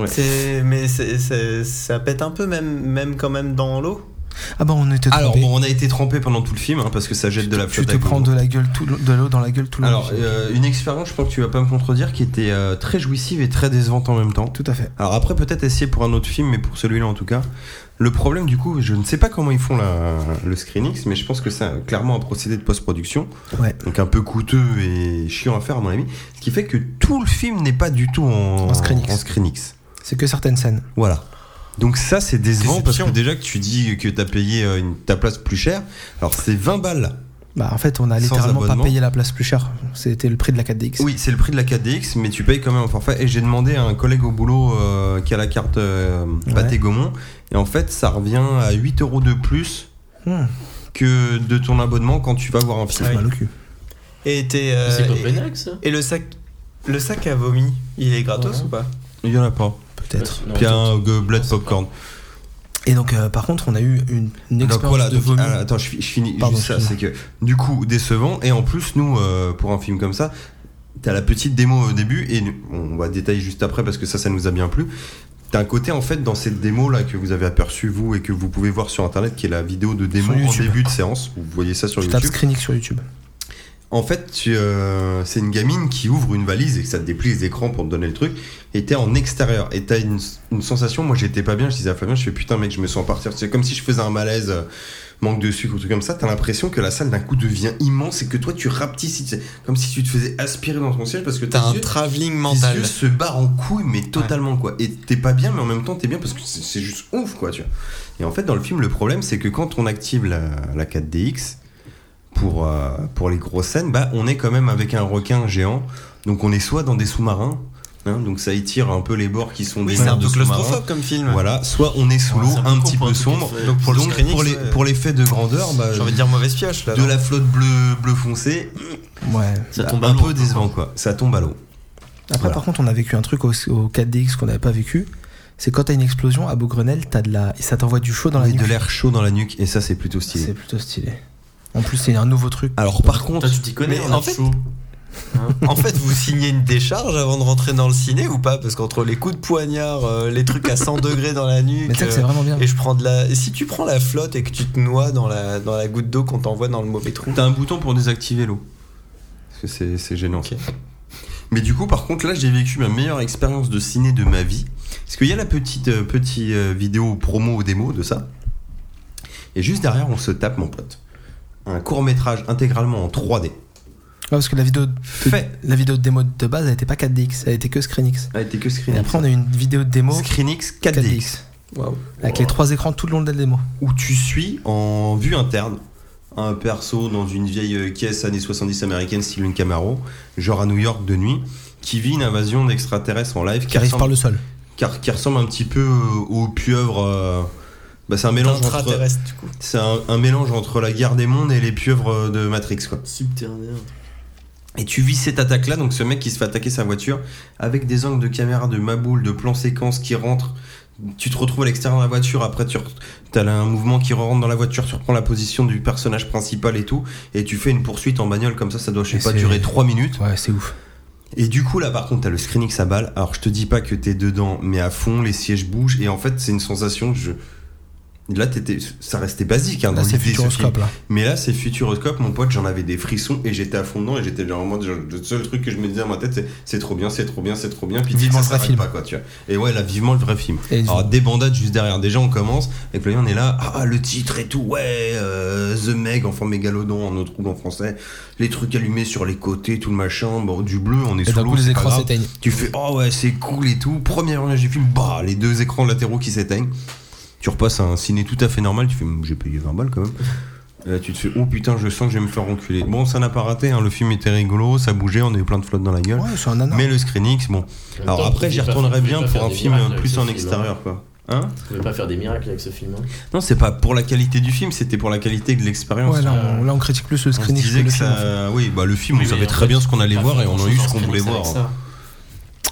C'est- Mais c'est- c'est- ça pète un peu, même, même quand même dans l'eau.
Ah bah, on était
Alors
trompés.
bon, on a été trempé pendant tout le film hein, parce que ça jette de la
tu
flotte.
te
avec le
prends
dos.
de la gueule tout le- de l'eau dans la gueule tout le
Alors
long.
euh, une expérience, je pense que tu vas pas me contredire, qui était euh, très jouissive et très décevante en même temps.
tout à fait.
Alors après peut-être essayer pour un autre film, mais pour celui-là en tout cas. Le problème du coup, je ne sais pas comment ils font la- le ScreenX, mais je pense que c'est un- clairement un procédé de post-production,
Ouais.
donc un peu coûteux et chiant à faire à mon avis, ce qui fait que tout le film n'est pas du tout en,
En ScreenX.
ScreenX.
C'est que certaines scènes.
Voilà. Donc ça c'est décevant parce que
Déception.
déjà que tu dis que t'as payé euh, une- ta place plus chère, alors c'est 20 balles.
Bah, en fait, on a
Sans
littéralement pas
abonnement.
payé la place plus chère. C'était le prix de la 4DX.
Oui, c'est le prix de la 4DX, mais tu payes quand même en forfait. Et j'ai demandé à un collègue au boulot euh, qui a la carte euh, Pathé Gaumont, et en fait ça revient à 8 euros de plus
Hmm.
que de ton abonnement quand tu vas voir un film.
Ah oui.
Mal au cul.
Et t'es, euh,
C'est
et,
Copenhague ça
et le sac. Le sac à vomi, il est gratos
Ouais.
ou pas
Il y en a pas.
Peut-être.
Non,
Puis il y a
attends.
un gobelet de popcorn.
Et donc, euh, par contre, on a eu une, une
Donc
expérience
voilà,
de
donc,
vomi.
ah, attends, je, fi- je finis juste
Pardon,
ça,
excuse-moi.
c'est que du coup décevant et en plus nous euh, pour un film comme ça, t'as la petite démo au début et nous- on va détailler juste après parce que ça ça nous a bien plu. T'as un côté en fait dans cette démo là que vous avez aperçu vous et que vous pouvez voir sur internet qui est la vidéo de démo
Sur
en
YouTube.
début de séance. Vous voyez ça sur
Tu tapes
YouTube.
Screenix sur YouTube.
En fait, tu, euh, c'est une gamine qui ouvre une valise et que ça te déplie les écrans pour te donner le truc. Et t'es en extérieur. Et t'as une, une sensation. Moi, j'étais pas bien. Je disais à Fabien, je fais putain, mec, je me sens partir. C'est comme si je faisais un malaise, euh, manque de sucre ou truc comme ça. T'as l'impression que la salle d'un coup devient immense et que toi, tu rapetisses. C'est Comme si tu te faisais aspirer dans ton siège parce que
T'as
t'as
un
yeux,
travelling
tes
mental.
yeux se barrent en couilles, mais totalement quoi. Et t'es pas bien, mais en même temps, t'es bien parce que c'est c'est juste ouf quoi, tu vois. Et en fait, dans le film, le problème, c'est que quand on active la, la 4DX, pour, euh, pour les grosses scènes, bah, on est quand même avec un requin géant. Donc on est soit dans des sous-marins, hein, donc ça étire un peu les bords qui sont
Oui,
des
c'est un
bords de
peu
sous-marins.
claustrophobe comme film.
Voilà, soit on est sous
Ouais,
l'eau,
c'est un peu
un
court
petit
pour
peu
un truc
sombre.
qui se fait-
Donc pour,
le
donc,
Screenix,
pour les
ouais.
pour l'effet de grandeur, bah,
J'ai envie de Ah, dire mauvaise pioche là.
de
non
la flotte bleue bleu foncé,
Ouais.
Ça
bah,
tombe à
un
l'eau,
peu décevant quoi. Ça tombe à l'eau.
Après,
Voilà.
par contre, on a vécu un truc au, au 4DX qu'on n'avait pas vécu. C'est quand t'as une explosion à Beaugrenelle, t'as de la, et ça t'envoie du chaud dans la
Et de
nuque.
l'air chaud dans la nuque et ça c'est plutôt stylé. Ah,
C'est plutôt stylé. En plus, c'est un nouveau truc.
Alors par contre,
Toi, tu t'y connais,
Mais
on a
en fait- hein.
chaud.
En fait, vous signez une décharge avant de rentrer dans le ciné ou pas Parce qu'entre les coups de poignard, euh, les trucs à 100 degrés dans la nuque.
Mais ça,
euh,
c'est vraiment bien.
et je prends de la. et Si tu prends la flotte et que tu te noies dans la, dans la goutte d'eau qu'on t'envoie dans le mauvais trou.
T'as un bouton pour désactiver l'eau. Parce que c'est- c'est gênant. Mais du coup, par contre, là, j'ai vécu ma meilleure expérience de ciné de ma vie. Parce qu'il y a la petite, euh, petite euh, vidéo promo ou démo de ça. Et juste derrière, on se tape, mon pote. Un court métrage intégralement en 3D.
Ouais, parce que la vidéo, de-
Fait.
la vidéo de démo de base, elle était pas 4DX, elle était que Screenix.
Ah, t'es que
Et
Screenix.
après, on a eu une vidéo de démo
Screenix 4DX.
4DX. Avec les trois écrans tout le long de la démo.
Où tu suis en vue interne un perso dans une vieille euh, caisse années 70 américaine, style une Camaro, genre à New York de nuit, qui vit une invasion d'extraterrestres en live
Qui arrive
ressemble-
par le sol.
car- qui ressemble un petit peu euh, au pieuvre. euh, bah, c'est un mélange entre,
Intraterrestre, du coup.
c'est un, un mélange entre la guerre des mondes et les pieuvres euh, de Matrix quoi.
Subterranéen.
Et tu vis cette attaque là, donc ce mec qui se fait attaquer sa voiture avec des angles de caméra de maboule, de plans séquences qui rentrent. Tu te retrouves à l'extérieur de la voiture, après tu as un mouvement qui rentre dans la voiture, tu reprends la position du personnage principal et tout, et tu fais une poursuite en bagnole comme ça, ça doit je sais
Et
pas
c'est-
durer 3 minutes.
Ouais, c'est ouf.
Et du coup, là, par contre, t'as le screening à balle. Alors, je te dis pas que t'es dedans, mais à fond, les sièges bougent. Et en fait, c'est une sensation. que Je... Là, t'étais... ça restait basique. Hein,
Là,
dans
c'est
l'idée, ce
Futuroscope,
film.
là.
Mais là, c'est Futuroscope. Mon pote, j'en avais des frissons et j'étais à fond dedans. Et j'étais genre, moi, genre, le seul truc que je me disais dans ma tête, c'est c'est trop bien, c'est trop bien, c'est trop bien. Puis
Vivement le
ça
vrai
s'arrête
film.
Pas, quoi, tu vois. Et ouais, là, vivement le vrai film.
Et ils
Alors,
ont-
des bandades juste derrière. Déjà, on commence. Et puis là, on est là. Ah, le titre et tout. Ouais, euh, The Meg, enfin mégalodon en autre trouble en français. Les trucs allumés sur les côtés, tout le machin. Bon, du bleu, on est
Et
sous
d'un
l'eau.
coup, les
c'est pas
écrans
grave.
s'éteignent.
Tu fais oh ouais c'est cool et tout. Première image du film, bah les deux écrans latéraux qui s'éteignent. Tu repasses à un ciné tout à fait normal, tu fais j'ai payé 20 balles quand même. Et là, tu te fais oh putain je sens que je vais me faire enculer. Bon ça n'a pas raté, hein, le film était rigolo, ça bougeait, on a eu plein de flottes dans la gueule.
Ouais, c'est un nanar.
Mais le Screenix, bon.
En même
Alors
temps,
après
tu
j'y
peux pas-
retournerai
tu peux
bien
pas
pour
faire
un
des
film
miracles
plus
avec
en
ce film, hein.
extérieur quoi. Hein
Tu pouvais pas faire des miracles avec ce film. hein.
non, c'est pas pour la qualité du film, c'était pour la qualité de l'expérience.
Ouais, là, on, là, on critique plus le
on se
screening que
disait
le
que
film. en fait.
ça. Oui, bah le film,
Oui,
on
mais
savait
en
très
fait,
bien ce qu'on allait
pas
voir et
faire
on a eu
grand-chose
ce
en
qu'on voulait
screening
voir.
avec ça.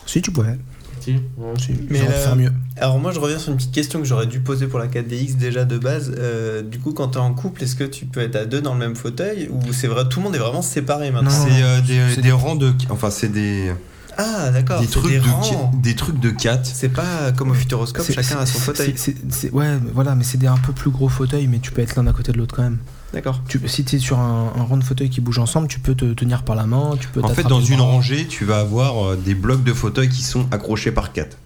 Si, tu pouvais.
Si, ouais.
Si,
Mais
genre
là-
faire mieux.
Alors moi je reviens sur une petite question que j'aurais dû poser pour la 4DX déjà de base. Euh, du coup quand t'es en couple est-ce que tu peux être à deux dans le même fauteuil ou c'est vrai tout le monde est vraiment séparé maintenant
Non,
C'est euh, des,
C'est-
des rangs de. Enfin, c'est des,
Ah d'accord.
des
c'est
trucs
des
de
rangs.
qui- des trucs de 4.
C'est pas comme au Futuroscope
C'est-
chacun a son
c'est-
fauteuil.
c'est- c'est- c'est- ouais, mais voilà, mais c'est des un peu plus gros fauteuils, mais tu peux être l'un à côté de l'autre quand même.
D'accord.
Tu, peux- si tu es sur un, un rang de fauteuil qui bouge ensemble, tu peux te tenir par la main, tu peux
En fait,
t'attraper
dans
le
une
bras.
rangée, tu vas avoir euh, des blocs de fauteuils qui sont accrochés par 4.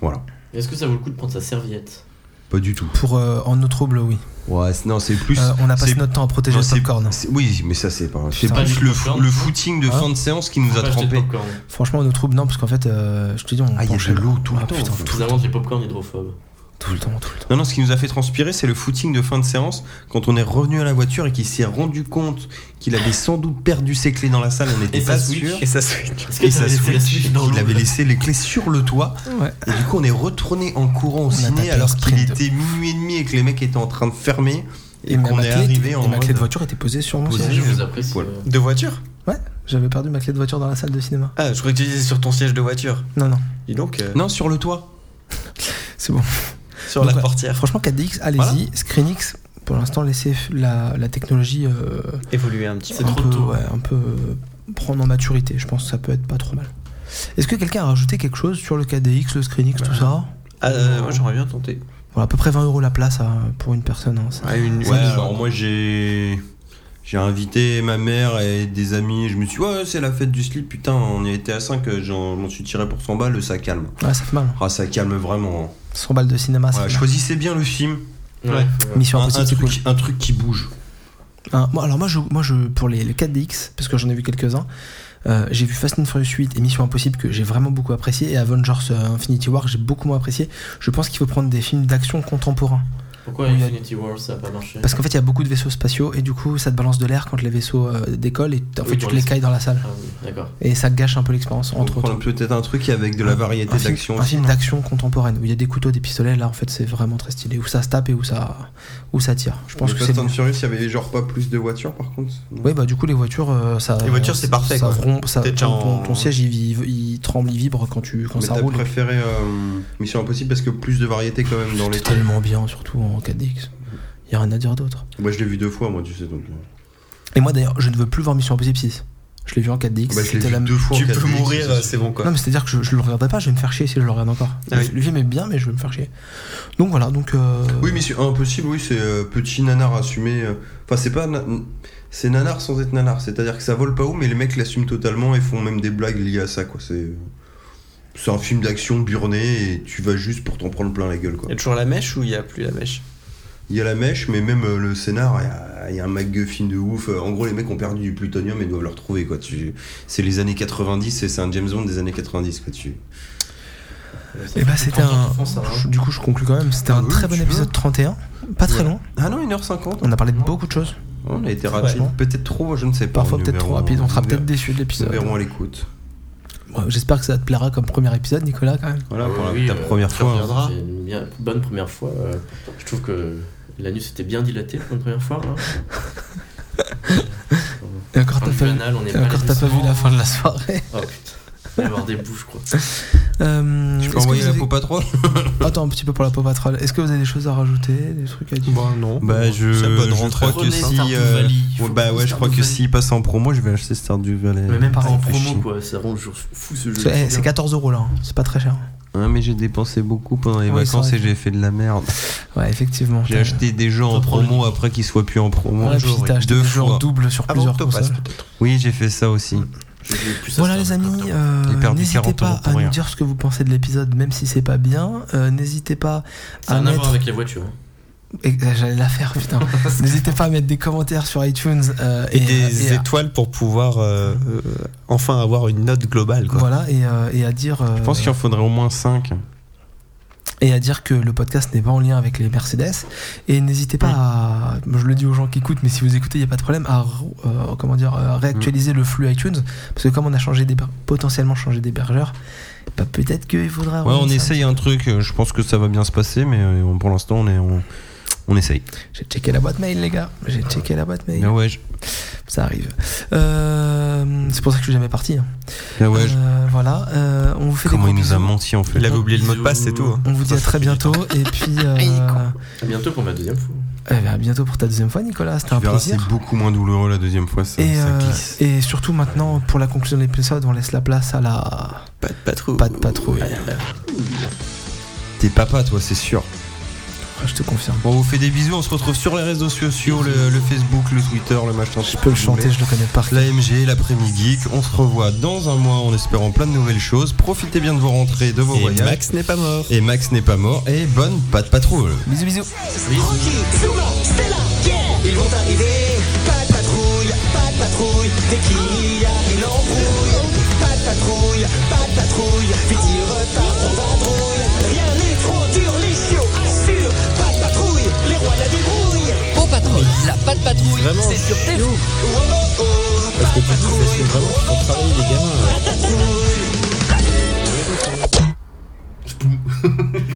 Voilà.
Est-ce que ça vaut le coup de prendre sa serviette
Pas du tout.
Pour euh, en eau trouble, oui.
Ouais, c'est- non, c'est plus.
Euh, on a passé
c'est-
notre temps à protéger
non,
le
c'est-
popcorn. hein.
c'est- Oui, mais ça, c'est pas. C'est
Putain,
plus
du
le,
popcorn.
le footing de
Hein
fin de séance qui nous
Faut
a
pas acheter de
trompés.
popcorn.
Franchement, en eau trouble, non, parce qu'en fait, euh, je te dis, on
Ah, il y a
penchait
de l'eau tout le
Ah,
temps,
putain,
en fait.
tout
Vous
le
avance
temps,
les popcorn hydrophobes.
tout le temps, tout le temps.
Non, non, ce qui nous a fait transpirer, c'est le footing de fin de séance quand on est revenu à la voiture et qu'il s'est rendu compte qu'il avait sans doute perdu ses clés dans la salle. On n'était
Et
pas
sa Switch.
sûr.
Et ça switch.
Est-ce
Et
que
ça
ça
se
laissé la suite dans
il
l'eau
avait laissé les clés sur le toit.
Ouais.
Et du coup, on est retourné en courant au
a
ciné
tapé un
alors qu'il
sprint.
était minuit et demi et que les mecs étaient en train de fermer. Et,
ma
qu'on
clé
est
était-
arrivé en
et ma clé de
mode-
voiture était posée sur mon
Posée.
Je
siège.
vous apprécie.
Voilà.
euh,
De voiture
Ouais, j'avais perdu ma clé de voiture dans la salle de cinéma.
Ah je crois que tu disais sur ton siège de voiture.
Non, non,
Dis donc euh,
Non, sur le toit.
c'est bon.
sur
Donc,
la
ouais.
portière.
Franchement, 4DX, allez-y. Screenix, pour l'instant, laissez f- la, la technologie euh,
Évoluer un petit peu.
C'est
un,
trop
peu,
tôt.
ouais, un peu, euh, prendre en maturité. Je pense que ça peut être pas trop mal. Est-ce que quelqu'un a rajouté quelque chose sur le 4DX, le Screenix, tout ça
Ah, euh, moi j'aurais bien tenté.
Voilà, à peu près 20 euros la place hein, pour une personne. hein, ça.
une
Ouais, alors moi j'ai. J'ai invité ma mère et des amis. Je me suis dit, ouais, c'est la fête du slip, putain, on y était à 5, euh, j'en- je m'en suis tiré pour 100 balles, ça calme.
Ouais, ça fait mal.
Ah, ça calme vraiment.
100 balles de cinéma, ça
Voilà,
fait mal.
choisissez bien le film.
Ouais.
Mission
Un, un
Impossible, c'est
truc,
cool.
un truc qui bouge.
Hein, moi, alors moi, je, moi je, pour les, le 4DX, parce que j'en ai vu quelques-uns, euh, j'ai vu Fast and Furious 8 et Mission Impossible que j'ai vraiment beaucoup apprécié, et Avengers euh, Infinity War que j'ai beaucoup moins apprécié. Je pense qu'il faut prendre des films d'action contemporains.
Pourquoi
Il y a-
Infinity War ça a pas marché
Parce qu'en fait, il y a beaucoup de vaisseaux spatiaux, et du coup, ça te balance de l'air quand les vaisseaux euh, décollent, et en
Oui,
fait,
dans
tu te les
les-
cailles dans la salle.
Ah oui, d'accord.
Et ça gâche un peu l'expérience,
On
entre
prend
autres.
peut-être un Ah, truc avec de la variété
Un film-
d'action
un
aussi.
film d'action contemporaine où il y a des couteaux, des pistolets. Là, en fait, c'est vraiment très stylé. Où ça se tape et où ça, où ça tire. Je pense
Mais
que c'est.
Fast and
le-
Furious, il y avait genre pas plus de voitures par contre Non.
Oui, bah du coup, les voitures, euh, ça.
Les voitures, c'est parfait,
Ça
quoi.
rompt, ça-
T'es déjà
ton, ton-
en-
ton siège, il, vive- il tremble, il vibre quand tu quand
Mais
ça
t'as
roule.
préféré euh, Mission Impossible parce que plus de variété quand même dans les
C'est
trucs.
tellement bien, surtout en 4DX. Il y a rien à dire d'autre.
Moi je l'ai vu deux fois, moi tu sais donc. euh.
Et moi, d'ailleurs, je ne veux plus voir Mission Impossible 6. Je l'ai vu en 4DX.
Bah, je l'ai
c'était
vu
la-
deux fois. en
Tu peux
4DX,
mourir,
ça,
euh,
c'est-
c'est bon quoi.
Non, mais c'est-à-dire que je, je le regarderai pas. Je vais me faire chier si je le regarde encore.
Ah oui.
Le film est bien, mais je vais me faire chier. Donc voilà, donc. euh,
Oui, Mission Impossible, oui, c'est euh, petit nanar assumé. euh. Enfin, c'est pas. na- C'est nanar sans être nanar. C'est-à-dire que ça vole pas haut, mais les mecs l'assument totalement et font même des blagues liées à ça, quoi. C'est. euh, C'est un film d'action burné et tu vas juste pour t'en prendre plein la gueule, quoi.
Il y a toujours la mèche ou il y a plus la mèche
Il y a la mèche, mais même euh, le scénar, il y a- il y, a un MacGuffin de ouf. Euh, En gros, les mecs ont perdu du plutonium et doivent le retrouver. quoi. Tu... C'est les années 90 et c'est un James Bond des années 90. Quoi. Tu...
Et bah, c'était un. je- Du coup, je conclue quand même. C'était un
Ah oui,
très bon
tu
épisode 31. Pas très
Voilà.
long.
Ah non, 1h50
On a parlé de beaucoup de choses.
On a été rapide.
Franchement.
Peut-être trop, je ne sais pas.
Parfois,
Nous
peut-être trop
verrons-
rapide. On sera
nous
peut-être
ver-
déçu de
Nous
l'épisode.
verrons à l'écoute.
Ouais, J'espère que ça te plaira comme premier épisode, Nicolas, quand même.
Voilà, pour la-
Oui,
ta
euh,
première
tu
fois.
reviendras. C'est une bien- bonne première fois. euh, Je trouve que l'anus était bien dilaté pour une première fois. hein.
Et encore,
Fin
t'as
du
pas, vu-
anal, on n'est
et
pas
encore
les
t'as pas
douceurs.
vu la fin de la soirée.
Oh putain. Il va y avoir des bouches, je crois.
Euh,
Tu
est-ce que
peux envoyer
vous
la
avez-
peau patron
Attends, un petit peu pour la pauvre patrole. Est-ce que vous avez des choses à rajouter Des trucs à dire
non.
Bah, je,
C'est la bonne
je
rentrée.
crois que
Prenez
si.
Stardew
euh,
Valley, il faut
ouais, bah
prendre
ouais, je crois que
Stardew Valley.
s'il passe en promo, je vais acheter Stardew Valley.
Mais même pas
Ça
en
me fait chier.
promo, quoi. Ça rend toujours fou ce jeu.
Parce que, eh, C'est 14 euros là, hein. c'est pas très cher.
Ouais, Ah, mais j'ai dépensé beaucoup pendant les
Ouais, c'est
vacances
vrai.
et j'ai fait de la merde.
Ouais, effectivement.
J'ai
t'as-
acheté des jeux en promo après qu'ils soient plus en promo.
Ouais, Ah puis t'as acheté
deux
des jeux en
fois.
double sur
Avant
plusieurs
que Topaz
consoles.
peut-être.
Oui, j'ai fait ça aussi.
Voilà les amis, euh,
J'ai perdu
n'hésitez
40 euros
pas à
pour rien.
nous dire ce que vous pensez de l'épisode, même si c'est pas bien. Euh, n'hésitez pas
Ça a
à
rien à voir
mettre
avec la voiture. hein.
Et- euh, J'allais la faire, putain. N'hésitez pas à mettre des commentaires sur iTunes euh,
Et,
et
des
hein.
à-
étoiles pour pouvoir euh, euh, enfin avoir une note globale quoi.
voilà et, euh, et à dire euh,
Je pense qu'il en faudrait au moins 5.
et à dire que le podcast n'est pas en lien avec les Mercedes et n'hésitez pas à moi, je le dis aux gens qui écoutent mais si vous écoutez il n'y a pas de problème à re- euh, comment dire euh, réactualiser le flux iTunes parce que comme on a changé d'héber- potentiellement changé d'hébergeur bah, peut-être qu'il faudra.
Ouais, on
revoir ça.
essaye un truc, euh, je pense que ça va bien se passer, mais euh, on- pour l'instant, on, est- on, on essaye.
J'ai checké la boîte mail, les gars. J'ai checké la boîte mail.
Ah ouais, je-
Ça arrive. Euh, c'est pour ça que je suis jamais parti. hein.
ah ouais, je-
Euh, voilà. euh, on vous fait
comment
des
il
gros
nous a
bisous.
menti en fait.
Il avait oublié le mot de passe, c'est tout. hein.
On vous dit à très bientôt. Et puis. euh,
il est
À bientôt pour ma deuxième fois.
eh ben, à bientôt pour ta deuxième fois, Nicolas. C'était
Tu
un
verras, c'est
plaisir.
beaucoup moins douloureux la deuxième fois, ça,
Et,
ça
euh,
glisse.
et surtout maintenant, pour la conclusion de l'épisode, on laisse la place à la.
Pas de patrouille.
Pas de patrouille.
T'es papa, toi, c'est sûr.
Je te confirme.
Bon, on vous fait des bisous, on se retrouve sur les réseaux sociaux, le, le Facebook, le Twitter, le machin.
Je peux le chanter, je le connais par cœur.
L'AMG, l'après-midi geek, on se revoit dans un mois en espérant plein de nouvelles choses. Profitez bien de vos rentrées, de vos
Et
voyages.
Max n'est pas mort.
Et Max n'est pas mort, et bonne pas de patrouille.
Bisous, bisous.
Tranquille, Zuma, Stella, yeah Ils vont arriver, pas de patrouille, pas de patrouille Dès qu'il y a une embrouille Pas de patrouille, pas de patrouille Vite ils repartent en vadrouille Rien n'est trop dur, les chiots assurent Pas de patrouille, les rois de la débrouille Bon patrouille, la pas de patrouille, c'est sur tes loups Oh oh oh, pas de patrouille
Vraiment, faut travailler les gamins.
Pas de patrouille